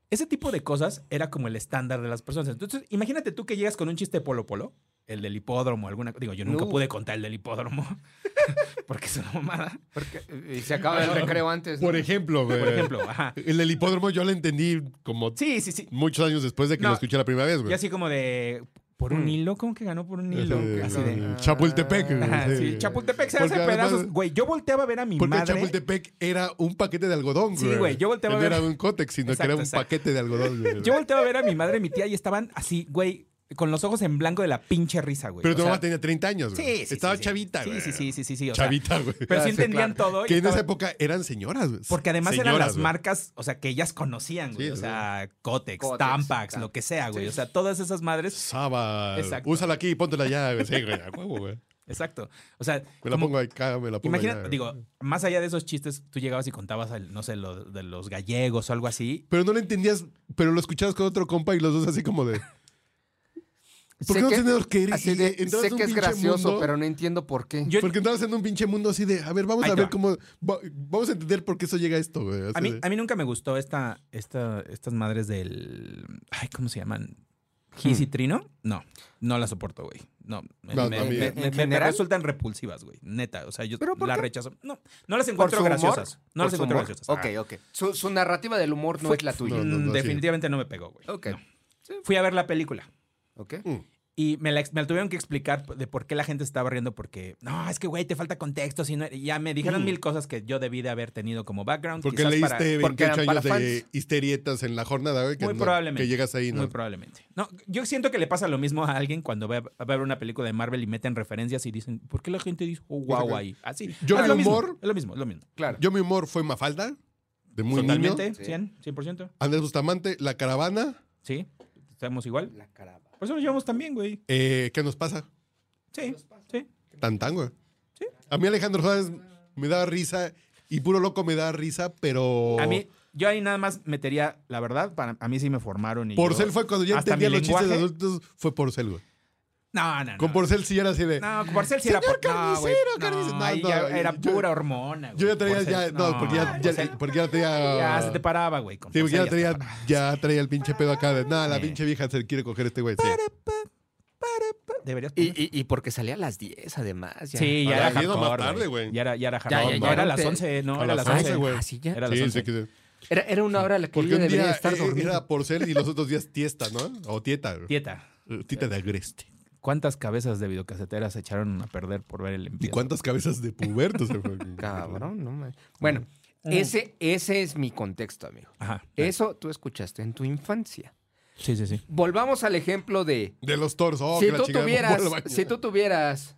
Speaker 1: Ese tipo de cosas era como el estándar de las personas. Entonces, imagínate tú que llegas con un chiste polo polo, el del hipódromo, alguna... Digo, yo nunca
Speaker 3: No.
Speaker 1: pude contar el del hipódromo, porque es una mamada.
Speaker 3: Y se acaba el recreo antes. ¿no?
Speaker 2: Por ejemplo, güey.
Speaker 1: Por ejemplo, ajá.
Speaker 2: El del hipódromo yo lo entendí como
Speaker 1: Sí, sí, sí.
Speaker 2: muchos años después de que
Speaker 1: No.
Speaker 2: lo escuché la primera vez,
Speaker 1: Yo
Speaker 2: güey.
Speaker 1: así como de... ¿Por un
Speaker 3: Mm.
Speaker 1: hilo? ¿Cómo que ganó por un
Speaker 2: Este, Así
Speaker 1: hilo?
Speaker 2: de-
Speaker 1: Así de...
Speaker 2: Chapultepec. güey.
Speaker 1: Ajá,
Speaker 2: Sí.
Speaker 1: sí, Chapultepec se hace
Speaker 2: Porque además-
Speaker 1: pedazos. Güey, yo volteaba a ver a mi
Speaker 2: Porque
Speaker 1: madre.
Speaker 2: Chapultepec era un paquete de algodón,
Speaker 1: Sí,
Speaker 2: güey.
Speaker 1: güey, yo volteaba
Speaker 2: Que
Speaker 1: a
Speaker 2: No
Speaker 1: ver-
Speaker 2: era un cótex, sino que
Speaker 1: Exacto,
Speaker 2: era un
Speaker 1: exacto.
Speaker 2: paquete de algodón, güey.
Speaker 1: Yo volteaba a ver a mi madre y mi tía y estaban así, güey, con los ojos en blanco de la pinche risa, güey.
Speaker 2: Pero
Speaker 1: O
Speaker 2: tu
Speaker 1: sea,
Speaker 2: mamá tenía 30 años, güey.
Speaker 1: Sí, sí,
Speaker 2: Estaba
Speaker 1: sí, sí.
Speaker 2: chavita,
Speaker 1: Sí,
Speaker 2: güey.
Speaker 1: sí, sí, sí, sí, sí, o sea,
Speaker 2: Chavita, güey.
Speaker 1: pero sí
Speaker 3: Ah, sí,
Speaker 1: entendían todo. y
Speaker 2: Que en esa
Speaker 1: estaban-
Speaker 2: época eran señoras, güey.
Speaker 1: Porque además eran
Speaker 2: Señoras,
Speaker 1: las
Speaker 2: güey.
Speaker 1: marcas, o sea, que ellas conocían, güey.
Speaker 2: Sí,
Speaker 1: o
Speaker 2: sí.
Speaker 1: sea, Cotex,
Speaker 3: Kotex,
Speaker 1: Tampax,
Speaker 3: Tam-
Speaker 1: lo que sea, güey.
Speaker 3: Sí.
Speaker 1: O sea, todas esas madres.
Speaker 2: Saba.
Speaker 1: Exacto.
Speaker 2: Úsala aquí, póntela allá, güey. Sí, güey, a huevo, güey.
Speaker 1: Exacto. O sea,
Speaker 2: Me la
Speaker 1: como-
Speaker 2: pongo acá, me la pongo allá,
Speaker 1: imagina,
Speaker 2: güey.
Speaker 1: digo, más allá de esos chistes, tú llegabas y contabas, al- no sé, lo de los gallegos o algo así.
Speaker 2: Pero no lo entendías, pero lo escuchabas con otro compa y los dos así como de... ¿Por
Speaker 3: Sé
Speaker 2: qué no
Speaker 3: que-
Speaker 2: tenemos que ir?
Speaker 3: así
Speaker 2: y
Speaker 3: de,
Speaker 2: entras
Speaker 3: sé
Speaker 2: en un
Speaker 3: que es
Speaker 2: pinche
Speaker 3: gracioso,
Speaker 2: mundo?
Speaker 3: pero no entiendo por qué.
Speaker 1: Yo,
Speaker 2: Porque entrabas en un pinche mundo así de, a ver, vamos
Speaker 1: Ahí
Speaker 2: a
Speaker 1: te
Speaker 2: ver
Speaker 1: va.
Speaker 2: cómo... va- vamos a entender por qué eso llega a esto, güey. así
Speaker 1: A mí,
Speaker 2: de-
Speaker 1: a mí nunca me gustó esta, esta, estas madres del. Ay, ¿cómo se llaman? ¿Gis
Speaker 3: Hmm.
Speaker 1: y Trino? No, no las soporto, güey. No, me,
Speaker 2: No,
Speaker 1: me-
Speaker 2: no, a mí-
Speaker 1: me-
Speaker 2: ¿En
Speaker 1: me- me
Speaker 3: general?
Speaker 1: resultan repulsivas, güey. Neta, o sea, yo
Speaker 3: ¿Pero por
Speaker 1: las
Speaker 3: qué?
Speaker 1: rechazo. No, no las
Speaker 3: ¿Por
Speaker 1: encuentro
Speaker 3: su humor?
Speaker 1: graciosas. No
Speaker 3: ¿Por
Speaker 1: las
Speaker 3: su
Speaker 1: encuentro
Speaker 3: humor?
Speaker 1: graciosas. Ajá.
Speaker 3: Ok, ok. Su, su narrativa del humor no es la tuya.
Speaker 2: No, no,
Speaker 1: Mm,
Speaker 2: no, sí.
Speaker 1: Definitivamente no me pegó, güey.
Speaker 3: Ok.
Speaker 1: No.
Speaker 3: Sí.
Speaker 1: Fui a ver la película.
Speaker 3: Ok.
Speaker 2: "Mm,
Speaker 1: Y me la, ex- me la tuvieron que explicar de por qué la gente estaba riendo, porque no, es que güey, te falta contexto. Si no, y ya me
Speaker 3: Hmm.
Speaker 1: dijeron
Speaker 2: Mm.
Speaker 1: mil cosas que yo debí de haber tenido como background.
Speaker 2: Porque
Speaker 1: quizás
Speaker 2: leíste
Speaker 1: para-
Speaker 2: 28
Speaker 3: eran para
Speaker 2: años de
Speaker 3: fans.
Speaker 2: histerietas en la jornada, güey. Que,
Speaker 1: Muy
Speaker 2: no-
Speaker 1: probablemente.
Speaker 2: que llegas ahí, ¿no?
Speaker 1: Muy probablemente. No, yo siento que le pasa lo mismo a alguien cuando ve, va a ver una película de Marvel y meten referencias y dicen, ¿por qué la gente dice oh, wow
Speaker 2: Exacto.
Speaker 1: ahí? Así.
Speaker 2: Yo
Speaker 1: Ah,
Speaker 2: mi
Speaker 1: es lo mismo,
Speaker 2: humor-
Speaker 1: es lo mismo, es lo mismo.
Speaker 3: Claro.
Speaker 2: Yo mi humor fue Mafalda, de muy niño.
Speaker 1: Totalmente,
Speaker 3: Sí.
Speaker 1: 100, 100%.
Speaker 2: Andrés Bustamante, La Caravana,
Speaker 1: Sí, estamos igual.
Speaker 3: La caraba.
Speaker 1: Por eso nos llevamos también, güey.
Speaker 2: eh, ¿Qué nos pasa?
Speaker 1: Sí, sí.
Speaker 2: Tantán, güey.
Speaker 1: Sí.
Speaker 2: A mí Alejandro Suárez me daba risa y Puro Loco me daba risa, pero...
Speaker 1: A mí, yo ahí nada más metería, la verdad, para, a mí sí me formaron. Y yo-
Speaker 2: Porcel fue cuando yo
Speaker 1: hasta
Speaker 2: entendía
Speaker 1: mi
Speaker 2: los chistes de
Speaker 1: lenguaje-
Speaker 2: adultos, fue Porcel, güey.
Speaker 1: No, no, no.
Speaker 2: Con Porcel sí era así de...
Speaker 1: No, con Porcel sí era
Speaker 2: Señor
Speaker 1: por- no, güey,
Speaker 2: carnicero,
Speaker 1: no,
Speaker 2: carnicero. No,
Speaker 1: ahí
Speaker 2: no,
Speaker 1: ya
Speaker 2: yo-
Speaker 1: era
Speaker 2: yo-
Speaker 1: pura hormona, güey.
Speaker 2: Yo ya traía,
Speaker 1: Porcel,
Speaker 2: ya, no, porque ya, ya-
Speaker 1: Porcel-
Speaker 2: porque ya traía...
Speaker 1: ya se te paraba, güey. con
Speaker 2: Sí, porque ya
Speaker 1: Porcel ya
Speaker 2: traía,
Speaker 1: se te paraba.
Speaker 2: ya traía el pinche pedo acá de, nada, la
Speaker 1: Sí.
Speaker 2: pinche vieja se quiere coger a este güey. sí.
Speaker 1: Deberías
Speaker 3: Y, y, y porque salía a las 10, además. ya.
Speaker 1: Sí, ya
Speaker 2: A
Speaker 1: era
Speaker 2: las diez o más
Speaker 1: hardcore,
Speaker 2: tarde,
Speaker 1: güey.
Speaker 2: güey.
Speaker 1: Ya era, ya era
Speaker 3: ya,
Speaker 1: hardcore.
Speaker 3: ya,
Speaker 1: no,
Speaker 3: ya.
Speaker 1: era a las
Speaker 3: Te-
Speaker 1: 11, no,
Speaker 2: a
Speaker 1: era a
Speaker 2: las
Speaker 1: las
Speaker 3: Ah,
Speaker 1: 11.
Speaker 2: once, güey.
Speaker 3: ah, sí, ya.
Speaker 1: Era a las
Speaker 2: Sí,
Speaker 1: 11.
Speaker 2: sí, que-
Speaker 3: Era, era una hora a la que
Speaker 2: Porque
Speaker 3: yo
Speaker 2: un
Speaker 3: debería
Speaker 2: día
Speaker 3: estar
Speaker 2: eh,
Speaker 3: dormido.
Speaker 2: era Porcel y los otros días Tiesta, ¿no? O Tieta. güey.
Speaker 1: Tieta,
Speaker 2: Eh, Tieta de Agreste.
Speaker 1: ¿cuántas cabezas de videocaseteras se echaron a perder por ver el
Speaker 2: ¿Y
Speaker 1: empiezo?
Speaker 2: cuántas cabezas de pubertos se fue?
Speaker 3: Cabrón, no mames. Bueno,
Speaker 2: Ah.
Speaker 3: ese, ese es mi contexto, amigo.
Speaker 1: Ajá.
Speaker 2: Eh.
Speaker 3: Eso tú escuchaste en tu infancia.
Speaker 1: Sí, sí, sí.
Speaker 3: Volvamos al ejemplo de
Speaker 2: De los torsos. oh,
Speaker 3: si, tú tuvieras, si tú tuvieras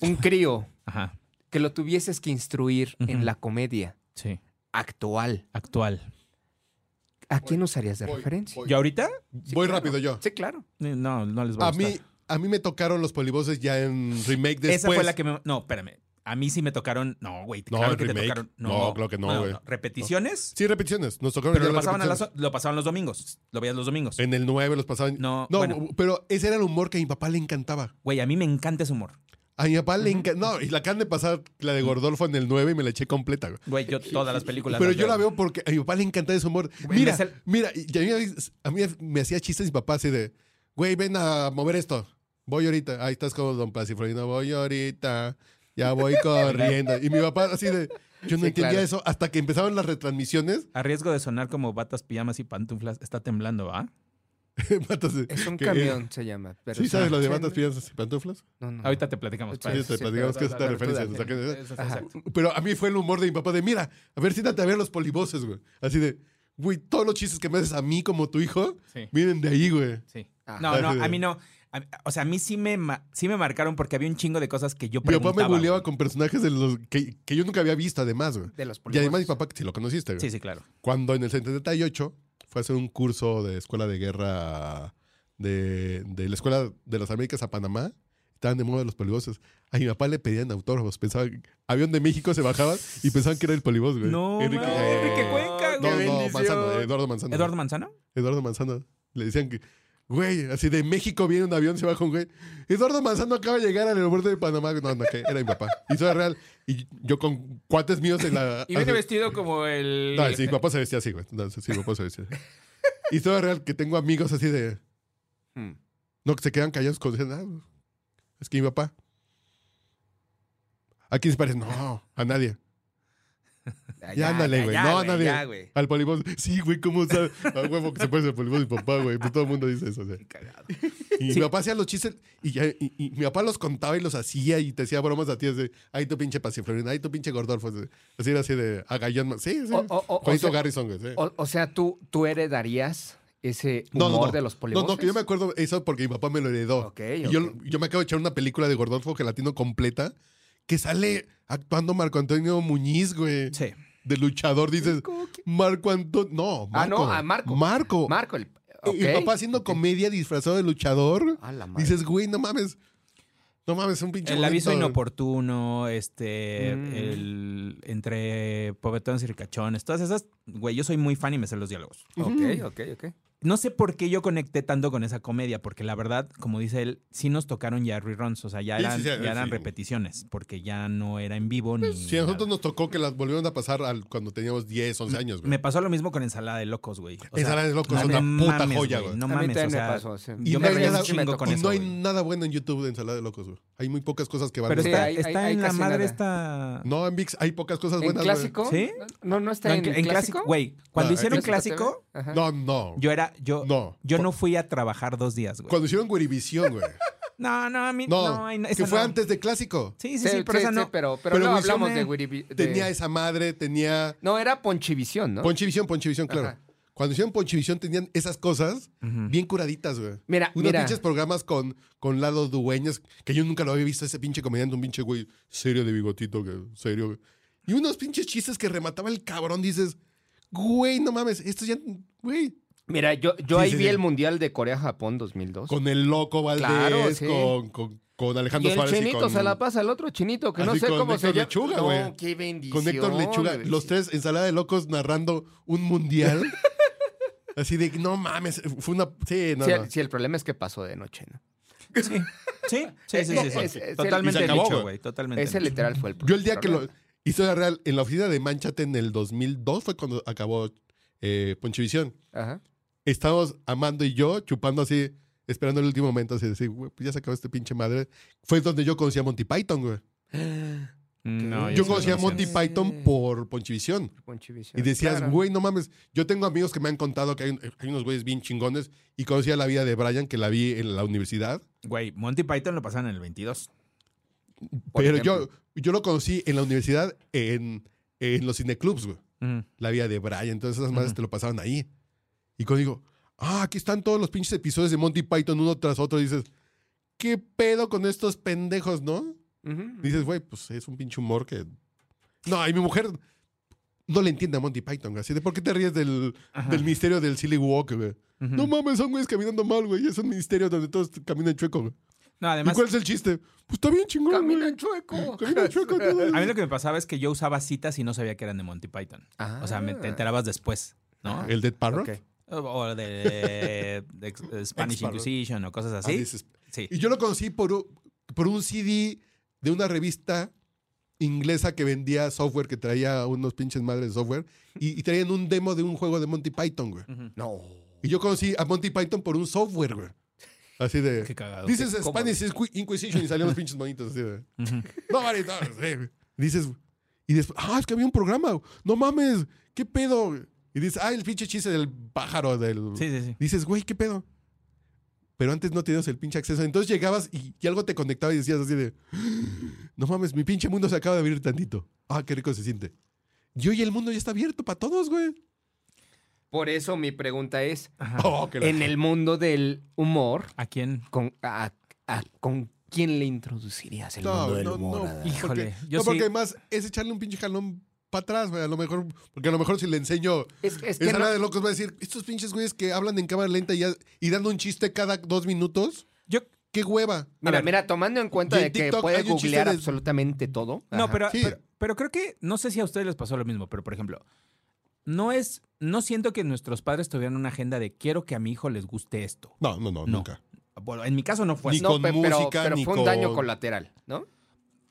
Speaker 3: un crío
Speaker 1: Ajá.
Speaker 3: que lo tuvieses que instruir en
Speaker 1: Ujú.
Speaker 3: la comedia
Speaker 1: Sí.
Speaker 3: actual,
Speaker 1: Actual.
Speaker 3: ¿a quién usarías de referencia?
Speaker 1: ¿Yo ahorita?
Speaker 2: Voy rápido yo.
Speaker 3: Sí, claro.
Speaker 1: Eh, No, no les voy a
Speaker 2: A
Speaker 1: gustar.
Speaker 2: mí, a mí me tocaron los poliboses ya en remake después.
Speaker 1: Esa fue la que me. No, espérame. A mí sí me tocaron. No, güey.
Speaker 2: No,
Speaker 1: claro
Speaker 2: el
Speaker 1: que te
Speaker 2: remake.
Speaker 1: tocaron. No,
Speaker 2: No, claro que no, güey.
Speaker 1: Repeticiones,
Speaker 2: Sí, repeticiones. Nos tocaron
Speaker 1: pero
Speaker 2: ya
Speaker 1: lo
Speaker 2: las
Speaker 1: pasaban, a las,
Speaker 2: repeticiones.
Speaker 1: lo pasaban los domingos. Lo veías los domingos.
Speaker 2: En el 9 los pasaban.
Speaker 1: No,
Speaker 2: no
Speaker 1: bueno.
Speaker 2: pero ese era el humor que a mi papá le encantaba.
Speaker 1: Güey, a mí me encanta ese humor.
Speaker 2: A mi papá le encantaba. No, y la acaban de pasar la de Gordolfo en el 9 y me la eché completa. güey.
Speaker 1: Güey, yo todas las películas.
Speaker 2: Pero
Speaker 1: las
Speaker 2: yo la veo porque a mi papá le encanta ese humor.
Speaker 1: Güey,
Speaker 2: mira,
Speaker 1: me sal-
Speaker 2: mira, y a mí, a mí me hacía chistes mi papá así de, güey, ven a mover esto. Voy ahorita. Ahí estás como Don Pasiflorino, voy ahorita. Ya voy corriendo. Y mi papá así de, yo no
Speaker 3: Sí,
Speaker 2: entendía
Speaker 3: claro.
Speaker 2: eso hasta que empezaban las retransmisiones.
Speaker 1: A riesgo de sonar como batas, pijamas y pantuflas, está temblando, ¿ah? ¿va?
Speaker 2: Matas-
Speaker 3: Es un
Speaker 2: que-
Speaker 3: camión, se llama. pero
Speaker 2: ¿Sí
Speaker 3: es
Speaker 2: sabes
Speaker 3: una-
Speaker 2: lo de matas, piensas y pantuflas?
Speaker 3: No, no.
Speaker 4: Ahorita te platicamos.
Speaker 3: Sí,
Speaker 1: Pues
Speaker 4: padre.
Speaker 2: Sí, te platicamos
Speaker 3: pero-
Speaker 2: que es esta
Speaker 3: pero-
Speaker 2: referencia.
Speaker 3: pero-
Speaker 2: o sea, que-
Speaker 4: Eso es
Speaker 3: Ajá.
Speaker 4: exacto.
Speaker 2: Pero a mí fue el humor de mi papá de, mira, a ver, siéntate a ver los polivoces, güey. Así de, güey, todos los chistes que me haces a mí como tu hijo,
Speaker 4: Sí,
Speaker 2: vienen de ahí, güey.
Speaker 4: sí.
Speaker 3: Ah.
Speaker 1: No, no, a mí no. A- o sea, a mí sí me, ma- sí me marcaron porque había un chingo de cosas que yo
Speaker 2: Mi papá
Speaker 1: preguntaba.
Speaker 2: me buleaba
Speaker 1: güey.
Speaker 2: con personajes de los que, que yo nunca había visto, además, güey.
Speaker 3: De los
Speaker 2: Y además mi
Speaker 3: polivoces.
Speaker 2: papá, si lo conociste, güey.
Speaker 1: Sí, sí, claro.
Speaker 2: Cuando en el 78 fue a hacer un curso de escuela de guerra de, de la Escuela de las Américas a Panamá, estaban de moda los polivoces. A mi papá le pedían autógrafos, pensaban, avión de México se bajaban y pensaban que era el polivoz, güey.
Speaker 1: No,
Speaker 2: Enrique-
Speaker 1: mames,
Speaker 2: eh,
Speaker 1: Enrique Cuenca, güey.
Speaker 2: No, no,
Speaker 3: bendición.
Speaker 2: Manzano, eh. Eduardo Manzano.
Speaker 1: ¿Eduardo Manzano?
Speaker 2: Eduardo Manzano. Le decían que, güey, así de México viene un avión, se baja un güey. Eduardo Manzano acaba de llegar al aeropuerto de Panamá. No, no, que era mi papá. Y eso era real. Y yo con cuates míos en la...
Speaker 1: Y viene
Speaker 2: así-
Speaker 1: vestido como el.
Speaker 2: no, sí, mi papá se vestía así, güey. No, sí, mi papá se vestía así. Y todo es real que tengo amigos así de.
Speaker 3: Hmm.
Speaker 2: No, que se quedan callados con. "Ah, es que mi papá. ¿A quién se parece? No, a nadie.
Speaker 1: Ya,
Speaker 2: Ya, ándale, güey. No, nadie.
Speaker 1: Ya, güey.
Speaker 2: Al polibos. Sí, güey, ¿cómo sabe? A huevo que se parece al polibos mi papá, güey. Pues todo el mundo dice eso. o sea.
Speaker 1: Qué cagado.
Speaker 2: Y mi papá hacía los chistes y, ya- y- y mi papá los contaba y los hacía y te hacía bromas a ti. Así, ay, tu pinche pasiflorina, ay, tu pinche gordolfo. así- Así era así de agallón. ma- Sí, sí.
Speaker 3: O- o- o-
Speaker 2: Juanito
Speaker 3: o sea-
Speaker 2: Garrison, güey. sí.
Speaker 3: O, o sea, ¿tú, tú heredarías ese
Speaker 2: No,
Speaker 3: humor
Speaker 2: no, no.
Speaker 3: de los
Speaker 2: No,
Speaker 3: polivoces.
Speaker 2: no, que yo me acuerdo eso porque mi papá me lo heredó.
Speaker 3: Ok,
Speaker 2: Y
Speaker 3: ok.
Speaker 2: Yo, yo me acabo de echar una película de Gordolfo Gelatino completa que sale actuando Marco Antonio Muñiz, güey.
Speaker 1: Sí.
Speaker 2: De luchador, dices.
Speaker 3: ¿Cómo que-
Speaker 2: Marco Antonio. No, Marco.
Speaker 3: Ah, no, ah, Marco.
Speaker 2: Marco.
Speaker 3: Marco, el.
Speaker 2: oh. Y- Y mi
Speaker 3: ok,
Speaker 2: papá haciendo
Speaker 3: ok.
Speaker 2: comedia disfrazado de luchador.
Speaker 3: A la madre.
Speaker 2: Dices, güey, no mames. No mames, un pinche.
Speaker 1: El aviso
Speaker 2: bonito.
Speaker 1: inoportuno, este,
Speaker 3: Mm.
Speaker 1: el, entre pobetones y ricachones, todas esas, güey, yo soy muy fan y me sé los diálogos.
Speaker 3: Ok, ok, ok.
Speaker 1: No sé por qué yo conecté tanto con esa comedia, porque la verdad, como dice él, sí nos tocaron ya reruns, o sea, ya
Speaker 2: Sí, sí,
Speaker 1: eran,
Speaker 2: sí, sí. Pues,
Speaker 1: ya eran repeticiones, porque ya no era en vivo ni...
Speaker 2: Sí, a nosotros
Speaker 1: nada.
Speaker 2: nos tocó que las volvieron a pasar al- cuando teníamos 10, 11 años, güey.
Speaker 1: Me pasó lo mismo con Ensalada de Locos, güey. O sea,
Speaker 2: Ensalada de Locos es
Speaker 1: no
Speaker 2: una puta
Speaker 1: mames,
Speaker 2: joya, güey.
Speaker 1: No
Speaker 3: A mí
Speaker 1: mames, o
Speaker 3: también me
Speaker 1: sea,
Speaker 3: pasó, sí.
Speaker 2: Y
Speaker 1: yo
Speaker 2: no
Speaker 1: me
Speaker 2: hay
Speaker 1: reí un
Speaker 2: nada-
Speaker 1: chingo con
Speaker 2: y
Speaker 1: eso,
Speaker 2: no hay
Speaker 1: güey.
Speaker 2: nada bueno en YouTube de ensalada de locos, güey. Hay muy pocas cosas que van
Speaker 1: Pero
Speaker 3: Sí,
Speaker 1: está,
Speaker 3: hay-
Speaker 1: está
Speaker 3: hay-
Speaker 1: en
Speaker 3: hay
Speaker 1: la
Speaker 3: casi
Speaker 1: madre
Speaker 3: nada.
Speaker 1: esta...
Speaker 2: No, en VIX hay pocas cosas
Speaker 3: ¿En
Speaker 2: buenas. güey.
Speaker 3: clásico?
Speaker 1: ¿Sí?
Speaker 3: No, no
Speaker 1: No,
Speaker 3: está en, clásico.
Speaker 1: Güey, cuando
Speaker 2: No,
Speaker 1: hicieron
Speaker 2: en
Speaker 1: clásico,
Speaker 3: Ajá.
Speaker 2: No, no.
Speaker 1: yo era, yo,
Speaker 2: no.
Speaker 1: yo
Speaker 2: Cu-
Speaker 1: no fui a trabajar dos días, güey.
Speaker 2: Cuando hicieron Guerivisión, güey.
Speaker 1: No, no, a mí
Speaker 2: No,
Speaker 1: no. ay, no,
Speaker 2: que
Speaker 1: esa
Speaker 2: fue
Speaker 1: no.
Speaker 2: antes de clásico.
Speaker 1: Sí, sí, sí, pero esa no.
Speaker 3: pero, pero
Speaker 2: Pero
Speaker 3: no
Speaker 2: Visión,
Speaker 3: hablamos de
Speaker 1: eh,
Speaker 3: Wiribi- de-
Speaker 2: Tenía esa madre, tenía
Speaker 3: No, era Ponchivisión, ¿no?
Speaker 2: Ponchivisión, Ponchivisión, claro.
Speaker 3: Ajá.
Speaker 2: Cuando hicieron Ponchivisión tenían esas cosas
Speaker 1: Ujú.
Speaker 2: bien curaditas, güey.
Speaker 3: Mira,
Speaker 2: Unos
Speaker 3: mira.
Speaker 2: pinches programas con, con lados dueños que yo nunca lo había visto, ese pinche comediante, un pinche güey serio de bigotito, que, serio. güey. Y unos pinches chistes que remataba el cabrón, dices, güey, no mames, esto ya, güey.
Speaker 3: Mira, yo, yo
Speaker 2: Sí,
Speaker 3: ahí
Speaker 2: sí,
Speaker 3: vi
Speaker 2: sí.
Speaker 3: el Mundial de Corea-Japón 2002.
Speaker 2: Con el loco Valdés,
Speaker 3: Pues Claro, sí.
Speaker 2: con, con, con
Speaker 3: y
Speaker 2: Alejandro
Speaker 3: el
Speaker 2: Suárez. y
Speaker 3: chinito
Speaker 2: con-
Speaker 3: se la pasa al otro chinito, que no
Speaker 2: Así
Speaker 3: sé
Speaker 2: con
Speaker 3: cómo
Speaker 2: Héctor
Speaker 3: se llama.
Speaker 2: Lechuga,
Speaker 3: no,
Speaker 2: güey.
Speaker 3: qué bendición.
Speaker 2: con Héctor Lechuga,
Speaker 3: güey.
Speaker 2: los tres ensalada de locos narrando un mundial. Así de, no mames, fue una... Sí, no,
Speaker 3: Sí,
Speaker 2: no.
Speaker 3: el, sí, el problema es que pasó de noche, ¿no?
Speaker 1: Sí, sí, sí, sí, sí, sí.
Speaker 3: Es- es-
Speaker 1: Totalmente
Speaker 2: y se acabó,
Speaker 1: dicho,
Speaker 2: güey.
Speaker 1: güey. Totalmente.
Speaker 3: Ese
Speaker 1: dicho.
Speaker 3: literal fue el
Speaker 2: Yo el día que lo...
Speaker 3: problema.
Speaker 2: Historia real, en la oficina de Manchate en el 2002 fue cuando acabó eh, Ponchivisión.
Speaker 3: Ajá.
Speaker 2: Estábamos Amando y yo chupando así, esperando el último momento, así de decir, güey, pues ya se acabó este pinche madre. Fue donde yo conocí a Monty Python, güey.
Speaker 4: No,
Speaker 3: Oye,
Speaker 2: yo
Speaker 4: sí,
Speaker 2: conocí a
Speaker 4: no, sí,
Speaker 2: Monty
Speaker 4: no.
Speaker 2: Python por Ponchivisión.
Speaker 3: Ponchivisión.
Speaker 2: Y decías,
Speaker 3: Claro.
Speaker 2: güey, no mames. Yo tengo amigos que me han contado que hay, un- hay unos güeyes bien chingones y conocía la vida de Brian, que la vi en la universidad.
Speaker 1: Güey, Monty Python lo pasaron en el 22.
Speaker 3: Por
Speaker 2: pero yo,
Speaker 3: ejemplo.
Speaker 2: yo lo conocí en la universidad en, en los cineclubs, güey.
Speaker 1: Ujú.
Speaker 2: La vida de Brian. Entonces esas madres
Speaker 1: Ujú.
Speaker 2: te lo pasaban ahí. Y cuando digo, ah, aquí están todos los pinches episodios de Monty Python uno tras otro, dices, ¿qué pedo con estos pendejos, no?
Speaker 3: Ujú.
Speaker 2: Dices, güey, pues es un pinche humor que. No, y mi mujer no le entiende a Monty Python, güey. Así de, ¿por qué te ríes del,
Speaker 1: Ajá.
Speaker 2: del misterio del Silly Walk, güey?
Speaker 1: Ujú.
Speaker 2: No mames, son güeyes caminando mal, güey. Es un ministerio donde todos caminan chueco, güey.
Speaker 1: No,
Speaker 2: ¿Y
Speaker 1: además,
Speaker 2: cuál es el chiste? Pues está bien chingón,
Speaker 3: Camina
Speaker 2: Caminan
Speaker 3: en chueco.
Speaker 2: Camina chueco todo.
Speaker 1: a mí lo que me pasaba es que yo usaba citas y no sabía que eran de Monty Python. O sea, me
Speaker 2: Ah.
Speaker 1: te enterabas después, ¿no?
Speaker 2: ¿El Dead Parrot?
Speaker 3: Ah. Ok.
Speaker 1: O- O de, de ex- Spanish
Speaker 2: Ex-Parrot.
Speaker 1: Inquisition o cosas
Speaker 2: Ah,
Speaker 1: así.
Speaker 2: dices-
Speaker 1: Sí.
Speaker 2: Y yo lo conocí por un, por un CD de una revista inglesa que vendía software, que traía unos pinches madres de software, y, y traían un demo de un juego de Monty Python, güey.
Speaker 1: Ujú.
Speaker 3: No.
Speaker 2: Y yo conocí a Monty Python por un software, güey. Así de...
Speaker 1: Qué cagado.
Speaker 2: Dices
Speaker 3: Qué
Speaker 2: Spanish Inqui- Inquisition y salían los pinches monitos así de...
Speaker 1: Ujú.
Speaker 2: No, vale, no, sí. Dices... Y después... Ah, es que había un programa. No mames. ¿Qué pedo? Y dices... Ah, el pinche chiste del pájaro del...
Speaker 1: Sí, sí, sí.
Speaker 2: Dices, güey, ¿qué pedo? pero antes no tenías el pinche acceso. Entonces llegabas y, y algo te conectaba y decías así de, no mames, mi pinche mundo se acaba de abrir tantito. Ah, qué rico se siente. Y hoy el mundo ya está abierto para todos, güey.
Speaker 3: Por eso mi pregunta es,
Speaker 1: Ah.
Speaker 2: Oh, que la-
Speaker 3: en el mundo del humor,
Speaker 4: ¿A quién?
Speaker 3: ¿con, a- a- ¿con quién le introducirías el mundo del humor? Adán?
Speaker 2: porque-
Speaker 4: Híjole, yo
Speaker 2: no, porque
Speaker 4: sí-
Speaker 2: además es echarle un pinche jalón para atrás, güey. A lo mejor, porque a lo mejor si le enseño
Speaker 3: Es, es que
Speaker 2: esa
Speaker 3: no-
Speaker 2: nada de locos, va a decir, estos pinches güeyes que hablan en cámara lenta y, ya- y dando un chiste cada dos minutos,
Speaker 4: Yo,
Speaker 2: qué hueva.
Speaker 3: mira,
Speaker 1: ver.
Speaker 3: mira, tomando en cuenta
Speaker 2: Y en
Speaker 3: de que
Speaker 2: TikTok
Speaker 3: puede
Speaker 2: hay un chiste
Speaker 3: googlear
Speaker 2: de-
Speaker 3: absolutamente todo.
Speaker 4: No,
Speaker 3: Ajá.
Speaker 4: pero,
Speaker 2: Sí.
Speaker 4: pero, pero creo que, no sé si a ustedes les pasó lo mismo, pero por ejemplo, no es, no siento que nuestros padres tuvieran una agenda de quiero que a mi hijo les guste esto.
Speaker 2: No, no, no,
Speaker 4: No.
Speaker 2: nunca.
Speaker 1: Bueno, en mi caso no fue
Speaker 2: Ni
Speaker 1: así.
Speaker 3: Pues No,
Speaker 2: con
Speaker 3: pe- pero,
Speaker 2: música,
Speaker 3: pero
Speaker 2: ni
Speaker 3: fue un daño
Speaker 2: con-
Speaker 3: colateral, ¿no?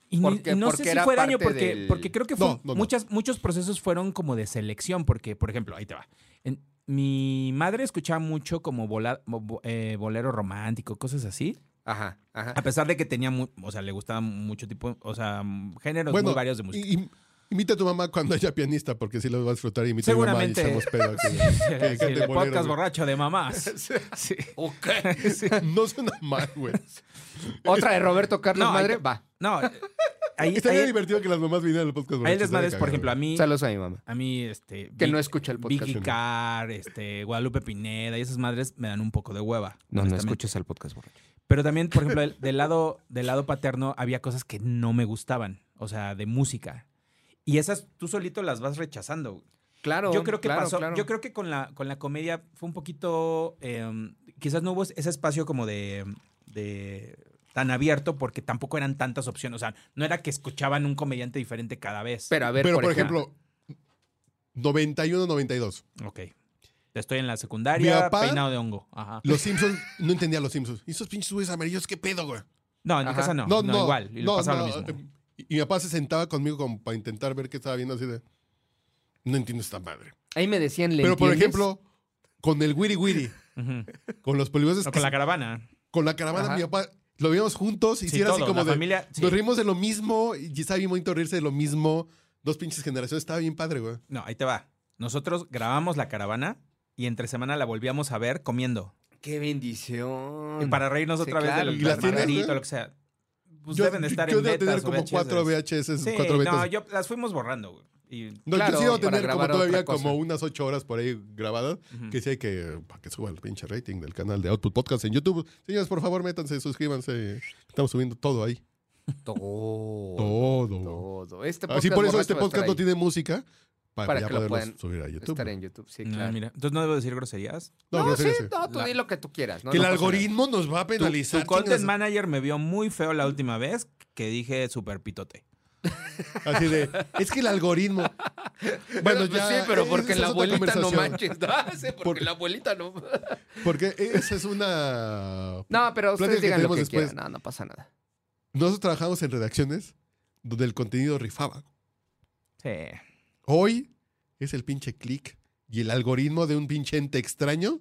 Speaker 1: Y, ni-
Speaker 3: Porque-
Speaker 1: y no
Speaker 3: porque
Speaker 1: sé si
Speaker 3: era
Speaker 1: fue daño
Speaker 3: parte
Speaker 1: porque,
Speaker 3: del-
Speaker 1: porque creo que fue-
Speaker 2: No, no, no.
Speaker 1: Muchas, muchos procesos fueron como de selección, porque, por ejemplo, ahí te va. En- mi madre escuchaba mucho como bola- bo- bo- eh, bolero romántico, cosas así.
Speaker 3: Ajá, ajá.
Speaker 2: Ah,
Speaker 1: A pesar de que tenía, mu- o sea, le gustaba mucho tipo, o sea, géneros
Speaker 2: Bueno,
Speaker 1: muy varios de música.
Speaker 2: y- y- imita a tu mamá cuando haya pianista, porque si lo vas a disfrutar. Imita a tu mamá y
Speaker 1: Seguramente.
Speaker 2: estamos pedo. aquí. que
Speaker 1: Sí,
Speaker 2: cante
Speaker 1: el
Speaker 2: bolero,
Speaker 1: podcast
Speaker 2: güey.
Speaker 1: borracho de mamás.
Speaker 3: Sí.
Speaker 2: No suena mal, güey.
Speaker 3: Otra de Roberto Carlos
Speaker 1: No,
Speaker 3: Madre,
Speaker 1: ahí-
Speaker 3: va.
Speaker 1: No, eh, ahí,
Speaker 2: Estaría
Speaker 1: ahí,
Speaker 2: divertido que las mamás vinieran al podcast.
Speaker 1: ahí el
Speaker 2: borrachos,
Speaker 1: desmadre es,
Speaker 2: estaría
Speaker 1: por ejemplo, a
Speaker 2: cagado.
Speaker 1: mí,
Speaker 3: Saludos a mi mamá.
Speaker 1: a mí, este...
Speaker 3: Que
Speaker 1: Vic-
Speaker 3: no escucha el podcast.
Speaker 2: ¿no?
Speaker 1: Vicky Carr, este, Guadalupe Pineda y esas madres me dan un poco de hueva.
Speaker 3: No, no
Speaker 1: honestamente.
Speaker 3: escuches el podcast, borracho.
Speaker 1: Pero también, por ejemplo, del, del lado, del lado paterno había cosas que no me gustaban, o sea, de música. Y esas tú solito las vas rechazando. güey.
Speaker 3: Claro,
Speaker 1: yo creo que
Speaker 3: claro,
Speaker 1: pasó,
Speaker 3: claro.
Speaker 1: yo creo que con la, con la comedia fue un poquito, eh, quizás no hubo ese espacio como de, de tan abierto porque tampoco eran tantas opciones, o sea, no era que escuchaban un comediante diferente cada vez.
Speaker 3: Pero a ver,
Speaker 2: Pero,
Speaker 3: por, ejemplo,
Speaker 2: 91, 92.
Speaker 1: ok. Estoy en la secundaria,
Speaker 2: Mi papá-
Speaker 1: peinado de hongo. Ajá.
Speaker 2: Los Simpsons, no entendía a los Simpsons. ¿Y esos pinches güeyes amarillos qué pedo, güey?
Speaker 1: No, en mi
Speaker 3: Ajá.
Speaker 1: casa no. No, igual. Y lo pasaba lo mismo.
Speaker 2: eh, Y mi papá se sentaba conmigo como para intentar ver qué estaba viendo así de... No entiendo esta madre.
Speaker 3: ahí me decían, ¿le
Speaker 2: Pero, por
Speaker 3: entiendes?
Speaker 2: ejemplo, con el Wiri Wiri,
Speaker 1: Ujú.
Speaker 2: con los polivoces,
Speaker 1: O con la caravana.
Speaker 2: con la caravana,
Speaker 3: Ajá.
Speaker 2: mi papá... Lo vimos juntos y
Speaker 1: Sí,
Speaker 2: sí era así
Speaker 1: todo,
Speaker 2: como
Speaker 1: la
Speaker 2: de...
Speaker 1: familia, sí.
Speaker 2: Nos rimos de lo mismo y estaba bien bonito reírse de lo mismo. Dos pinches generaciones. Estaba bien padre, güey.
Speaker 1: No, ahí te va. Nosotros grabamos la caravana y entre semana la volvíamos a ver comiendo.
Speaker 3: Qué bendición.
Speaker 1: Y para reírnos
Speaker 3: Sí,
Speaker 1: otra vez
Speaker 3: claro.
Speaker 1: de
Speaker 2: Mm. ¿Y
Speaker 1: lo,
Speaker 2: las
Speaker 1: del
Speaker 2: tienes,
Speaker 1: margarito,
Speaker 2: güey?
Speaker 1: lo que sea. Pues deben de estar
Speaker 2: yo
Speaker 1: en
Speaker 2: debo tener
Speaker 1: betas o
Speaker 2: como
Speaker 1: VHS.
Speaker 2: cuatro VHS,
Speaker 1: Sí,
Speaker 2: cuatro betas.
Speaker 1: no, yo las fuimos borrando. güey. Y,
Speaker 2: No,
Speaker 3: Claro,
Speaker 2: yo sí debo
Speaker 3: para
Speaker 2: tener como
Speaker 3: grabar
Speaker 2: todavía
Speaker 3: otra cosa.
Speaker 2: como unas ocho horas por ahí grabadas.
Speaker 1: ujú.
Speaker 2: Que sí hay que... Para que suba el pinche rating del canal de Output Podcast en YouTube. Señores, por favor, métanse, suscríbanse. Estamos subiendo todo ahí.
Speaker 3: todo.
Speaker 2: Todo. güey.
Speaker 3: Todo. Este
Speaker 2: Así por eso
Speaker 3: borracho
Speaker 2: este
Speaker 3: va a estar
Speaker 2: podcast no
Speaker 3: ahí.
Speaker 2: tiene música. Para,
Speaker 3: Para
Speaker 2: ya
Speaker 3: que lo
Speaker 2: poderlos
Speaker 3: puedan
Speaker 2: subir a YouTube.
Speaker 3: Estar en YouTube, sí,
Speaker 1: No,
Speaker 3: claro.
Speaker 1: Ah, mira, entonces no debo decir groserías.
Speaker 2: No,
Speaker 3: No,
Speaker 2: pero
Speaker 3: sí,
Speaker 2: fíjense.
Speaker 3: no, tú
Speaker 1: La-
Speaker 3: di lo que tú quieras. ¿no?
Speaker 2: que
Speaker 3: No
Speaker 2: el
Speaker 3: pasa nada.
Speaker 2: algoritmo nos va a
Speaker 1: Tu,
Speaker 2: penalizar.
Speaker 1: tu content
Speaker 2: chingas.
Speaker 1: manager me vio muy feo la última vez que dije super pitote.
Speaker 2: Así de, es que el algoritmo. eh,
Speaker 3: Bueno, pues sí, pero
Speaker 2: esa
Speaker 3: porque
Speaker 2: es
Speaker 3: la
Speaker 2: otra
Speaker 3: abuelita no
Speaker 2: conversación.
Speaker 3: manches. Ah, sí, porque
Speaker 2: Porque-
Speaker 3: la abuelita no.
Speaker 2: Porque esa es una.
Speaker 3: No, pero
Speaker 2: Plática
Speaker 3: ustedes
Speaker 2: que
Speaker 3: digan lo
Speaker 2: tenemos
Speaker 3: que
Speaker 2: después.
Speaker 3: quieran. No, no pasa nada.
Speaker 2: Nosotros trabajamos en redacciones donde el contenido rifaba.
Speaker 1: Sí.
Speaker 2: Hoy es el pinche click y el algoritmo de un pinche ente extraño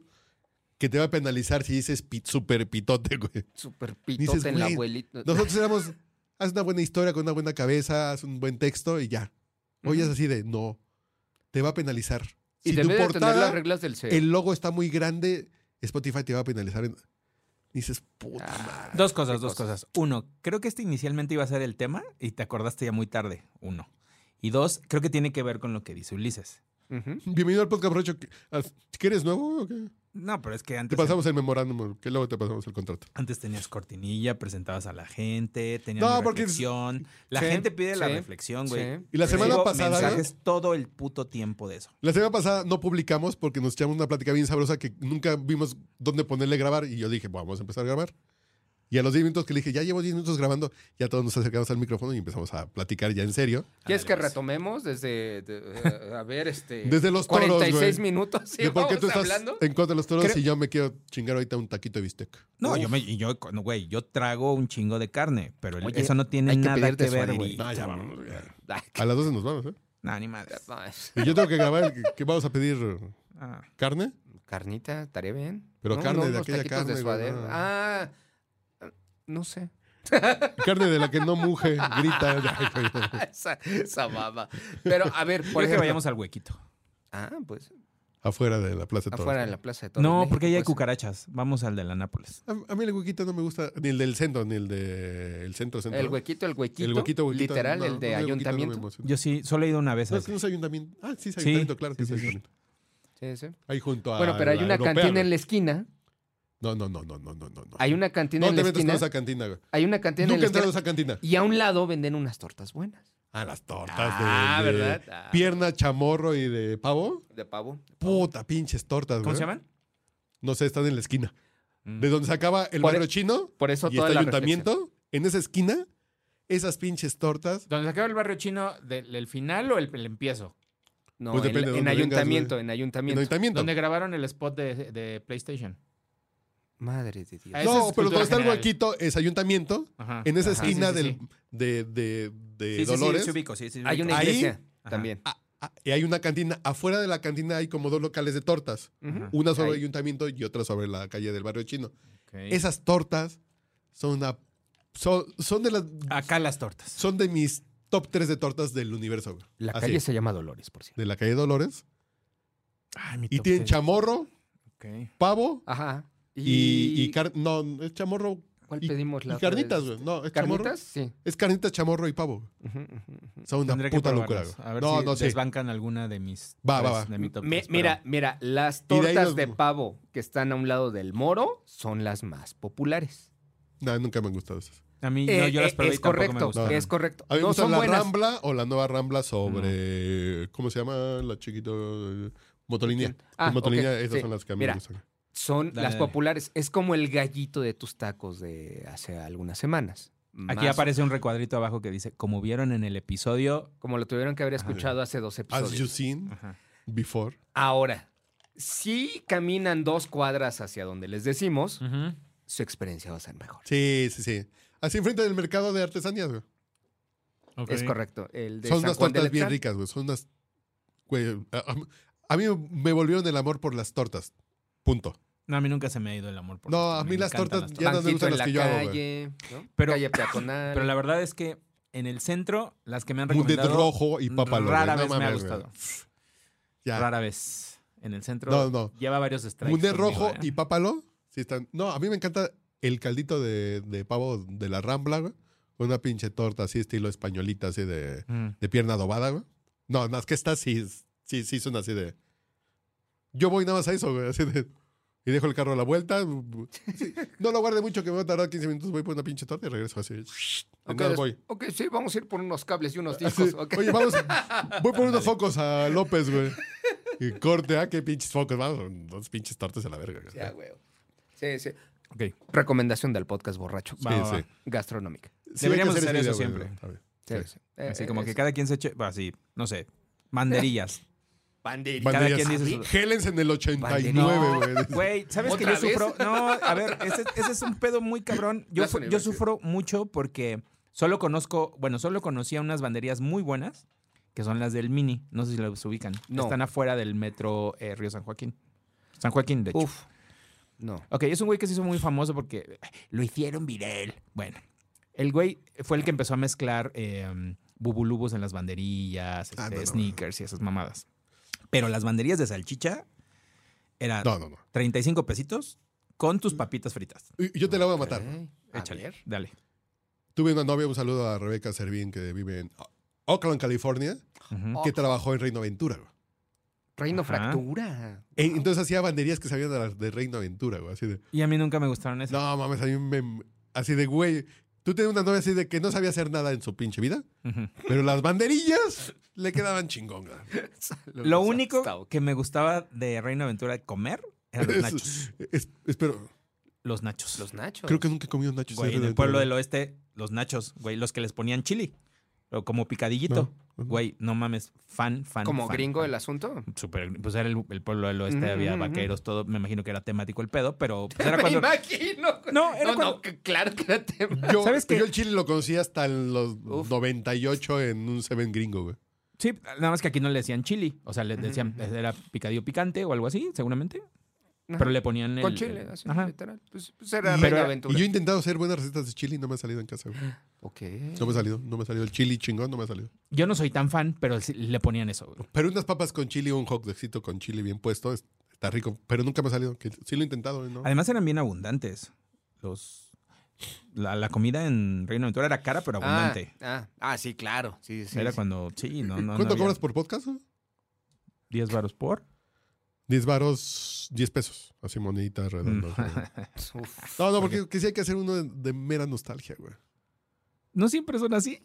Speaker 2: que te va a penalizar si dices pit, super pitote, güey.
Speaker 3: Super
Speaker 2: Dices,
Speaker 3: pitote en la
Speaker 2: güey,
Speaker 3: abuelita.
Speaker 2: Nosotros éramos, haz una buena historia con una buena cabeza, haz un buen texto y ya. Hoy es así de, no, te va a penalizar.
Speaker 3: Y
Speaker 2: si tu
Speaker 3: debe de tener
Speaker 2: portada
Speaker 3: las reglas del C.
Speaker 2: el logo está muy grande, Spotify te va a penalizar. en- Dices, puta
Speaker 3: Ah,
Speaker 1: Dos cosas,
Speaker 3: qué
Speaker 1: dos cosas. Uno, creo que este inicialmente iba a ser el tema y te acordaste ya muy tarde. Uno. Y dos, creo que tiene que ver con lo que dice Ulises.
Speaker 3: Ujú.
Speaker 2: madre. Bienvenido al podcast, Rocho. ¿Que eres nuevo o qué?
Speaker 1: No, pero es que
Speaker 2: Te
Speaker 3: Pues
Speaker 1: antes.
Speaker 2: pasamos el memorándum, que luego te pasamos el contrato.
Speaker 1: Antes tenías cortinilla, presentabas a la gente, tenías
Speaker 2: No,
Speaker 1: mi
Speaker 2: porque-
Speaker 1: reflexión. La
Speaker 3: Sí,
Speaker 1: gente pide la
Speaker 3: sí,
Speaker 1: reflexión, güey.
Speaker 3: sí.
Speaker 2: Y la semana
Speaker 1: Recibo
Speaker 2: pasada,
Speaker 1: mensajes todo el puto tiempo de eso.
Speaker 2: La semana pasada no publicamos porque nos echamos una plática bien sabrosa que nunca vimos dónde ponerle grabar y yo dije, vamos a empezar a grabar. Y a los 10 minutos que le dije, ya llevo 10 minutos grabando, ya todos nos acercamos al micrófono y empezamos a platicar ya en serio.
Speaker 3: ¿Quieres que
Speaker 1: Ándale, pues.
Speaker 3: retomemos desde, de- eh, a ver, este...
Speaker 2: Desde los toros,
Speaker 3: 46
Speaker 2: güey.
Speaker 3: minutos, ¿sí?
Speaker 2: De por qué
Speaker 3: ¿Vamos
Speaker 2: tú estás eh,
Speaker 3: hablando?
Speaker 2: en contra de los toros
Speaker 1: Creo-
Speaker 2: y yo me quiero chingar ahorita un taquito de bistec.
Speaker 1: No,
Speaker 2: Uf.
Speaker 1: yo me, y yo, no, güey, yo trago un chingo de carne, pero el-
Speaker 3: Oye,
Speaker 1: eso no tiene
Speaker 3: hay que
Speaker 1: nada
Speaker 3: pedirte
Speaker 1: que ver,
Speaker 3: suaderito.
Speaker 1: güey.
Speaker 2: No, ya vamos, ya.
Speaker 3: Ay, qué-
Speaker 2: A las 12 nos vamos, ¿eh?
Speaker 1: No, ni madres.
Speaker 3: no, es-
Speaker 2: Y yo tengo que grabar que, que vamos a pedir
Speaker 1: Ah.
Speaker 2: carne.
Speaker 3: Carnita, estaría bien.
Speaker 2: Pero carne de
Speaker 3: unos
Speaker 2: aquella
Speaker 3: taquitos
Speaker 2: carne, güey,
Speaker 3: de suadero.
Speaker 2: no.
Speaker 3: Ah, no sé.
Speaker 2: Carne de la que no muge, grita. Ay, güey.
Speaker 3: esa, esa baba. Pero, a ver,
Speaker 1: Por
Speaker 3: por
Speaker 1: que
Speaker 3: ejemplo...
Speaker 1: vayamos al huequito.
Speaker 3: Ah, pues...
Speaker 2: Afuera de la Plaza de Toros.
Speaker 3: Afuera de la Plaza de Toros.
Speaker 1: No,
Speaker 3: México,
Speaker 1: porque ahí hay
Speaker 3: pues.
Speaker 1: cucarachas. Vamos al de la Nápoles.
Speaker 2: A, a mí el huequito no me gusta, ni el del centro, ni el del centro, centro.
Speaker 3: El huequito, el huequito.
Speaker 2: El huequito, huequito,
Speaker 3: Literal,
Speaker 2: no,
Speaker 3: el de
Speaker 2: no, huequito no me
Speaker 3: ayuntamiento.
Speaker 2: emociona.
Speaker 1: Yo sí, solo he ido una vez
Speaker 2: No,
Speaker 1: a
Speaker 2: es que no
Speaker 1: ese.
Speaker 2: es ayuntamiento. Ah, sí, es
Speaker 1: Sí,
Speaker 2: ayuntamiento, claro que
Speaker 1: sí,
Speaker 2: es
Speaker 1: sí, sí.
Speaker 2: ayuntamiento.
Speaker 3: Sí, sí.
Speaker 2: Ahí junto a.
Speaker 3: Bueno, pero hay
Speaker 2: la
Speaker 3: una
Speaker 2: europea,
Speaker 3: cantina
Speaker 2: güey.
Speaker 3: en la esquina.
Speaker 2: No, no, no, no, no, no, no. no.
Speaker 3: Hay una cantina
Speaker 2: No
Speaker 3: en
Speaker 2: te
Speaker 3: la
Speaker 2: metas con
Speaker 3: esquina.
Speaker 2: esa cantina, güey.
Speaker 3: Hay una cantina en
Speaker 2: Nunca
Speaker 3: la
Speaker 2: he entrado a
Speaker 3: esquina.
Speaker 2: esa cantina.
Speaker 3: Y a un lado venden unas tortas buenas.
Speaker 2: A las tortas
Speaker 3: Ah,
Speaker 2: de, de
Speaker 3: ¿verdad? Ah.
Speaker 2: pierna, chamorro y de pavo.
Speaker 3: De pavo.
Speaker 2: Puta, pinches tortas, güey.
Speaker 5: ¿Cómo se llaman?
Speaker 2: No sé, están en la esquina.
Speaker 1: Mm.
Speaker 2: De donde se acaba el
Speaker 3: Por-
Speaker 2: barrio chino
Speaker 3: Por eso
Speaker 2: y está
Speaker 3: toda
Speaker 2: el
Speaker 3: la
Speaker 2: ayuntamiento, en esa esquina, esas pinches tortas.
Speaker 1: ¿Dónde se acaba el barrio chino? ¿Del del final o el, el empiezo?
Speaker 3: reflexión. No,
Speaker 2: Pues
Speaker 3: en-
Speaker 2: depende de
Speaker 3: en,
Speaker 2: dónde vengas,
Speaker 3: ayuntamiento,
Speaker 2: güey.
Speaker 3: en
Speaker 2: En
Speaker 3: ayuntamiento.
Speaker 2: el ayuntamiento.
Speaker 1: Donde grabaron el spot de, de PlayStation.
Speaker 3: Madre de Dios.
Speaker 1: Ahí- Esa es
Speaker 2: No, pero
Speaker 1: cultura
Speaker 2: donde está el
Speaker 1: general.
Speaker 2: huequito es ayuntamiento.
Speaker 1: Ajá.
Speaker 2: En esa
Speaker 3: Ajá.
Speaker 2: esquina
Speaker 1: Sí, sí,
Speaker 2: del, de, de, de
Speaker 5: Sí, sí, sí,
Speaker 2: Dolores.
Speaker 5: sí, ubico, sí, sí,
Speaker 3: Hay
Speaker 5: ubico.
Speaker 3: una
Speaker 2: Ahí-
Speaker 3: iglesia
Speaker 5: Ajá.
Speaker 3: también.
Speaker 2: ah, y hay una cantina. Afuera de la cantina hay como dos locales de tortas.
Speaker 3: Ujú.
Speaker 1: Ajá.
Speaker 2: Una sobre
Speaker 3: Ahí.
Speaker 2: el ayuntamiento y otra sobre la calle del barrio chino.
Speaker 1: Ok.
Speaker 2: Esas tortas son una. Son, son de las.
Speaker 5: Acá las tortas.
Speaker 2: Son de mis top 3 de tortas del universo, güey.
Speaker 3: La
Speaker 2: Así,
Speaker 3: calle se llama Dolores, por cierto.
Speaker 2: De la calle Dolores.
Speaker 1: Ay, mi
Speaker 2: Y
Speaker 1: top
Speaker 2: tienen
Speaker 1: ten.
Speaker 2: chamorro,
Speaker 1: Ok.
Speaker 2: pavo
Speaker 3: Ajá.
Speaker 2: y, y car- no, es chamorro
Speaker 3: ¿Cuál
Speaker 2: y-
Speaker 3: pedimos
Speaker 2: y
Speaker 3: la otra
Speaker 2: carnitas,
Speaker 3: vez?
Speaker 2: güey. No, es chamorro.
Speaker 3: ¿Carnitas? Sí.
Speaker 2: Es carnitas, chamorro y pavo.
Speaker 3: Ujú, ujú, ujú.
Speaker 2: Son una
Speaker 1: Tendré que
Speaker 2: puta locura,
Speaker 1: probarlas.
Speaker 2: güey.
Speaker 1: A ver
Speaker 2: no,
Speaker 1: si
Speaker 2: no, sí.
Speaker 1: desbancan alguna de mis.
Speaker 2: Va, va,
Speaker 1: tres,
Speaker 2: va.
Speaker 1: de mi top
Speaker 3: Mi-
Speaker 1: tres, pero-
Speaker 3: mira, mira, las
Speaker 2: Y de ahí
Speaker 3: tortas
Speaker 2: los-
Speaker 3: de pavo que están a un lado del moro son las más populares.
Speaker 2: No, nunca me han gustado esas.
Speaker 1: A mí,
Speaker 3: Eh,
Speaker 1: no, yo las
Speaker 3: eh,
Speaker 1: probé y tampoco me
Speaker 3: es correcto,
Speaker 2: gustan.
Speaker 1: gustaron.
Speaker 3: es correcto.
Speaker 2: A mí me
Speaker 3: No
Speaker 2: gusta
Speaker 3: son
Speaker 2: la
Speaker 3: buenas.
Speaker 2: Rambla o la nueva Rambla sobre. ¿Cómo se llama? La chiquita. eh, Motolinía.
Speaker 3: Ah,
Speaker 2: En Motolinía,
Speaker 3: ok,
Speaker 2: esas
Speaker 3: sí.
Speaker 2: son las que a mí
Speaker 3: Mira,
Speaker 2: me gustan.
Speaker 3: Son
Speaker 1: Dale,
Speaker 3: las
Speaker 1: dale.
Speaker 3: populares. Es como el gallito de tus tacos de hace algunas semanas.
Speaker 1: Aquí
Speaker 3: Más
Speaker 1: aparece un recuadrito abajo que dice, como vieron en el episodio...
Speaker 3: Como lo tuvieron que haber escuchado hace dos
Speaker 2: As you
Speaker 3: episodios.
Speaker 2: seen before.
Speaker 3: Ahora, si caminan dos cuadras hacia donde les decimos,
Speaker 1: Ujú.
Speaker 3: su experiencia va a ser mejor.
Speaker 2: Sí, sí, sí. Así enfrente del mercado de artesanías, güey.
Speaker 3: Es correcto. El de
Speaker 2: Son
Speaker 3: San
Speaker 2: unas
Speaker 3: Juan de
Speaker 2: tortas bien
Speaker 3: Letrán.
Speaker 2: ricas, güey. Son unas. güey, a, a- a mí me volvieron el amor por las tortas. Punto.
Speaker 1: No, a mí nunca se me ha ido el amor por
Speaker 2: No,
Speaker 1: las
Speaker 2: a mí
Speaker 1: me
Speaker 2: las
Speaker 1: encantan
Speaker 2: tortas ya no me
Speaker 3: Banquito
Speaker 2: gustan
Speaker 3: en
Speaker 2: las que
Speaker 3: la
Speaker 2: yo hago, güey.
Speaker 3: calle, ¿no?
Speaker 1: Pero-
Speaker 3: calle peatonal.
Speaker 1: Pero la verdad es que en el centro, las que me han
Speaker 2: Mundet
Speaker 1: recomendado... mm,
Speaker 2: rojo y papa Lore,
Speaker 1: Rara
Speaker 2: no
Speaker 1: vez me ha
Speaker 2: mames,
Speaker 1: gustado.
Speaker 2: güey. Ya.
Speaker 1: Rara vez. En el centro
Speaker 2: No, no.
Speaker 1: lleva varios strikes.
Speaker 2: Mundet
Speaker 1: conmigo,
Speaker 2: rojo
Speaker 1: ¿eh?
Speaker 2: y pápalo. Sí están. No, a mí me encanta el caldito de, de pavo de la Rambla, güey. Con una pinche torta así, estilo españolita, así de,
Speaker 1: Mm.
Speaker 2: de pierna adobada, güey. No, no, es que estas sí, sí, sí son así de. Yo voy nada más a eso, güey, así de. Y dejo el carro a la vuelta. Sí, no lo guarde mucho, que me va a tardar 15 minutos. Voy por una pinche torta y regreso así.
Speaker 3: Ok,
Speaker 2: Okay,
Speaker 3: des-
Speaker 2: voy.
Speaker 3: ok, sí, vamos a ir por unos cables y unos
Speaker 2: Así,
Speaker 3: discos. ok.
Speaker 2: Oye, vamos. Voy por unos focos a López, güey. Y corte, ah, qué pinches focos. Vamos, dos pinches tortas a la verga. güey.
Speaker 3: Ya, güey. Sí, sí.
Speaker 1: Ok.
Speaker 3: Recomendación del podcast borracho.
Speaker 1: Va, va,
Speaker 2: sí.
Speaker 1: va.
Speaker 3: Gastronómica.
Speaker 2: Sí, hay que
Speaker 1: Deberíamos hacer eso
Speaker 2: esa idea, güey,
Speaker 1: siempre.
Speaker 2: está bien.
Speaker 3: Sí,
Speaker 2: Sí.
Speaker 3: sí.
Speaker 1: Así como que
Speaker 3: Eh, es-
Speaker 1: cada quien se eche... bah, Así, no sé. Banderillas.
Speaker 3: Banderita.
Speaker 1: Cada
Speaker 2: Banderías.
Speaker 1: quien dice su-
Speaker 2: Helens en el 89,
Speaker 3: Banderías.
Speaker 2: güey.
Speaker 1: Güey, ¿sabes que yo
Speaker 3: ¿Otra vez?
Speaker 1: sufro? No, a ver, ese, ese es un pedo muy cabrón. Yo,
Speaker 3: Las
Speaker 1: fu- yo
Speaker 3: universidades.
Speaker 1: sufro mucho porque solo conozco, bueno, solo conocía unas banderías muy buenas, que son las del Mini. No sé si las ubican.
Speaker 3: No.
Speaker 1: Están afuera del metro eh, Río San Joaquín. San Joaquín, de hecho.
Speaker 3: Uf. No.
Speaker 1: Ok, es un güey que se hizo muy famoso porque eh, lo hicieron viral. Bueno, el güey fue el que empezó a mezclar eh, bubulubos en las banderillas,
Speaker 2: Ah,
Speaker 1: este,
Speaker 2: no, no,
Speaker 1: sneakers y esas mamadas. Pero las banderías de salchicha era
Speaker 2: No, no, no.
Speaker 1: 35 pesitos con tus papitas fritas.
Speaker 2: Y- Yo te la voy Mm. a matar.
Speaker 3: Ok. A
Speaker 1: Échale.
Speaker 3: ver.
Speaker 1: Dale.
Speaker 2: Tuve una novia, un saludo a Rebeca Servín, que vive en Oakland, California,
Speaker 1: Ujú.
Speaker 2: que trabajó en Reino Aventura, güey.
Speaker 3: Reino
Speaker 1: Ajá.
Speaker 3: Fractura.
Speaker 2: E- Entonces hacía banderías que sabían de, las de Reino Aventura, güey. Así de,
Speaker 1: Y a mí nunca me gustaron esas.
Speaker 2: no mames, a mí me. Así de, güey. Tú tenías una novia así de que no sabía hacer nada en su pinche vida,
Speaker 1: Ujú.
Speaker 2: pero las banderillas le quedaban chingón, güey.
Speaker 3: Saludos
Speaker 1: Lo
Speaker 3: a
Speaker 1: único
Speaker 3: Stout.
Speaker 1: que me gustaba de Reino Aventura comer eran los
Speaker 2: Es-
Speaker 1: nachos.
Speaker 2: es- espero.
Speaker 1: Los nachos.
Speaker 3: Los nachos.
Speaker 2: Creo que nunca he comido nachos
Speaker 1: Güey, en
Speaker 2: Reino
Speaker 1: el pueblo
Speaker 2: Aventura.
Speaker 1: del oeste, los nachos, güey, los que les ponían chili. O como picadillito.
Speaker 2: No, no.
Speaker 1: Güey, no mames, fan, fan.
Speaker 3: Como
Speaker 1: fan,
Speaker 3: gringo
Speaker 1: fan.
Speaker 3: el asunto.
Speaker 1: Super, pues era el, el pueblo del oeste,
Speaker 3: Ujú,
Speaker 1: había
Speaker 3: ujú, ujú.
Speaker 1: vaqueros, todo. Me imagino que era temático el pedo, pero pues, era
Speaker 3: Me
Speaker 1: cuando.
Speaker 3: imagino. güey.
Speaker 1: No, era
Speaker 3: no,
Speaker 1: cuando-
Speaker 3: no, que claro que era tema.
Speaker 2: Yo,
Speaker 1: ¿Sabes qué?
Speaker 2: yo el chile lo conocí hasta en los
Speaker 3: Uf.
Speaker 2: 98 en un Seven Gringo, güey.
Speaker 1: Sí, nada más que aquí no le decían chili. O sea, le
Speaker 3: Ujú,
Speaker 1: decían,
Speaker 3: ujú.
Speaker 1: era picadillo picante o algo así, seguramente.
Speaker 3: Ajá.
Speaker 1: Pero le ponían el.
Speaker 3: Con chile,
Speaker 1: el-
Speaker 3: así,
Speaker 1: ajá.
Speaker 3: literal. Pues, pues era
Speaker 2: Y-
Speaker 3: Reino
Speaker 2: y
Speaker 3: Aventura.
Speaker 2: yo he intentado hacer buenas recetas de chile y no me ha salido en casa, güey.
Speaker 3: Ok.
Speaker 2: No me ha salido, no me ha salido. El chili chingón no me ha salido.
Speaker 1: Yo no soy tan fan, pero sí le ponían eso. güey.
Speaker 2: Pero unas papas con chili, un hot dogcito con chili bien puesto, es- está rico. Pero nunca me ha salido. que sí lo he intentado, ¿no?
Speaker 1: Además eran bien abundantes. Los la, la comida en Reino Aventura era cara, pero
Speaker 3: Ah,
Speaker 1: abundante.
Speaker 3: ah, ah, sí, claro. Sí, sí,
Speaker 1: era
Speaker 3: sí.
Speaker 1: cuando sí, no no.
Speaker 2: ¿Cuánto
Speaker 1: no había
Speaker 2: cobras por podcast?
Speaker 1: 10 varos por.
Speaker 2: 10 varos, 10 pesos. Así moneditas redondas. güey.
Speaker 3: Uf.
Speaker 2: No, no, porque que sí hay que hacer uno de, de mera nostalgia, güey.
Speaker 1: No siempre son así.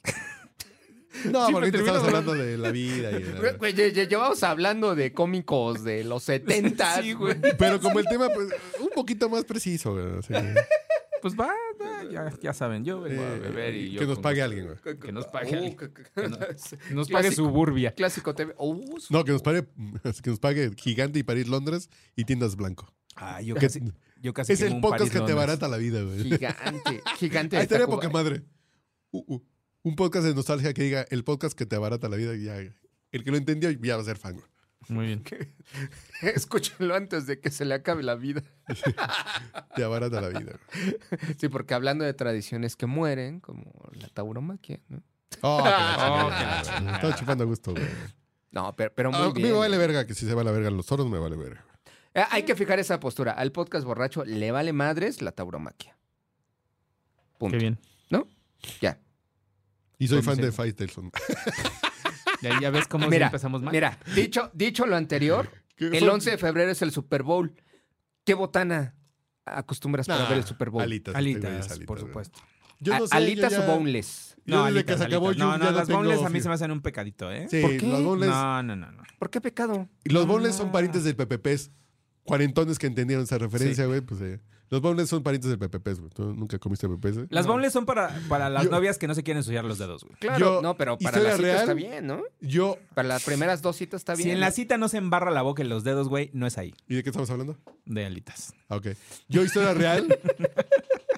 Speaker 2: No,
Speaker 1: Siempre
Speaker 2: porque ahorita
Speaker 1: termino
Speaker 2: estabas hablando de la vida y de la-
Speaker 3: Güey, güey, lle- lle- llevamos hablando de cómicos de los 70.
Speaker 1: Sí, güey.
Speaker 2: Pero como el tema, pues, un poquito más preciso, güey. sí.
Speaker 1: Pues va, va, ya, ya saben, yo vengo a
Speaker 2: Eh,
Speaker 1: beber y yo
Speaker 2: que nos
Speaker 1: con-
Speaker 2: pague alguien, güey.
Speaker 1: Que nos pague alguien.
Speaker 3: Uh, que- que-
Speaker 1: Que no- Uh, que nos
Speaker 3: Clásico.
Speaker 1: pague Suburbia.
Speaker 3: Clásico TV. Uh, su-
Speaker 2: No, que nos pague, que nos pague Gigante y París Londres y Tiendas Blanco.
Speaker 1: Ah, yo
Speaker 2: Que-
Speaker 1: casi, yo casi
Speaker 2: es
Speaker 1: quemo
Speaker 2: el
Speaker 1: un
Speaker 2: podcast
Speaker 1: Paris
Speaker 2: que te
Speaker 1: Londres.
Speaker 2: barata la vida, güey.
Speaker 3: Gigante. Gigante.
Speaker 2: Ahí
Speaker 3: de
Speaker 2: estaría
Speaker 3: Tacuba.
Speaker 2: poca madre. U- u- un podcast de nostalgia que diga el podcast que te abarata la vida. Ya, el que lo entendió ya va a ser fan, güey.
Speaker 1: Muy bien.
Speaker 3: Escúchenlo antes de que se le acabe la vida.
Speaker 2: Te abarata la vida. güey.
Speaker 3: Sí, porque hablando de tradiciones que mueren, como la tauromaquia, ¿no?
Speaker 2: Oh, que la
Speaker 1: Oh,
Speaker 2: chingada, güey. Estaba chupando a gusto, güey.
Speaker 3: No, pero,
Speaker 1: Ah,
Speaker 3: pero muy
Speaker 2: A mí
Speaker 3: bien.
Speaker 2: me vale verga que si se va a la verga en los toros, me vale verga.
Speaker 3: Eh, Hay que fijar esa postura. Al podcast borracho le vale madres la tauromaquia. Punto.
Speaker 1: Qué bien.
Speaker 3: Ya.
Speaker 2: Y soy
Speaker 3: Con
Speaker 2: fan de
Speaker 3: ese-
Speaker 2: Five Tales on-
Speaker 1: Ya, ya ves cómo sí
Speaker 3: Mira,
Speaker 1: empezamos mal.
Speaker 3: Mira, dicho, dicho lo anterior,
Speaker 2: Que
Speaker 3: el
Speaker 2: son-
Speaker 3: 11 de febrero es el Super Bowl. ¿Qué botana acostumbras para
Speaker 2: Nah,
Speaker 3: ver el Super Bowl?
Speaker 2: Alitas, este güey
Speaker 1: Alitas,
Speaker 2: es alitas,
Speaker 1: por
Speaker 2: güey.
Speaker 1: supuesto.
Speaker 2: Ah, Yo no
Speaker 3: A-
Speaker 2: sé,
Speaker 3: ¿Alitas
Speaker 2: yo ya-
Speaker 3: o boneless?
Speaker 2: Yo desde que se acabó
Speaker 1: alitas. No,
Speaker 2: June
Speaker 1: no,
Speaker 2: ya no
Speaker 1: las
Speaker 2: tengo
Speaker 1: boneless a mí
Speaker 2: fibra.
Speaker 1: se me hacen un pecadito, ¿eh?
Speaker 2: Sí,
Speaker 3: ¿Por qué?
Speaker 2: los boneless,
Speaker 1: No, no, no, no.
Speaker 3: ¿Por qué pecado?
Speaker 2: los boneless son
Speaker 1: Ah.
Speaker 2: parientes del PPPs. Cuarentones que entendieron esa referencia, güey. Pues, eh, Los boneless son parientes del PPPs, güey. ¿Tú nunca comiste PPPs? eh?
Speaker 1: Las boneless son para, para las
Speaker 2: Yo-
Speaker 1: novias que no se quieren ensuciar los dedos, güey.
Speaker 3: Claro,
Speaker 2: Yo-
Speaker 3: no, pero para
Speaker 2: historia
Speaker 3: la cita
Speaker 2: real.
Speaker 3: está bien, ¿no?
Speaker 2: Yo,
Speaker 3: Para las primeras dos citas está bien.
Speaker 1: Si en
Speaker 3: ¿no?
Speaker 1: la cita no se embarra la boca y los dedos, güey, no es ahí.
Speaker 2: ¿y de qué estamos hablando?
Speaker 1: De alitas.
Speaker 2: Ah, ok. Yo, historia real,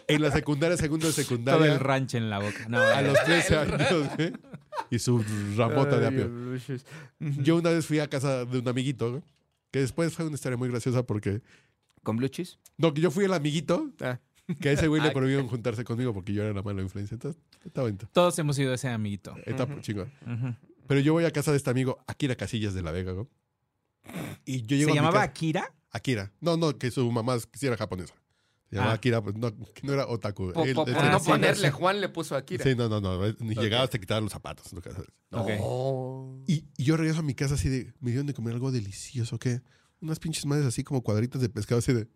Speaker 2: en la secundaria, segundo de
Speaker 1: Todo el
Speaker 2: secundaria,
Speaker 1: ranch en la boca. No,
Speaker 2: a
Speaker 1: eh,
Speaker 2: los 13 años, güey, y su rampota de
Speaker 3: Ay,
Speaker 2: apio.
Speaker 3: Lucius.
Speaker 2: Yo una vez fui a casa de un amiguito, güey, que después fue una historia muy graciosa porque...
Speaker 3: ¿Con blue cheese?
Speaker 2: No, que yo fui el amiguito,
Speaker 3: Ah.
Speaker 2: que a ese güey le
Speaker 3: Ay.
Speaker 2: prohibieron juntarse conmigo porque yo era la mala influencia. Entonces, está bonito.
Speaker 1: Todos hemos sido ese amiguito.
Speaker 2: Está chingón.
Speaker 1: Ujú.
Speaker 2: Pero yo voy a casa de este amigo, Akira Casillas de la Vega, güey. Y yo llego
Speaker 1: ¿Se
Speaker 2: a mi
Speaker 1: llamaba
Speaker 2: casa-
Speaker 1: Akira?
Speaker 2: Akira. No, no, que su mamá sí era japonesa. Se llamaba
Speaker 1: Ah.
Speaker 2: Akira, pues no, que no era otaku.
Speaker 3: Po-
Speaker 2: Él-
Speaker 3: po-
Speaker 2: él-
Speaker 3: por no
Speaker 1: sí,
Speaker 3: ponerle Juan le puso a Kira.
Speaker 2: Sí, no, no, no. eh, Ni llegabas, te quitaban los zapatos. nunca, ¿sabes?
Speaker 1: Ok.
Speaker 3: No.
Speaker 2: Y, y yo regreso a mi casa así de, me dieron de comer algo delicioso, ¿qué? Unas pinches madres así como cuadritas de pescado, así de...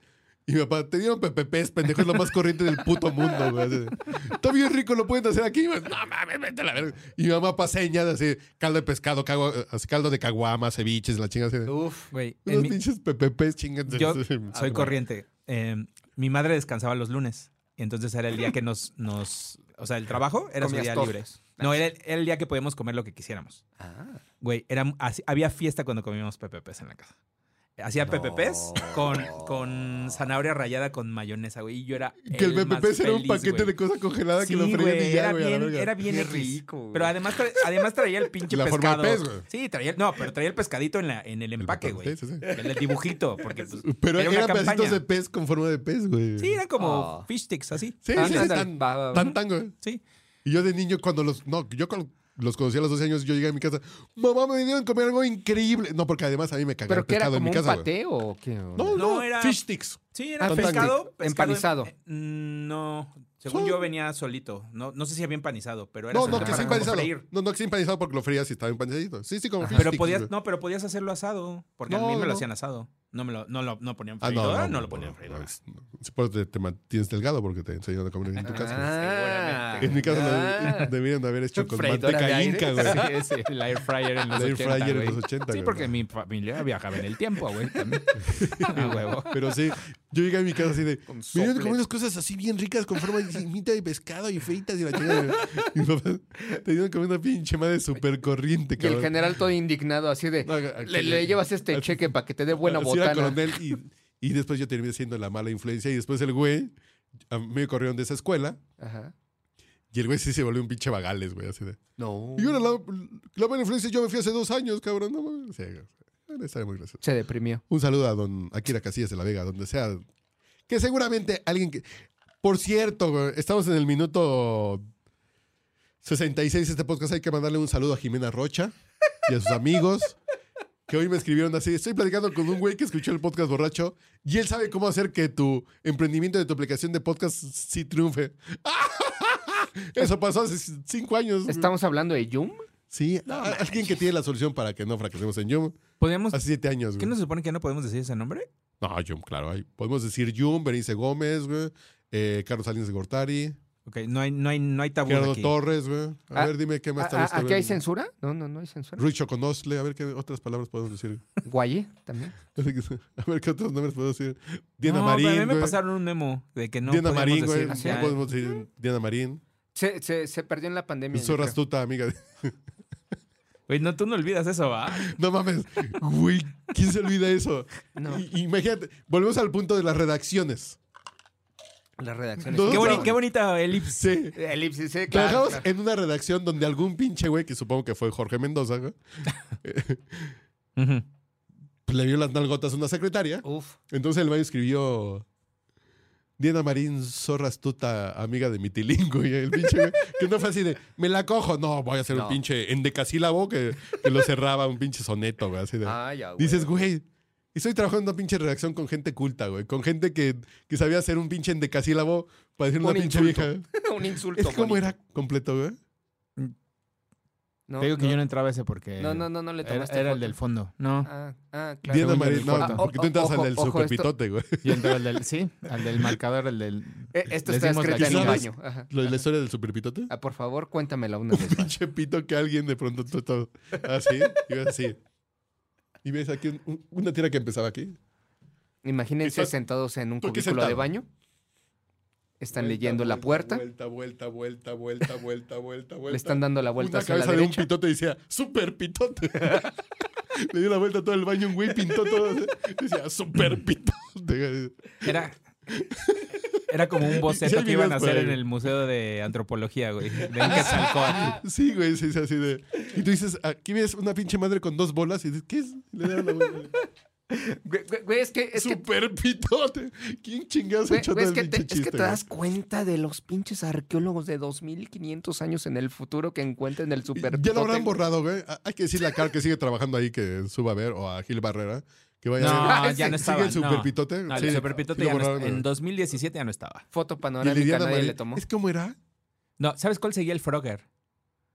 Speaker 2: Y mi papá, te dieron PPPs, pendejo, es lo más corriente del puto mundo, güey. así de, Está bien rico, lo pueden hacer aquí. güey. No mames, vete a la verga. Y mi mamá paseña, así, caldo de pescado, cago- así, caldo de caguama, ceviches, la chinga, así de...
Speaker 3: Uf.
Speaker 1: Güey, en
Speaker 2: Unos
Speaker 1: mi-
Speaker 2: pinches PPPs, chingas.
Speaker 1: yo
Speaker 3: Ah,
Speaker 1: soy corriente. Eh, mi madre descansaba los lunes. Y entonces era el día que nos... nos o sea, el trabajo era su
Speaker 3: Comías
Speaker 1: día
Speaker 3: todos.
Speaker 1: libre. No, era el, era el día que podíamos comer lo que quisiéramos.
Speaker 3: Ah.
Speaker 1: Güey, era, así- había fiesta cuando comíamos PPPs en la casa. Hacía
Speaker 3: No.
Speaker 1: PPPs con, con zanahoria rayada con mayonesa, güey. Y yo era.
Speaker 2: Que el
Speaker 1: más
Speaker 2: PPP era un
Speaker 1: feliz,
Speaker 2: paquete
Speaker 1: güey.
Speaker 2: de cosa congelada
Speaker 1: Sí,
Speaker 2: que lo freían
Speaker 1: güey,
Speaker 2: y ya,
Speaker 1: era
Speaker 2: güey, a la
Speaker 1: bien,
Speaker 2: verga.
Speaker 1: era bien
Speaker 3: Qué
Speaker 1: X.
Speaker 3: rico, güey.
Speaker 1: Pero además, tra- además traía el pinche
Speaker 2: La forma
Speaker 1: pescado.
Speaker 2: de pez, güey.
Speaker 1: sí, traía el- no, pero traía el pescadito en, la, en el
Speaker 2: El
Speaker 1: empaque,
Speaker 2: papá-
Speaker 1: güey.
Speaker 2: sí, sí, sí.
Speaker 1: El del dibujito, porque pues, era
Speaker 2: Pero eran
Speaker 1: una
Speaker 2: pedacitos
Speaker 1: campaña.
Speaker 2: de pez con forma de pez, güey.
Speaker 1: Sí, Ah, eran como
Speaker 3: Ah.
Speaker 1: fish sticks, así.
Speaker 2: Sí, sí,
Speaker 3: Ándale,
Speaker 2: sí, tan,
Speaker 3: va, va, va.
Speaker 2: tan tango. eh.
Speaker 1: Sí.
Speaker 2: Y yo de niño, cuando los. No, yo cuando los conocí a los 12 años, yo llegué a mi casa. Mamá, me dieron comer algo increíble. No, porque además a mí me cagaba
Speaker 3: ¿Pero
Speaker 2: el
Speaker 3: que era
Speaker 2: pescado
Speaker 3: como
Speaker 2: en mi casa.
Speaker 3: un
Speaker 2: güey.
Speaker 3: pateo o qué?
Speaker 2: No, no,
Speaker 1: No, era-
Speaker 2: Fish sticks.
Speaker 1: Sí, era
Speaker 2: Ah,
Speaker 1: pescado, pescado
Speaker 3: Empanizado.
Speaker 1: em- mm, no, según
Speaker 2: Sí.
Speaker 1: yo venía solito. No, no sé si había empanizado, pero era
Speaker 2: No, no,
Speaker 1: solamente
Speaker 2: que
Speaker 1: para
Speaker 2: sí
Speaker 1: como
Speaker 2: empanizado.
Speaker 1: freír.
Speaker 2: No, no, que sí empanizado porque lo frías y estaba empanizadito. Sí, sí, como fish
Speaker 1: Pero
Speaker 2: sticks,
Speaker 1: podías,
Speaker 2: güey.
Speaker 1: no, pero podías hacerlo asado, porque a
Speaker 2: No,
Speaker 1: mí me
Speaker 2: no.
Speaker 1: lo hacían asado. No me lo, no lo no ponían
Speaker 2: Ah, no,
Speaker 1: freidora, no,
Speaker 2: no,
Speaker 1: lo ponían
Speaker 2: no,
Speaker 1: freidora.
Speaker 2: no, es- no. Sí, por eso te, te mantienes delgado porque te enseñaron a comer en tu casa. güey.
Speaker 3: Ah,
Speaker 2: En mi casa lo
Speaker 3: ah.
Speaker 2: debieron de haber hecho con
Speaker 3: Freidora de
Speaker 2: manteca
Speaker 3: aire.
Speaker 2: inca, güey.
Speaker 1: Sí, es el air fryer en los
Speaker 2: El air
Speaker 1: 80,
Speaker 2: fryer en
Speaker 1: güey.
Speaker 2: los 80,
Speaker 1: Sí,
Speaker 2: güey.
Speaker 1: porque mi familia viajaba en el tiempo, güey, también. A huevo.
Speaker 2: Pero sí, yo llegué a mi casa así de.
Speaker 3: Con
Speaker 2: Me dieron de
Speaker 3: soplete.
Speaker 2: comer unas cosas así bien ricas con forma de cimita de pescado y fritas y la chingada. Y mi papá te dieron comer una pinche madre súper corriente,
Speaker 3: Y el
Speaker 2: cabrón.
Speaker 3: general todo indignado, así de.
Speaker 2: No, a- a-
Speaker 3: le, le llevas este cheque para que te dé buena
Speaker 2: Así era
Speaker 3: botana.
Speaker 2: coronel y, y después yo terminé siendo la mala influencia. Y después el güey, a mí me corrieron de esa escuela.
Speaker 3: Ajá.
Speaker 2: Y el güey sí se volvió un pinche vagales, güey, así de.
Speaker 3: No.
Speaker 2: Y yo era la, la mala influencia, yo me fui hace dos años, cabrón. No mames. Sí, bueno, está muy gracioso.
Speaker 3: Se deprimió.
Speaker 2: Un saludo a don Akira Casillas de la Vega, donde sea. Que seguramente alguien que. Por cierto, güey, estamos en el minuto 66 este podcast. Hay que mandarle un saludo a Jimena Rocha y a sus amigos que hoy me escribieron así. Estoy platicando con un güey que escuchó el podcast borracho y él sabe cómo hacer que tu emprendimiento de tu aplicación de podcast sí triunfe. Eso pasó hace cinco años. güey.
Speaker 3: ¿Estamos hablando de Yum?
Speaker 2: Sí, a- alguien que tiene la solución para que no fracasemos en Yum.
Speaker 1: Podríamos-
Speaker 2: Hace siete años,
Speaker 1: ¿Qué
Speaker 2: güey.
Speaker 1: no se supone que no podemos decir ese nombre?
Speaker 2: No, Yum, claro. ahí Podemos decir Yum, Berenice Gómez, güey. eh, Carlos Salinas de Gortari,
Speaker 1: Ok, no hay, no hay, no hay tabú
Speaker 2: Gerardo
Speaker 1: Ah, aquí.
Speaker 2: Torres, güey. A
Speaker 3: Ah,
Speaker 2: ver, dime qué más
Speaker 3: ¿A- a-
Speaker 2: tal
Speaker 3: ¿Aquí hay censura? No, no, no hay censura.
Speaker 2: Ruiz Choconosle, a ver qué otras palabras podemos decir.
Speaker 3: Guayé también.
Speaker 2: A ver qué otros nombres podemos decir. Diana
Speaker 1: No,
Speaker 2: Marín.
Speaker 1: pero A mí me
Speaker 2: güey.
Speaker 1: pasaron un memo de que no
Speaker 2: Diana
Speaker 1: podíamos
Speaker 2: Marín, güey.
Speaker 1: decir-
Speaker 3: así,
Speaker 2: No
Speaker 1: Ya,
Speaker 2: podemos decir Diana Marín.
Speaker 3: Se, se- se perdió en la pandemia. yo
Speaker 2: Zorra
Speaker 3: creo.
Speaker 2: astuta, amiga. de-
Speaker 1: Güey, no, tú no olvidas eso, ¿va?
Speaker 2: No mames. Güey, ¿quién se olvida eso?
Speaker 3: No.
Speaker 2: I- Imagínate, volvemos al punto de las redacciones.
Speaker 3: La redacción.
Speaker 2: No,
Speaker 3: es-
Speaker 1: Qué,
Speaker 2: no,
Speaker 1: boni-
Speaker 2: no.
Speaker 1: qué bonita elipsis.
Speaker 2: Sí.
Speaker 3: Elipsis, sí, claro,
Speaker 2: Trabajamos
Speaker 3: claro.
Speaker 2: en una redacción donde algún pinche güey, que supongo que fue Jorge Mendoza, güey,
Speaker 1: Ujú.
Speaker 2: pues, le vio las nalgotas a una secretaria.
Speaker 3: Uf.
Speaker 2: Entonces el baño escribió Diana Marín, zorra astuta, amiga de mi tilingo. Y el pinche güey, que no fue así de, me la cojo. No, voy a hacer un
Speaker 3: No.
Speaker 2: pinche endecasílabo que, que lo cerraba un pinche soneto, güey. Así de,
Speaker 3: Ay, ya, Ah, güey.
Speaker 2: Dices, güey, estoy trabajando en una pinche redacción con gente culta, güey. Con gente que, que sabía hacer un pinche endecasílabo para decir una
Speaker 3: Un
Speaker 2: pinche
Speaker 3: insulto.
Speaker 2: vieja.
Speaker 3: un insulto.
Speaker 2: Es como
Speaker 3: bonito.
Speaker 2: era completo, güey.
Speaker 3: No,
Speaker 1: Te digo que
Speaker 3: no,
Speaker 1: yo no entraba ese porque
Speaker 3: no, no, no, no le
Speaker 1: era,
Speaker 3: tomaste
Speaker 1: era el
Speaker 3: foto.
Speaker 1: del fondo. No,
Speaker 3: Ah, ah, claro.
Speaker 2: Diana
Speaker 1: Según yo,
Speaker 2: Marín,
Speaker 1: del
Speaker 2: no,
Speaker 1: cuarto.
Speaker 2: porque tú entras al
Speaker 3: Ah, ojo,
Speaker 2: del
Speaker 3: ojo, esto-
Speaker 2: superpitote, güey.
Speaker 1: yo entraba al del, sí, al del marcador, el del...
Speaker 3: Eh, esto
Speaker 1: Les
Speaker 3: está
Speaker 1: dimos la
Speaker 3: escrito en un
Speaker 2: clase.
Speaker 3: baño. Ajá.
Speaker 2: Lo de la historia del superpitote.
Speaker 3: Ah, por favor, cuéntamela una vez más.
Speaker 2: pinche pito que alguien de pronto tú- tú- así, y ves así. Y ves aquí un- un- una tira que empezaba aquí.
Speaker 3: Imagínense
Speaker 2: Estás-
Speaker 3: sentados en un
Speaker 2: ¿Por qué
Speaker 3: cubículo
Speaker 2: sentado?
Speaker 3: de baño. Están
Speaker 2: Vuelta,
Speaker 3: leyendo la
Speaker 2: vuelta,
Speaker 3: puerta.
Speaker 2: Vuelta, vuelta, vuelta, vuelta, vuelta, vuelta, vuelta.
Speaker 3: Le están dando la vuelta
Speaker 2: Una
Speaker 3: hacia la
Speaker 2: cabeza de un
Speaker 3: derecha.
Speaker 2: pitote y decía, super pitote. Le dio la vuelta a todo el baño, un güey pintó todo. así, Decía, super pitote.
Speaker 1: Era, era como un
Speaker 2: Sí,
Speaker 1: boceto
Speaker 2: hay
Speaker 1: que iban a
Speaker 2: videos por
Speaker 1: hacer
Speaker 2: ahí.
Speaker 1: en el Museo de Antropología, güey. De Incachalcóatl.
Speaker 2: Sí, güey, se dice así de. Y tú dices, aquí ves una pinche madre con dos bolas y dices, ¿qué es? Y Le dan la vuelta.
Speaker 3: Güey, güey, güey, es que, es que,
Speaker 2: super pitote. ¿Quién chingados
Speaker 3: güey,
Speaker 2: echó
Speaker 3: güey,
Speaker 2: todo
Speaker 3: es
Speaker 2: el
Speaker 3: que te,
Speaker 2: pinche
Speaker 3: es que
Speaker 2: chiste?
Speaker 3: te
Speaker 2: güey?
Speaker 3: das cuenta de los pinches arqueólogos de 2500 años en el futuro que encuentran el super.
Speaker 2: Ya lo habrán
Speaker 3: pitote.
Speaker 2: borrado, güey. A- Hay que decirle a Carl que sigue trabajando ahí que suba a ver o a Gil Barrera que vaya a ver.
Speaker 1: No,
Speaker 3: ese-
Speaker 1: ya no
Speaker 2: ¿Sigue
Speaker 1: estaba.
Speaker 2: el
Speaker 1: no.
Speaker 2: superpitote?
Speaker 1: No, el
Speaker 2: Sí,
Speaker 1: superpitote
Speaker 2: sí lo
Speaker 1: ya no
Speaker 2: borraron,
Speaker 1: est- En
Speaker 2: güey.
Speaker 1: 2017 ya no estaba.
Speaker 3: Foto
Speaker 2: Y
Speaker 3: panorámica
Speaker 2: Liliana
Speaker 3: nadie
Speaker 2: Marín,
Speaker 3: le tomó.
Speaker 2: ¿Es como era?
Speaker 1: No, ¿sabes cuál seguía el Frogger?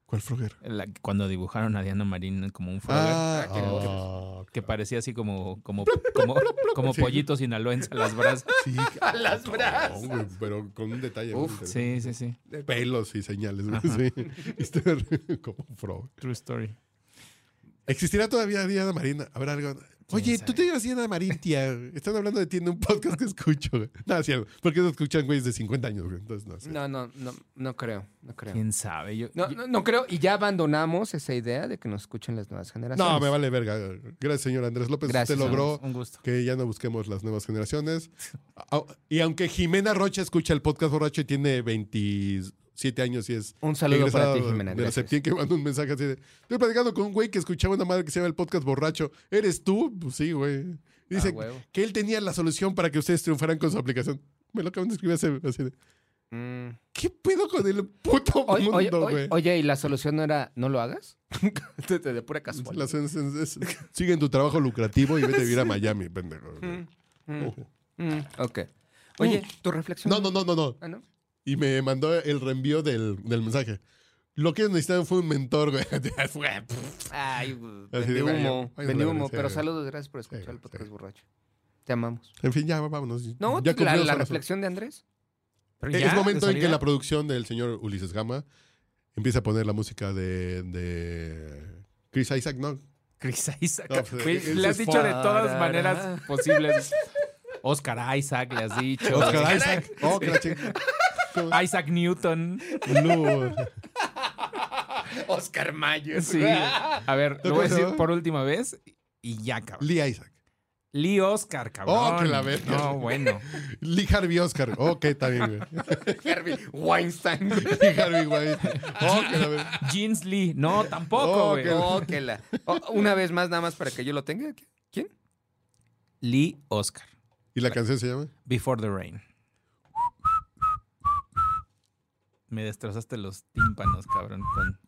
Speaker 2: ¿Cuál Frogger?
Speaker 1: La- cuando dibujaron a Diana Marín como un Frogger.
Speaker 2: Ah,
Speaker 3: Ah, que-
Speaker 2: ah,
Speaker 1: que parecía así como como como, como
Speaker 2: Sí.
Speaker 1: pollito sinaloense a las brasas.
Speaker 2: sí.
Speaker 3: A las brasas.
Speaker 2: No, güey, pero con un detalle.
Speaker 3: Uf,
Speaker 2: güey.
Speaker 1: Sí, sí, sí.
Speaker 2: Pelos y señales. güey,
Speaker 1: Ajá.
Speaker 2: sí. Está horrible, como un Frogger.
Speaker 1: True story.
Speaker 2: ¿Existirá todavía Diana Marín? Habrá algo. Oye, tú
Speaker 1: sabe?
Speaker 2: te llamas Diana Marín, tía. Están hablando de ti en un podcast que escucho. güey. No, es cierto. Porque no escuchan güeyes de 50 años, güey. Entonces, no, es cierto.
Speaker 3: No, no, no, no creo, no creo.
Speaker 1: Quién sabe. Yo,
Speaker 3: No,
Speaker 1: yo-
Speaker 3: no, no creo, y ya abandonamos esa idea de que nos escuchen las nuevas generaciones.
Speaker 2: No, me vale verga. Gracias, señor Andrés López.
Speaker 3: Gracias,
Speaker 2: Usted logró
Speaker 1: un gusto.
Speaker 2: que ya no busquemos las nuevas generaciones. Au- Y aunque Jimena Rocha escucha el podcast borracho y tiene 27 años y es...
Speaker 3: Un saludo para
Speaker 2: egresada
Speaker 3: ti, Jimena.
Speaker 2: De la
Speaker 3: gracias.
Speaker 2: Septién que manda un mensaje así de... Estoy platicando con un güey que escuchaba una madre que se llama el podcast borracho. ¿Eres tú? Pues sí, güey. Dice
Speaker 3: Ah, huevo.
Speaker 2: que él tenía la solución para que ustedes triunfaran con su aplicación. Me lo acaban de escribir hace- así de...
Speaker 3: Mm.
Speaker 2: ¿Qué pedo con el puto
Speaker 3: Oye, oye,
Speaker 2: mundo,
Speaker 3: oye,
Speaker 2: güey?
Speaker 3: oye, y la solución no era no lo hagas. de, de- de pura casualidad.
Speaker 2: Las- es- es- es- sigue en tu trabajo lucrativo y vete a vivir a Miami, pendejo. güey.
Speaker 3: Mm, mm,
Speaker 2: Ojo.
Speaker 3: mm, ok. Oye, tu reflexión.
Speaker 2: No, no, no, no, no.
Speaker 3: Ah, ¿no?
Speaker 2: Y me mandó el reenvío del, del mensaje. Lo que necesitaban fue un mentor, güey. Fue, pff.
Speaker 3: Ay,
Speaker 2: Así
Speaker 3: vendí
Speaker 2: de, vaya,
Speaker 3: humo.
Speaker 2: vaya,
Speaker 3: vendí
Speaker 2: la
Speaker 3: humo.
Speaker 2: verdad,
Speaker 3: Pero
Speaker 2: sí.
Speaker 3: saludos, gracias por
Speaker 2: Sí,
Speaker 3: escuchar el
Speaker 2: sí.
Speaker 3: podcast borracho. Te amamos.
Speaker 2: En fin, ya vámonos.
Speaker 3: No,
Speaker 2: ya
Speaker 3: la,
Speaker 2: cumplimos
Speaker 3: la
Speaker 2: con eso.
Speaker 3: reflexión de Andrés.
Speaker 1: Pero ya,
Speaker 2: Es
Speaker 1: de
Speaker 2: momento en que
Speaker 1: salida.
Speaker 2: la producción del señor Ulises Gama empieza a poner la música de, de Chris Isaac, ¿no?
Speaker 1: Chris Isaac.
Speaker 2: No, pues,
Speaker 1: Güey,
Speaker 2: ese
Speaker 1: le has
Speaker 2: es
Speaker 1: dicho de
Speaker 3: fuera.
Speaker 1: todas maneras posibles. Oscar Isaac, le has dicho.
Speaker 2: Oscar Isaac. Oh, que la chingada.
Speaker 1: Isaac Newton.
Speaker 2: No.
Speaker 3: Oscar Mayer.
Speaker 1: Sí. A ver, lo voy a decir por última vez y ya, cabrón.
Speaker 2: Lee Isaac.
Speaker 1: Lee Oscar, cabrón.
Speaker 2: Oh, que la verga.
Speaker 1: No, bueno.
Speaker 2: Lee Harvey Oscar. Ok, está bien, güey.
Speaker 3: Harvey Weinstein.
Speaker 2: Lee Harvey Weinstein. Oh, que la ver-
Speaker 1: Jeans Lee. No,
Speaker 2: Oh,
Speaker 1: tampoco, güey.
Speaker 2: que-
Speaker 3: Oh, que la- Oh, una vez más, nada más para que yo lo tenga. ¿Quién?
Speaker 1: Lee Oscar.
Speaker 2: ¿Y la canción se llama?
Speaker 1: Before the Rain. Me destrozaste los tímpanos, cabrón. con-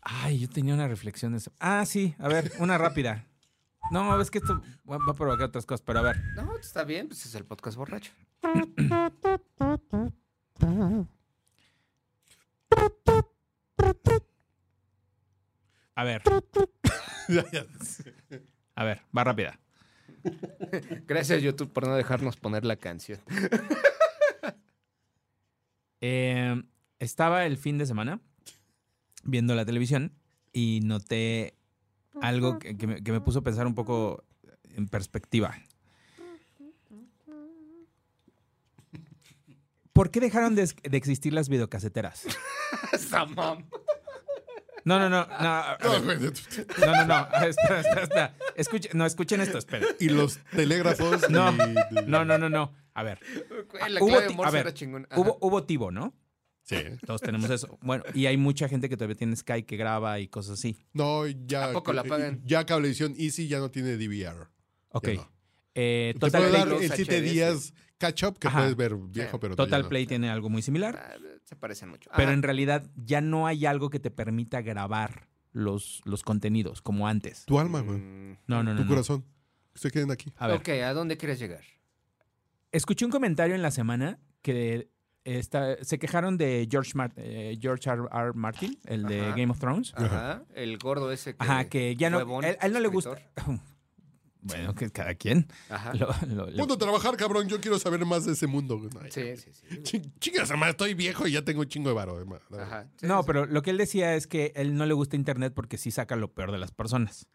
Speaker 1: Ay, yo tenía una reflexión de eso. Ah, sí, a ver, una rápida. No, es que esto va va a provocar otras cosas, pero a ver.
Speaker 3: No, está bien, pues es el podcast borracho.
Speaker 1: A ver,
Speaker 2: Ya, ya.
Speaker 1: a ver, va rápida.
Speaker 3: Gracias, YouTube, por no dejarnos poner la canción.
Speaker 1: Eh, estaba el fin de semana viendo la televisión y noté algo que, que me, que me puso a pensar un poco en perspectiva. ¿Por qué dejaron de, de existir las videocaseteras?
Speaker 3: Samam.
Speaker 1: No, no, no. No, a ver,
Speaker 2: No, güey.
Speaker 1: no, no. no. Espera, espera, espera. Escuche- no, escuchen esto, espera.
Speaker 2: Y los telégrafos.
Speaker 1: No,
Speaker 2: y-
Speaker 1: No, no, no, no. A ver,
Speaker 3: La
Speaker 1: Ah, Hubo
Speaker 3: clave
Speaker 1: ti-
Speaker 3: Morse
Speaker 1: a ver,
Speaker 3: era chingona. Ajá.
Speaker 1: hubo, hubo Tivo, ¿no?
Speaker 2: Sí.
Speaker 1: Todos tenemos eso. Bueno, y hay mucha gente que todavía tiene Sky que graba y cosas así.
Speaker 2: No, ya. eh,
Speaker 3: ¿A poco la pagan?
Speaker 2: Ya Cablevisión Easy ya no tiene DVR.
Speaker 1: Ok.
Speaker 2: Ya no.
Speaker 1: Eh,
Speaker 2: Te
Speaker 1: Total
Speaker 2: puede
Speaker 1: Play,
Speaker 2: dar
Speaker 3: Plus
Speaker 2: en 7
Speaker 3: HDS.
Speaker 2: días catch up que
Speaker 1: Ajá.
Speaker 2: puedes ver viejo, pero. tú ya
Speaker 1: Total
Speaker 2: no.
Speaker 1: Play tiene algo muy similar,
Speaker 3: Ah, Se parecen mucho.
Speaker 1: pero
Speaker 3: Ajá.
Speaker 1: en realidad ya no hay algo que te permita grabar los, los contenidos como antes.
Speaker 2: Tu alma, güey.
Speaker 3: Mm.
Speaker 1: No, no, no.
Speaker 2: Tu
Speaker 1: no.
Speaker 2: corazón. Se queden aquí.
Speaker 1: A ver,
Speaker 3: Ok, ¿a dónde quieres llegar?
Speaker 1: escuché un comentario en la semana que está- se quejaron de George, Mar- eh, George R. R. Martin, el de
Speaker 3: Ajá. Ah,
Speaker 1: Game of Thrones.
Speaker 3: Ajá, el gordo ese que...
Speaker 1: Ajá, que ya no.
Speaker 3: huevón,
Speaker 1: él, a él no le gusta.
Speaker 3: escritor.
Speaker 1: Bueno, que cada quien.
Speaker 3: Ajá.
Speaker 1: Lo- lo- lo-
Speaker 2: Ponte a trabajar, cabrón. Yo quiero saber más de ese mundo, güey. Ay,
Speaker 3: Sí, sí, sí. güey.
Speaker 2: chi- Chingas, además, estoy viejo y ya tengo un chingo de varo. además.
Speaker 3: Ajá. sí,
Speaker 1: No,
Speaker 3: sí,
Speaker 1: pero lo que él decía es que él no le gusta internet porque sí saca lo peor de las personas.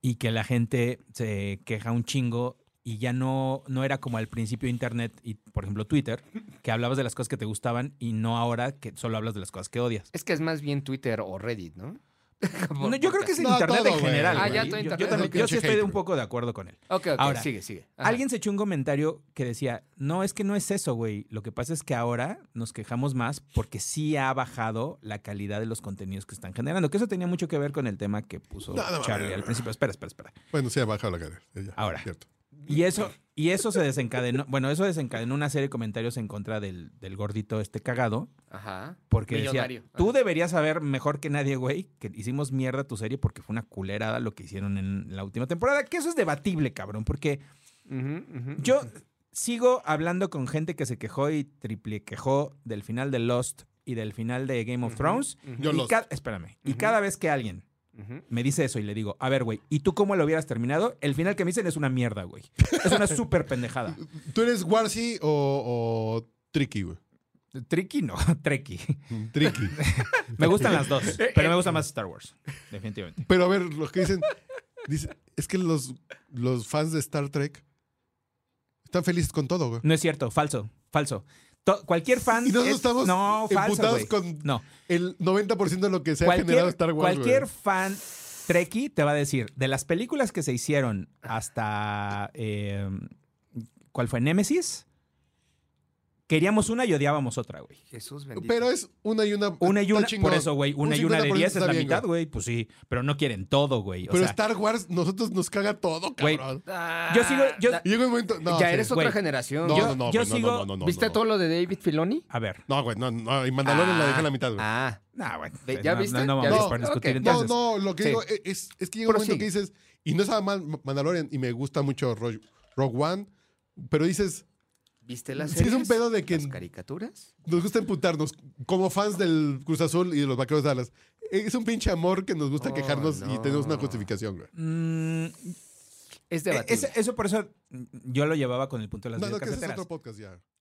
Speaker 1: Y que la gente se queja un chingo y ya no, no era como al principio internet y, por ejemplo, Twitter, que hablabas de las cosas que te gustaban y no ahora que solo hablas de las cosas que odias.
Speaker 3: Es que es más bien Twitter o Reddit, ¿no? Por-
Speaker 1: No, yo creo que es
Speaker 3: por
Speaker 1: en
Speaker 2: No,
Speaker 1: internet
Speaker 2: todo,
Speaker 1: en
Speaker 2: güey.
Speaker 1: general.
Speaker 3: Ah, ya
Speaker 1: güey.
Speaker 3: todo
Speaker 1: Yo- yo,
Speaker 3: internet,
Speaker 1: también-
Speaker 2: no,
Speaker 1: yo sí
Speaker 2: pinche
Speaker 1: estoy de un
Speaker 2: hater.
Speaker 1: poco de acuerdo con él.
Speaker 3: casi. Ok, ok,
Speaker 1: Ahora,
Speaker 3: sigue, sigue. Ajá.
Speaker 1: Alguien se echó un comentario que decía, no, es que no es eso, güey. Lo que pasa es que ahora nos quejamos más porque sí ha bajado la calidad de los contenidos que están generando. Que eso tenía mucho que ver con el tema que puso
Speaker 2: No, no,
Speaker 1: Charlie
Speaker 2: no,
Speaker 1: al
Speaker 2: no.
Speaker 1: principio. Espera, espera, espera.
Speaker 2: Bueno, sí, ha bajado la cadera. Ya,
Speaker 1: Ahora.
Speaker 2: Cierto.
Speaker 1: Y eso, y eso se desencadenó, bueno, eso desencadenó una serie de comentarios en contra del, del gordito este cagado.
Speaker 3: Ajá.
Speaker 1: Porque decía,
Speaker 3: Millonario.
Speaker 1: tú
Speaker 3: Ajá.
Speaker 1: deberías saber mejor que nadie, güey, que hicimos mierda tu serie porque fue una culerada lo que hicieron en la última temporada. Que eso es debatible, cabrón, porque
Speaker 3: Ujú, ujú.
Speaker 1: yo sigo hablando con gente que se quejó y triple quejó del final de Lost y del final de Game of
Speaker 3: Ujú,
Speaker 1: Thrones.
Speaker 3: ujú,
Speaker 2: Yo
Speaker 1: y
Speaker 2: Lost.
Speaker 1: ca- Espérame. Y
Speaker 3: Ujú.
Speaker 1: cada vez que alguien
Speaker 3: ujú.
Speaker 1: me dice eso y le digo, a ver, güey, ¿y tú cómo lo hubieras terminado? El final que me dicen es una mierda, güey. Es una súper pendejada.
Speaker 2: ¿Tú eres Warsi o, o Tricky, güey?
Speaker 1: Tricky no, Treki.
Speaker 2: Tricky.
Speaker 1: Me gustan las dos,
Speaker 2: Eh,
Speaker 1: pero me gusta más Star Wars, definitivamente.
Speaker 2: Pero a ver, los que dicen. dicen, es que los, los fans de Star Trek están felices con todo, güey.
Speaker 1: No es cierto, falso, falso. To- cualquier fan.
Speaker 2: Y nosotros
Speaker 1: es-
Speaker 2: estamos
Speaker 1: No, falso. güey.
Speaker 2: emputados con
Speaker 1: No.
Speaker 2: el 90% de lo que se ha generado Star Wars.
Speaker 1: cualquier
Speaker 2: güey.
Speaker 1: fan Trekkie te va a decir, de las películas que se hicieron hasta. eh, ¿Cuál fue? ¿Némesis? Queríamos una y odiábamos otra, güey.
Speaker 3: Jesús bendito.
Speaker 2: Pero es una y una.
Speaker 1: Una y
Speaker 2: Ah, está
Speaker 1: una,
Speaker 2: chingón.
Speaker 1: por eso, güey, una
Speaker 2: Un
Speaker 1: y una de
Speaker 2: 50%
Speaker 1: 10 es
Speaker 2: está
Speaker 1: la
Speaker 2: bien,
Speaker 1: mitad, güey. Pues sí, pero no quieren todo, güey. O
Speaker 2: Pero
Speaker 1: sea,
Speaker 2: Star Wars, nosotros nos caga todo,
Speaker 1: Güey,
Speaker 2: cabrón.
Speaker 3: Ah,
Speaker 1: yo sigo. Yo,
Speaker 3: da-
Speaker 2: Y llega un momento. No,
Speaker 3: ya
Speaker 2: sí.
Speaker 3: eres
Speaker 1: güey.
Speaker 3: otra generación.
Speaker 2: No,
Speaker 1: yo-
Speaker 2: no, no,
Speaker 1: yo
Speaker 2: güey, no,
Speaker 1: sigo-
Speaker 2: no, no, no,
Speaker 3: ¿Viste
Speaker 2: no,
Speaker 3: todo lo de David Filoni?
Speaker 1: a ver.
Speaker 2: No, güey, no, no. Y Mandalorian la deja a la mitad, güey.
Speaker 3: Ah,
Speaker 1: Nah, güey,
Speaker 3: Ve, ¿ya
Speaker 1: no,
Speaker 3: viste?
Speaker 1: No, no
Speaker 2: ¿Ya
Speaker 1: vamos
Speaker 2: viste?
Speaker 1: a discutir
Speaker 3: Ok.
Speaker 1: entonces.
Speaker 2: no, no, lo que
Speaker 3: sí.
Speaker 2: digo es- es, es que llega un momento
Speaker 3: Prosigue.
Speaker 2: que dices, y no estaba mal Mandalorian, y me gusta mucho Ro- Rogue One, pero dices,
Speaker 3: ¿viste las
Speaker 2: Mm, Sí, es
Speaker 3: series?
Speaker 2: un pedo de que-
Speaker 3: ¿Las caricaturas?
Speaker 2: nos gusta emputarnos, como fans del Cruz Azul y de los Vaqueros de Dallas. Es un pinche amor que nos gusta
Speaker 3: Oh,
Speaker 2: quejarnos y
Speaker 3: no.
Speaker 2: tenemos una justificación, güey.
Speaker 1: Mm,
Speaker 3: Es
Speaker 1: Eh,
Speaker 2: e-,
Speaker 3: debatible.
Speaker 1: ese- eso por eso mm, yo lo llevaba con el punto de las
Speaker 2: No, no, que ese es
Speaker 1: videocaseteras.
Speaker 2: otro podcast ya.